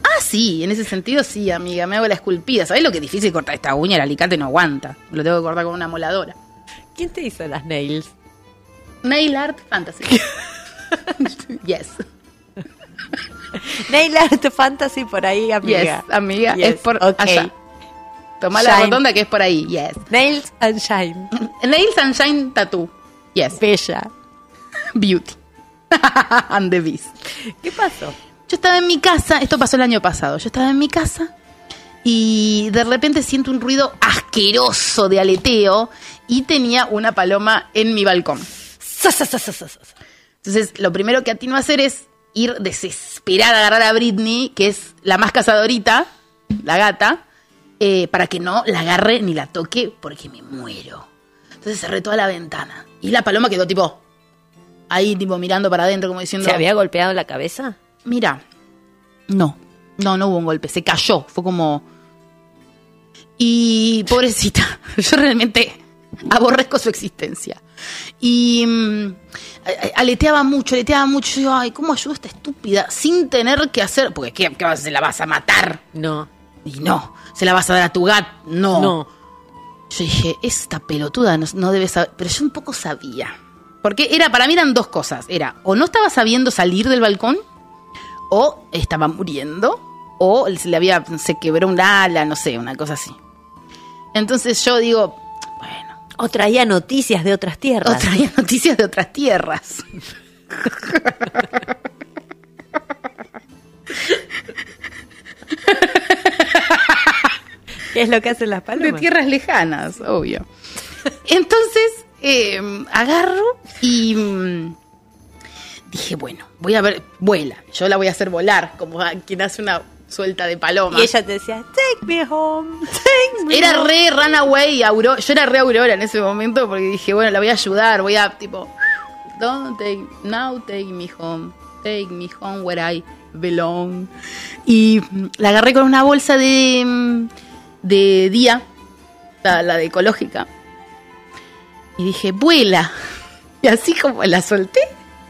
[SPEAKER 2] Ah, sí, en ese sentido sí, amiga. Me hago la esculpida. ¿Sabés lo que es difícil cortar esta uña? El alicate no aguanta. Lo tengo que cortar con una moladora.
[SPEAKER 3] ¿Quién te hizo las nails?
[SPEAKER 2] Nail Art Fantasy. yes.
[SPEAKER 3] Nail Art Fantasy por ahí, amiga.
[SPEAKER 2] Yes, amiga.
[SPEAKER 3] Yes,
[SPEAKER 2] Es por
[SPEAKER 3] ok.
[SPEAKER 2] allá. Tomá la
[SPEAKER 3] Shine.
[SPEAKER 2] rotonda que es por ahí. Yes.
[SPEAKER 3] Nails and Shine.
[SPEAKER 2] Nails and Shine Tattoo. Yes.
[SPEAKER 3] Bella.
[SPEAKER 2] Beauty. and the Beast.
[SPEAKER 3] ¿Qué pasó?
[SPEAKER 2] Yo estaba en mi casa, esto pasó el año pasado, yo estaba en mi casa y de repente siento un ruido asqueroso de aleteo y tenía una paloma en mi balcón.
[SPEAKER 3] Sa, sa, sa, sa, sa, sa.
[SPEAKER 2] Entonces, lo primero que atino a hacer es ir desesperada a agarrar a Britney, que es la más cazadorita, la gata, eh, para que no la agarre ni la toque porque me muero. Entonces cerré toda la ventana y la paloma quedó tipo ahí, tipo mirando para adentro, como diciendo...
[SPEAKER 3] ¿Se había golpeado la cabeza?
[SPEAKER 2] Mira, no, no, no hubo un golpe, se cayó, fue como... Y pobrecita, yo realmente aborrezco su existencia. Y mm, a- a- aleteaba mucho, aleteaba mucho, yo digo, ay, ¿cómo ayudo a esta estúpida? Sin tener que hacer, porque ¿qué, qué vas- se la vas a matar?
[SPEAKER 3] No.
[SPEAKER 2] Y no, se la vas a dar a tu gat, no.
[SPEAKER 3] No.
[SPEAKER 2] Yo dije, esta pelotuda no, no debe saber, pero yo un poco sabía. Porque era, para mí eran dos cosas, era o no estaba sabiendo salir del balcón, o estaba muriendo, o se le había, se quebró un ala, no sé, una cosa así. Entonces yo digo,
[SPEAKER 3] O traía noticias de otras tierras.
[SPEAKER 2] o traía noticias de otras tierras.
[SPEAKER 3] ¿Qué es lo que hacen las
[SPEAKER 2] De
[SPEAKER 3] palomas?
[SPEAKER 2] tierras lejanas, obvio. Entonces, eh, agarro y mm, dije, bueno, voy a ver, vuela. Yo la voy a hacer volar, como a quien hace una suelta de paloma.
[SPEAKER 3] Y ella te decía, take me home, take me
[SPEAKER 2] Era
[SPEAKER 3] home".
[SPEAKER 2] re Runaway y Aurora. Yo era re Aurora en ese momento porque dije, bueno, la voy a ayudar, voy a, tipo, don't take, now take me home, take me home where I belong. Y mm, la agarré con una bolsa de, mm, de día, la, la de ecológica, y dije, vuela. Y así como la solté,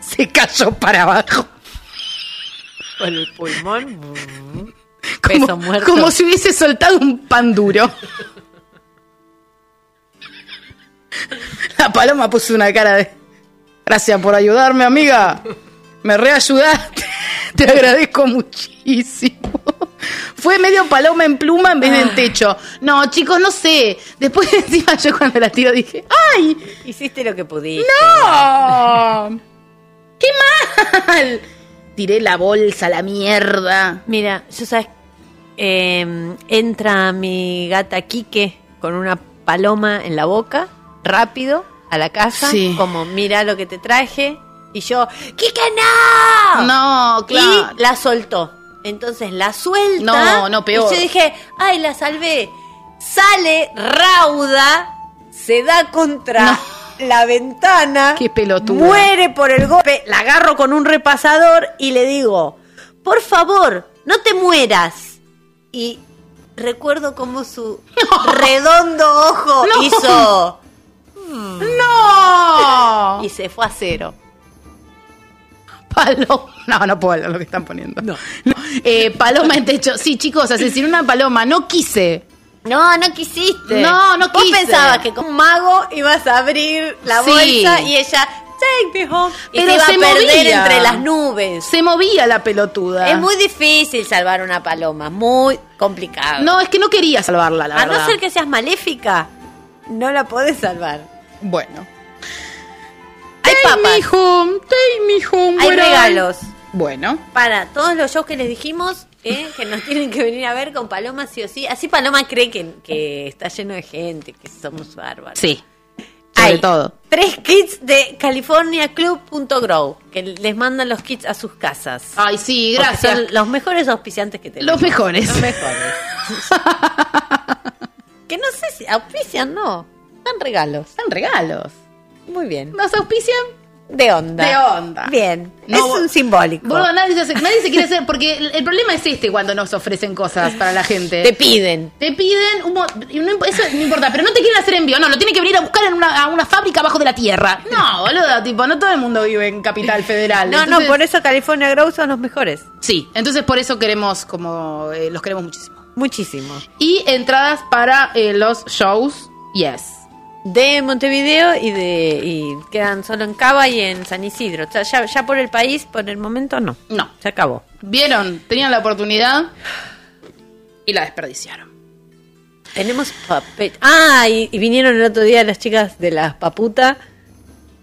[SPEAKER 2] se cayó para abajo.
[SPEAKER 3] Con el pulmón.
[SPEAKER 2] Como,
[SPEAKER 3] Peso muerto.
[SPEAKER 2] como si hubiese soltado un pan duro. La paloma puso una cara de. Gracias por ayudarme, amiga. Me reayudaste. Te agradezco muchísimo. Fue medio paloma en pluma en vez de
[SPEAKER 3] Ah.
[SPEAKER 2] en techo. No, chicos, no sé. Después encima yo cuando la tiro dije, ¡ay!
[SPEAKER 3] Hiciste lo que pudiste.
[SPEAKER 2] ¡No! "Ah, ¡Qué mal! Tiré la bolsa a la mierda.
[SPEAKER 4] em,
[SPEAKER 3] Mira, yo sabes, eh, entra mi gata Quique con una
[SPEAKER 4] paloma en la boca, rápido, a la casa,
[SPEAKER 2] Sí.
[SPEAKER 4] como mira lo que te traje. Y yo, ¡Kike, no!
[SPEAKER 3] Ah.
[SPEAKER 2] No, claro.
[SPEAKER 4] Y la soltó. Entonces la suelta.
[SPEAKER 2] No, no, peor.
[SPEAKER 4] Y yo dije, ¡ay, la salvé! Sale rauda, se da contra la ventana.
[SPEAKER 2] Qué pelotudo.
[SPEAKER 4] Muere por el golpe, la agarro con un repasador y le digo, por favor, no te mueras. Y recuerdo como su redondo ojo
[SPEAKER 2] No.
[SPEAKER 4] hizo...
[SPEAKER 2] ¡No!
[SPEAKER 4] Y se fue a cero.
[SPEAKER 2] Paloma. No, no puedo hablar lo que están poniendo. No. Eh, paloma en techo. Sí, chicos, asesiné una paloma. No quise.
[SPEAKER 4] No, no quisiste.
[SPEAKER 2] No, no
[SPEAKER 4] Vos
[SPEAKER 2] quise.
[SPEAKER 4] pensabas que con un mago ibas a abrir la
[SPEAKER 2] Sí.
[SPEAKER 4] bolsa y ella... Take me home. Y
[SPEAKER 2] Pero
[SPEAKER 4] te iba
[SPEAKER 2] se
[SPEAKER 4] a perder
[SPEAKER 2] movía.
[SPEAKER 4] entre las nubes.
[SPEAKER 2] Se movía la pelotuda.
[SPEAKER 4] Es muy difícil salvar una paloma, muy complicado.
[SPEAKER 2] No, es que no quería salvarla, la
[SPEAKER 4] a
[SPEAKER 2] verdad.
[SPEAKER 4] no ser que seas maléfica, no la podés salvar.
[SPEAKER 2] Bueno. Hay take me home, take me home.
[SPEAKER 4] Hay
[SPEAKER 2] where I-
[SPEAKER 4] regalos
[SPEAKER 2] Bueno.
[SPEAKER 4] para todos los shows que les dijimos, ¿eh? que nos tienen que venir a ver con Paloma sí o sí. Así Paloma cree que, que está lleno de gente, que somos bárbaros.
[SPEAKER 2] Sí. Sobre todo.
[SPEAKER 4] Tres kits de californiaclub.grow, que les mandan los kits a sus casas.
[SPEAKER 2] Ay, sí,
[SPEAKER 4] Porque
[SPEAKER 2] Ah, gracias.
[SPEAKER 4] son los mejores auspiciantes que tenemos.
[SPEAKER 2] Los mejores.
[SPEAKER 4] Los mejores. que no sé si auspician, no. Dan regalos.
[SPEAKER 2] Dan regalos.
[SPEAKER 4] Muy bien.
[SPEAKER 2] ¿Nos auspician?
[SPEAKER 4] De onda.
[SPEAKER 2] De onda.
[SPEAKER 4] Bien.
[SPEAKER 2] No,
[SPEAKER 4] es
[SPEAKER 2] vos-
[SPEAKER 4] un simbólico.
[SPEAKER 2] Boludo, nadie, se hace- nadie se quiere hacer, porque el, el problema es este cuando nos ofrecen cosas para la gente.
[SPEAKER 4] Te piden.
[SPEAKER 2] Te piden, un mo- y no imp- eso no importa, pero no te quieren hacer envío, no, lo tiene que venir a buscar en una, a una fábrica abajo de la tierra. No, boludo, tipo, no todo el mundo vive en Capital Federal.
[SPEAKER 4] No, no, por eso California Grow son los mejores.
[SPEAKER 2] Sí, entonces por eso queremos, como, eh, los queremos muchísimo.
[SPEAKER 4] Muchísimo.
[SPEAKER 2] Y entradas para eh, los shows, yes.
[SPEAKER 4] De Montevideo y de y quedan solo en Cava y en San Isidro. O sea, ya, ya por el país, por el momento, no.
[SPEAKER 2] No.
[SPEAKER 4] Se acabó.
[SPEAKER 2] Vieron, tenían la oportunidad y la desperdiciaron.
[SPEAKER 4] Tenemos papel. Ah, y, y vinieron el otro día las chicas de las paputa.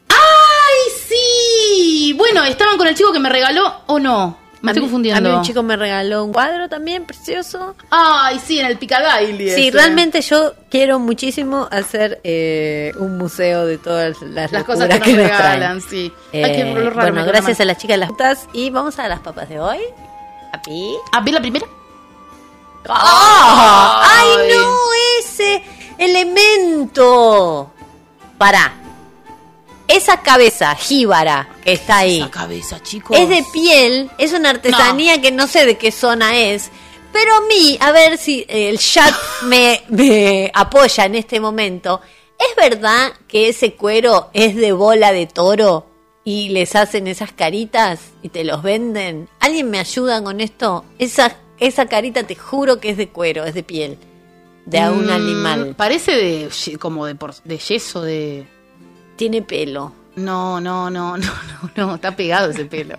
[SPEAKER 2] ¡Ay, sí! Bueno, estaban con el chico que me regaló, ¿o no? Me
[SPEAKER 4] A
[SPEAKER 2] estoy
[SPEAKER 4] mí-
[SPEAKER 2] confundiendo.
[SPEAKER 4] A mí un chico me regaló un cuadro también, precioso.
[SPEAKER 2] Ay, sí, en el este. Picadilly.
[SPEAKER 4] Sí,
[SPEAKER 2] ese.
[SPEAKER 4] realmente yo quiero muchísimo hacer eh, un museo de todas las,
[SPEAKER 2] Las cosas
[SPEAKER 4] locuras
[SPEAKER 2] que nos regalan,
[SPEAKER 4] traen.
[SPEAKER 2] sí.
[SPEAKER 4] Eh,
[SPEAKER 2] Ay, qué raro, me
[SPEAKER 4] bueno,
[SPEAKER 2] quedó
[SPEAKER 4] gracias
[SPEAKER 2] mal.
[SPEAKER 4] a las chicas de las putas. Y vamos a las papas de hoy. ¿A pi?
[SPEAKER 2] ¿A pi la primera?
[SPEAKER 4] ¡Ah!
[SPEAKER 2] Ay.
[SPEAKER 4] ¡Ay, no! ¡Ese elemento! Pará. Esa cabeza jíbara que está ahí.
[SPEAKER 2] Esa cabeza, chicos.
[SPEAKER 4] Es de piel, es una artesanía que no sé de qué zona es. Pero a mí, a ver si eh, el chat me, me apoya en este momento. ¿Es verdad que ese cuero es de bola de toro y les hacen esas caritas y te los venden? ¿Alguien me ayuda con esto? Esa, esa carita te juro que es de cuero, es de piel, de a un
[SPEAKER 2] Mm,
[SPEAKER 4] animal.
[SPEAKER 2] Parece de ye- como de, por- de yeso, de...
[SPEAKER 4] Tiene pelo.
[SPEAKER 2] No, no, no, no, no, no, está pegado ese pelo.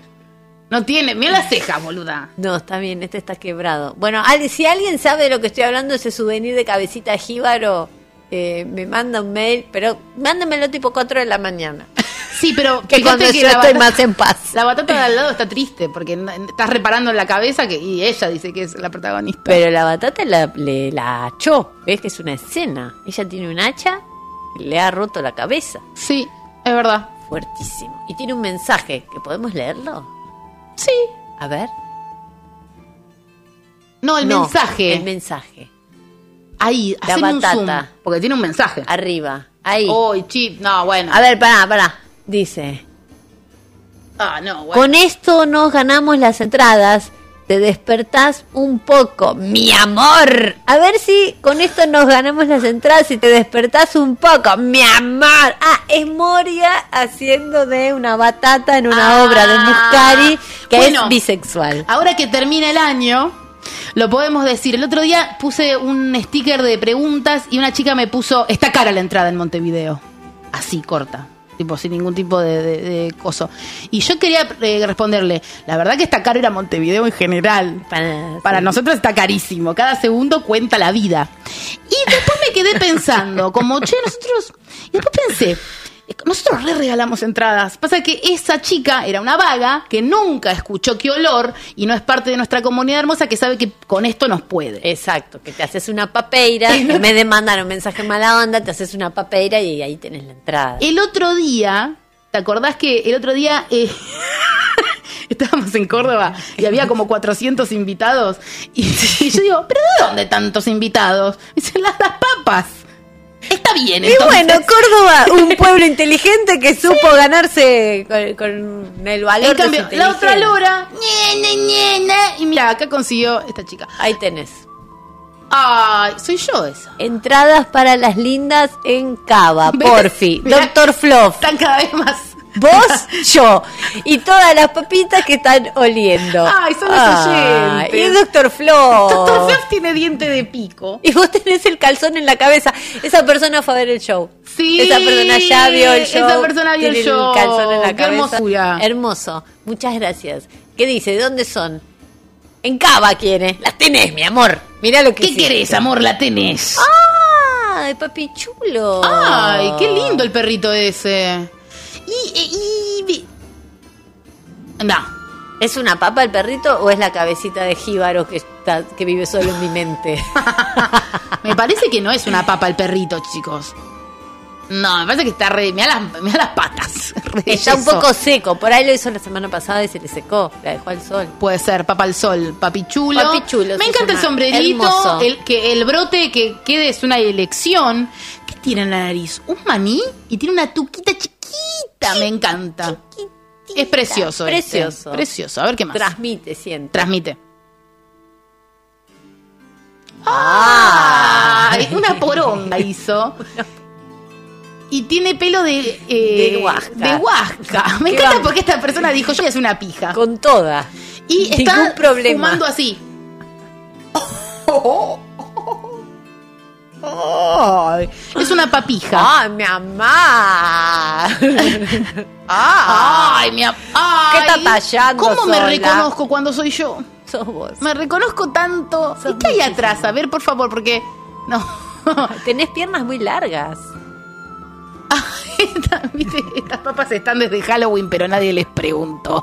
[SPEAKER 2] No tiene, mira las cejas, boluda.
[SPEAKER 4] No, está bien, este está quebrado. Bueno, al- si alguien sabe de lo que estoy hablando, ese souvenir de cabecita jíbaro, eh, me manda un mail, pero mándamelo tipo 4 de la mañana.
[SPEAKER 2] Sí, pero
[SPEAKER 4] Que
[SPEAKER 2] fíjate
[SPEAKER 4] cuando yo
[SPEAKER 2] la
[SPEAKER 4] estoy
[SPEAKER 2] batata-
[SPEAKER 4] más en paz.
[SPEAKER 2] La batata de al lado está triste porque n- estás reparando en la cabeza que, y ella dice que es la protagonista.
[SPEAKER 4] Pero la batata la, le, la hachó, ves que es una escena. Ella tiene un hacha, le ha roto la cabeza.
[SPEAKER 2] Sí, es verdad.
[SPEAKER 4] Fuertísimo. Y tiene un mensaje, que podemos leerlo.
[SPEAKER 2] Sí.
[SPEAKER 4] A ver.
[SPEAKER 2] No, el
[SPEAKER 4] No,
[SPEAKER 2] mensaje.
[SPEAKER 4] El mensaje.
[SPEAKER 2] Ahí,
[SPEAKER 4] La
[SPEAKER 2] haceme un
[SPEAKER 4] batata.
[SPEAKER 2] zoom, porque tiene un mensaje.
[SPEAKER 4] Arriba. Ahí. Ah.
[SPEAKER 2] Uy, chip, no, bueno.
[SPEAKER 4] A ver, pará, pará. Dice.
[SPEAKER 2] Ah, no, bueno.
[SPEAKER 4] Con esto nos ganamos las entradas. Te despertás un poco, mi amor. A ver si con esto nos ganamos las entradas y te despertás un poco, mi amor. Ah, es Moria haciendo de una batata en una
[SPEAKER 2] Ah,
[SPEAKER 4] obra de Muscari que
[SPEAKER 2] bueno.
[SPEAKER 4] es bisexual.
[SPEAKER 2] Ahora que termina el año, lo podemos decir. El otro día puse un sticker de preguntas y una chica me puso, está cara la entrada en Montevideo. Así, corta. Tipo, sin ningún tipo de, de- de coso. Y yo quería eh, responderle, la verdad que está caro ir a Montevideo en general.
[SPEAKER 3] Ah,
[SPEAKER 4] Para,
[SPEAKER 2] Para nosotros está carísimo. Cada segundo cuenta la vida. Y después me quedé pensando, como, che, nosotros... Y después pensé, "Eh, Nosotros re regalamos entradas. Pasa que esa chica era una vaga que nunca escuchó qué olor y no es parte de nuestra comunidad hermosa que sabe que con esto nos puede.
[SPEAKER 3] Exacto, que te haces una papeira, en vez de mandar un mensaje mala onda, te haces una papeira y ahí tenés la entrada.
[SPEAKER 2] El otro día, ¿te acordás que el otro día eh, estábamos en Córdoba y había como 400 invitados? Y, y yo digo, ¿pero de dónde tantos invitados? Me dicen, las, las papas. Está bien,
[SPEAKER 3] Y
[SPEAKER 2] entonces.
[SPEAKER 3] bueno, Córdoba, un pueblo inteligente que supo ganarse con, con el valor
[SPEAKER 2] En cambio,
[SPEAKER 3] de su
[SPEAKER 2] la otra
[SPEAKER 3] inteligencia.
[SPEAKER 2] Lora, ñe, ñe, ñe, ñe, y mira, acá consiguió esta chica.
[SPEAKER 3] Ahí tenés.
[SPEAKER 2] Ay, soy yo esa.
[SPEAKER 3] Entradas para las lindas en Cava,
[SPEAKER 2] ¿Ves?
[SPEAKER 3] porfi.
[SPEAKER 2] Mirá,
[SPEAKER 3] Doctor Flof.
[SPEAKER 2] Están cada vez más.
[SPEAKER 3] Vos, yo. Y todas las papitas que están oliendo.
[SPEAKER 2] Ay, son los
[SPEAKER 3] Ay,
[SPEAKER 2] oyentes.
[SPEAKER 3] Y Doctor Flof.
[SPEAKER 2] Doctor Fluff tiene diente de pico.
[SPEAKER 3] Y vos tenés el calzón en la cabeza. Esa persona fue a ver el show.
[SPEAKER 2] Sí,
[SPEAKER 3] Esa persona ya vio el show.
[SPEAKER 2] esa persona vio el
[SPEAKER 3] tiene
[SPEAKER 2] show.
[SPEAKER 3] calzón en la
[SPEAKER 2] Qué
[SPEAKER 3] cabeza.
[SPEAKER 2] hermosura.
[SPEAKER 3] Hermoso. Muchas gracias. ¿Qué dice? ¿De dónde son? En Cava quiere. Las tenés, mi amor. Mirá lo que
[SPEAKER 2] ¿Qué
[SPEAKER 3] hiciste.
[SPEAKER 2] querés, amor? La tenés.
[SPEAKER 3] Ay, papi chulo.
[SPEAKER 2] Ay, qué lindo el perrito ese. Y, y, y- No.
[SPEAKER 3] ¿Es una papa el perrito o es la cabecita de jíbaro que, está, que vive solo en mi mente?
[SPEAKER 2] Me parece que no es una papa el perrito, chicos. No, me parece que está re. Mirá las, mirá las patas. Re
[SPEAKER 3] Está un
[SPEAKER 2] yeso.
[SPEAKER 3] poco seco. Por ahí lo hizo la semana pasada y se le secó. La dejó al sol.
[SPEAKER 2] Puede ser, papa al sol, papichulo.
[SPEAKER 3] Papichulo
[SPEAKER 2] Me
[SPEAKER 3] se
[SPEAKER 2] encanta el
[SPEAKER 3] llama.
[SPEAKER 2] sombrerito,
[SPEAKER 3] Hermoso.
[SPEAKER 2] el, que el brote que quede es una elección. ¿Qué tiene en la nariz? Un maní y tiene una tuquita chiquita. Me encanta. Es precioso. este.
[SPEAKER 3] Precioso.
[SPEAKER 2] Precioso. A ver qué más.
[SPEAKER 3] Transmite, siento.
[SPEAKER 2] Transmite.
[SPEAKER 3] Ah.
[SPEAKER 2] Ay, una poronga hizo. Y tiene pelo de. eh,
[SPEAKER 3] De huasca.
[SPEAKER 2] de huasca. Me
[SPEAKER 3] Qué
[SPEAKER 2] encanta
[SPEAKER 3] bárbaro.
[SPEAKER 2] porque esta persona dijo: Yo voy a hacer una pija.
[SPEAKER 3] Con toda.
[SPEAKER 2] Y está
[SPEAKER 3] Ningún problema.
[SPEAKER 2] fumando así. Ay, es una papija.
[SPEAKER 3] ¡Ay, mi mamá! Ah.
[SPEAKER 2] Ay, mi am- ay,
[SPEAKER 3] ¿Qué está tallando
[SPEAKER 2] ¿Cómo me
[SPEAKER 3] sola?
[SPEAKER 2] reconozco cuando soy yo?
[SPEAKER 3] Sos vos.
[SPEAKER 2] Me reconozco tanto. ¿Y qué hay atrás? A ver, por favor, porque. No.
[SPEAKER 3] Tenés piernas muy largas.
[SPEAKER 2] Viste, Estas papas están desde Halloween, pero nadie les preguntó.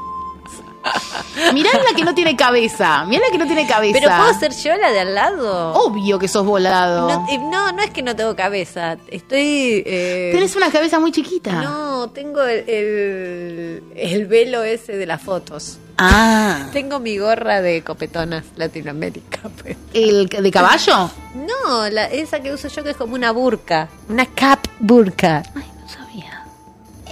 [SPEAKER 2] Mirá la que no tiene cabeza. Mirá la que no tiene cabeza.
[SPEAKER 3] ¿Pero puedo ser yo la de al lado?
[SPEAKER 2] Obvio que sos volado.
[SPEAKER 3] Oh, No, eh, no, no es que no tengo cabeza. Estoy. eh,
[SPEAKER 2] Tenés una cabeza muy chiquita.
[SPEAKER 3] No, tengo el, el, el velo ese de las fotos.
[SPEAKER 2] Ah.
[SPEAKER 3] Tengo mi gorra de copetonas Latinoamérica. pues.
[SPEAKER 2] ¿El de caballo?
[SPEAKER 3] No, la, esa que uso yo que es como una burka. Una cap burka.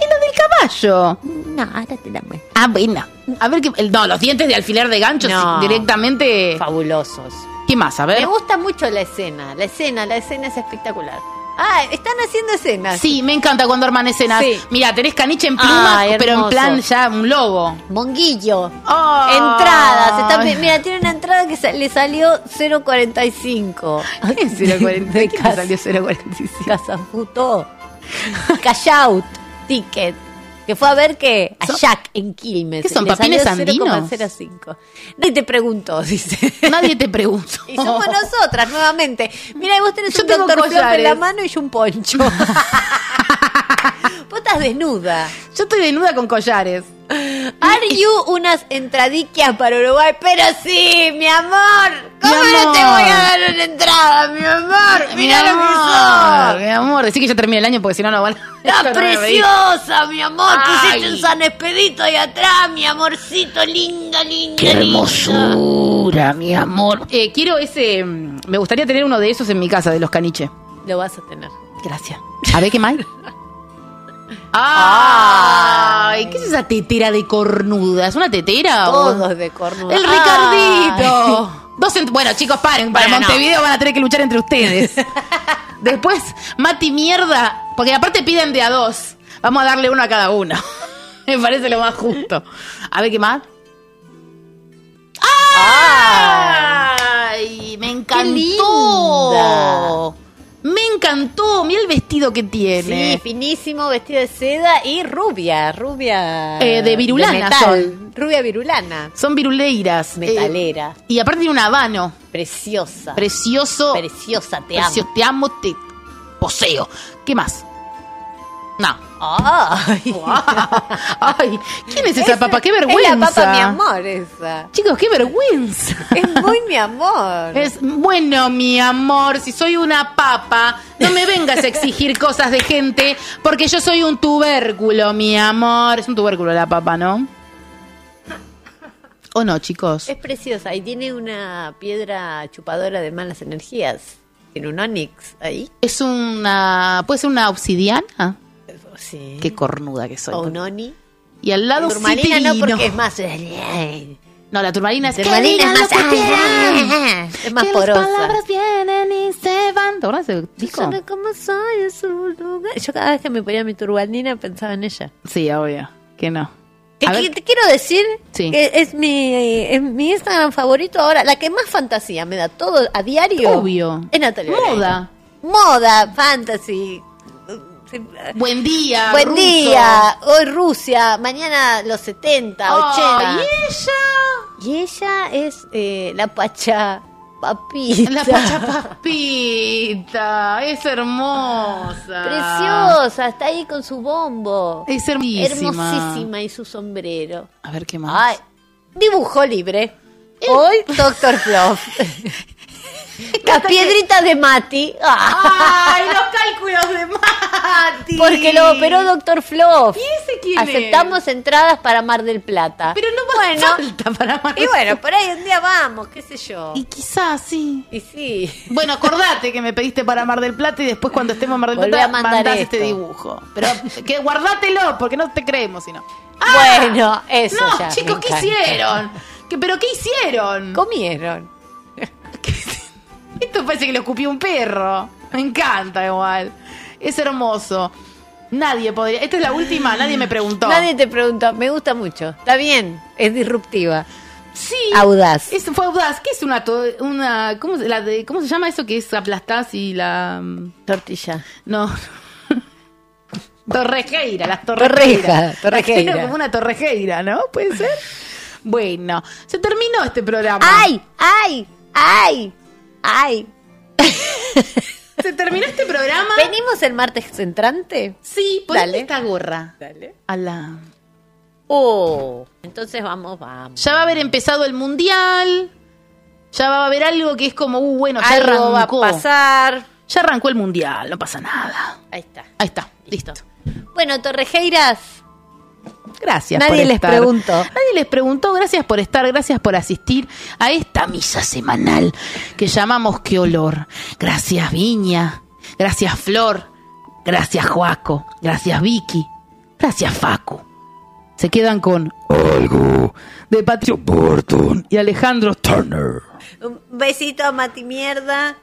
[SPEAKER 2] ¿Y la del caballo?
[SPEAKER 3] No, ahora te la muestro.
[SPEAKER 2] Ah, bueno. A ver, qué, el- no, los dientes de alfiler de gancho
[SPEAKER 3] No.
[SPEAKER 2] sí, directamente.
[SPEAKER 3] Fabulosos.
[SPEAKER 2] ¿Qué más? A
[SPEAKER 3] Me
[SPEAKER 2] ver.
[SPEAKER 3] gusta mucho la escena. La escena, la escena es espectacular. Ah, están haciendo escenas.
[SPEAKER 2] Sí, me encanta cuando arman escenas.
[SPEAKER 3] Sí.
[SPEAKER 2] Mira, tenés caniche en pluma,
[SPEAKER 3] Ay,
[SPEAKER 2] pero en
[SPEAKER 3] hermoso.
[SPEAKER 2] plan ya un lobo.
[SPEAKER 3] Monguillo.
[SPEAKER 2] Ay.
[SPEAKER 3] Entradas. Está- mira, tiene una entrada que sa- le salió 0.45.
[SPEAKER 2] ¿Qué 0.40? ¿Quién te salió 0.45?
[SPEAKER 3] Casafutó. Cash out. Ticket. Que fue a ver que a Jack en Quilmes.
[SPEAKER 2] ¿Qué son,
[SPEAKER 3] Le salió
[SPEAKER 2] papines andinos?
[SPEAKER 3] 0,05. Nadie te preguntó, dice.
[SPEAKER 2] Nadie te preguntó.
[SPEAKER 3] Y somos nosotras nuevamente. Mira, vos tenés
[SPEAKER 2] Yo
[SPEAKER 3] un
[SPEAKER 2] tengo ¿eh?
[SPEAKER 3] doctor Flop en la
[SPEAKER 2] collares.
[SPEAKER 3] mano y yo un poncho. vos estás desnuda.
[SPEAKER 2] Yo estoy desnuda con collares.
[SPEAKER 3] Are you unas entradiquias para Uruguay? Pero sí, mi amor. ¿Cómo
[SPEAKER 2] Mi
[SPEAKER 3] no te
[SPEAKER 2] amor.
[SPEAKER 3] voy a dar una entrada, mi amor? Mira
[SPEAKER 2] Mi
[SPEAKER 3] lo
[SPEAKER 2] amor, Mi amor, decí que ya termine el año porque si no, no van a.
[SPEAKER 3] que sos.
[SPEAKER 2] no me
[SPEAKER 3] ¡Estás
[SPEAKER 2] reí.
[SPEAKER 3] preciosa, mi amor! Pusiste
[SPEAKER 2] Ay.
[SPEAKER 3] un San Expedito ahí atrás, mi amorcito, linda, linda.
[SPEAKER 2] ¡Qué
[SPEAKER 3] linda.
[SPEAKER 2] hermosura, mi amor! Eh, quiero ese. mm, Me gustaría tener uno de esos en mi casa, de los caniche.
[SPEAKER 3] Lo vas a tener.
[SPEAKER 2] Gracias. A ver qué más. hay? ¡Ay! ¿Qué es esa tetera de cornuda? ¿Es una tetera o.?
[SPEAKER 3] Todos de cornuda.
[SPEAKER 2] ¡El Ricardito! Dos ent- bueno, chicos, paren. Para
[SPEAKER 3] Bueno, no.
[SPEAKER 2] Montevideo van a tener que luchar entre ustedes. Después, Mati Mierda. Porque aparte piden de a dos. Vamos a darle uno a cada uno. Me parece lo más justo. A ver qué más. ¡Ay! ¡Me encantó! ¡Me encantó! Mira el vestido que tiene.
[SPEAKER 3] Sí, finísimo, vestido de seda y rubia, rubia.
[SPEAKER 2] Eh, de virulana
[SPEAKER 3] metal.
[SPEAKER 2] son.
[SPEAKER 3] Rubia virulana.
[SPEAKER 2] Son viruleiras. eh,
[SPEAKER 3] Metalera.
[SPEAKER 2] y aparte tiene un habano.
[SPEAKER 3] Preciosa.
[SPEAKER 2] Precioso.
[SPEAKER 3] Oh. Preciosa, te
[SPEAKER 2] Precio-
[SPEAKER 3] amo.
[SPEAKER 2] te amo, te poseo. ¿Qué más? No.
[SPEAKER 3] Ay.
[SPEAKER 2] Ay, ¿quién es esa papa? ¡Qué vergüenza!
[SPEAKER 3] Es la papa, mi amor, esa.
[SPEAKER 2] Chicos, qué vergüenza.
[SPEAKER 3] Es muy mi amor.
[SPEAKER 2] Es bueno, mi amor, si soy una papa, no me vengas a exigir cosas de gente, porque yo soy un tubérculo, mi amor. Es un tubérculo la papa, ¿no? ¿O no, chicos?
[SPEAKER 3] Es preciosa y tiene una piedra chupadora de malas energías. Tiene un onix ahí.
[SPEAKER 2] Es una. ¿Puede ser una obsidiana?
[SPEAKER 3] Sí.
[SPEAKER 2] Qué cornuda que soy.
[SPEAKER 3] O un oni.
[SPEAKER 2] Y al lado
[SPEAKER 3] Oh, Turmalina no,
[SPEAKER 2] citadino.
[SPEAKER 3] porque es más. eh,
[SPEAKER 2] No, la turmalina es
[SPEAKER 3] Turmalina
[SPEAKER 2] que
[SPEAKER 3] es
[SPEAKER 2] digan lo
[SPEAKER 3] más-
[SPEAKER 2] que quieran.
[SPEAKER 3] Ah, es más
[SPEAKER 2] Que
[SPEAKER 3] porosa.
[SPEAKER 2] Las palabras vienen y se van. ¿Te acordás de ese disco?
[SPEAKER 3] Yo como soy, es un lugar. Yo cada vez que me ponía mi turbanina pensaba en ella.
[SPEAKER 2] Sí, obvio. Que no.
[SPEAKER 3] Que-
[SPEAKER 2] A
[SPEAKER 3] que
[SPEAKER 2] ver.
[SPEAKER 3] te quiero decir
[SPEAKER 2] Sí.
[SPEAKER 3] que es mi, es mi Instagram favorito ahora, la que más fantasía me da todo a diario.
[SPEAKER 2] Obvio.
[SPEAKER 3] Es Natalia.
[SPEAKER 2] Moda.
[SPEAKER 3] Moda, fantasy.
[SPEAKER 2] Buen día.
[SPEAKER 3] Buen
[SPEAKER 2] ruso.
[SPEAKER 3] día. Hoy Rusia, mañana los 70,
[SPEAKER 2] Oh,
[SPEAKER 3] 80.
[SPEAKER 2] ¿y
[SPEAKER 3] ella? Y ella es eh, la pacha papita.
[SPEAKER 2] La pachapapita. Es hermosa.
[SPEAKER 3] Preciosa, está ahí con su bombo.
[SPEAKER 2] Es hermosísima.
[SPEAKER 3] Hermosísima y su sombrero.
[SPEAKER 2] A ver qué más.
[SPEAKER 3] Ay, dibujo libre. Hoy, Doctor Fluff. Las piedritas de Mati. Ah.
[SPEAKER 2] ¡Ay, los cálculos de Mati!
[SPEAKER 3] Porque lo operó Doctor Fluff.
[SPEAKER 2] ¿Y ese quién es?
[SPEAKER 3] Aceptamos entradas para Mar del Plata.
[SPEAKER 2] Pero no
[SPEAKER 3] bueno,
[SPEAKER 2] falta para Mar
[SPEAKER 3] Y
[SPEAKER 2] del
[SPEAKER 3] bueno,
[SPEAKER 2] Plata.
[SPEAKER 3] por ahí un día vamos, qué sé yo.
[SPEAKER 2] Y quizás sí.
[SPEAKER 3] Y sí.
[SPEAKER 2] Bueno, acordate que me pediste para Mar del Plata y después cuando estemos en Mar del
[SPEAKER 3] Volvé
[SPEAKER 2] Plata
[SPEAKER 3] a mandar
[SPEAKER 2] mandás
[SPEAKER 3] esto.
[SPEAKER 2] este dibujo. Pero que guardátelo porque no te creemos sino.
[SPEAKER 3] bueno, eso
[SPEAKER 2] Ah, no,
[SPEAKER 3] ya.
[SPEAKER 2] chicos,
[SPEAKER 3] me
[SPEAKER 2] ¿qué
[SPEAKER 3] encanta.
[SPEAKER 2] hicieron? ¿Qué- ¿Pero qué hicieron?
[SPEAKER 3] Comieron.
[SPEAKER 2] Esto parece que lo escupió un perro. Me encanta igual. Es hermoso. Nadie podría. Esta es la última, nadie me preguntó.
[SPEAKER 3] Nadie te preguntó, me gusta mucho. Está bien, es disruptiva.
[SPEAKER 2] Sí.
[SPEAKER 3] Audaz.
[SPEAKER 2] Es, fue audaz. ¿Qué es una. to- una ¿cómo, se- la de- ¿Cómo se llama eso que es aplastás y la. mm,
[SPEAKER 3] Tortilla.
[SPEAKER 2] No. torrejeira, las torrejeira.
[SPEAKER 3] Torreja, torrejeira.
[SPEAKER 2] Era como una torrejeira, ¿no? ¿Puede ser? Bueno, se terminó este programa.
[SPEAKER 3] ¡Ay! ¡Ay! ¡Ay! ¡Ay!
[SPEAKER 2] ¿Se terminó este programa?
[SPEAKER 3] ¿Venimos el martes entrante?
[SPEAKER 2] Sí,
[SPEAKER 3] Dale.
[SPEAKER 2] ponete esta gorra.
[SPEAKER 3] Dale.
[SPEAKER 2] A la-
[SPEAKER 3] Oh, entonces vamos, vamos.
[SPEAKER 2] Ya va a haber empezado el mundial. Ya va a haber algo que es como, uh, bueno, ya
[SPEAKER 3] Algo va a
[SPEAKER 2] arrancó.
[SPEAKER 3] pasar.
[SPEAKER 2] Ya arrancó el mundial, no pasa nada.
[SPEAKER 3] Ahí está.
[SPEAKER 2] Ahí está, listo.
[SPEAKER 3] Bueno, Torrejeiras,
[SPEAKER 2] Gracias.
[SPEAKER 3] Nadie
[SPEAKER 2] por
[SPEAKER 3] les
[SPEAKER 2] estar.
[SPEAKER 3] preguntó.
[SPEAKER 2] Nadie les preguntó. Gracias por estar, gracias por asistir a esta misa semanal que llamamos Qué Olor. Gracias, Viña. Gracias, Flor. Gracias, Joaco. Gracias, Vicky. Gracias, Facu. Se quedan con algo de Patricio Burton y Alejandro Turner.
[SPEAKER 3] un besito a Mati Mierda,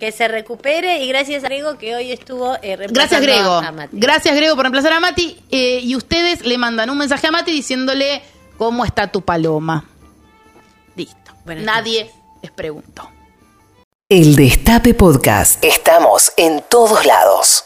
[SPEAKER 3] que se recupere y gracias a Grego que hoy estuvo eh,
[SPEAKER 2] Gracias,
[SPEAKER 3] reemplazando
[SPEAKER 2] Grego.
[SPEAKER 3] a Mati.
[SPEAKER 2] Gracias, Grego, por reemplazar a Mati. Eh, y ustedes le mandan un mensaje a Mati diciéndole cómo está tu paloma. Listo. Nadie les preguntó.
[SPEAKER 1] El Destape Podcast. Estamos en todos lados.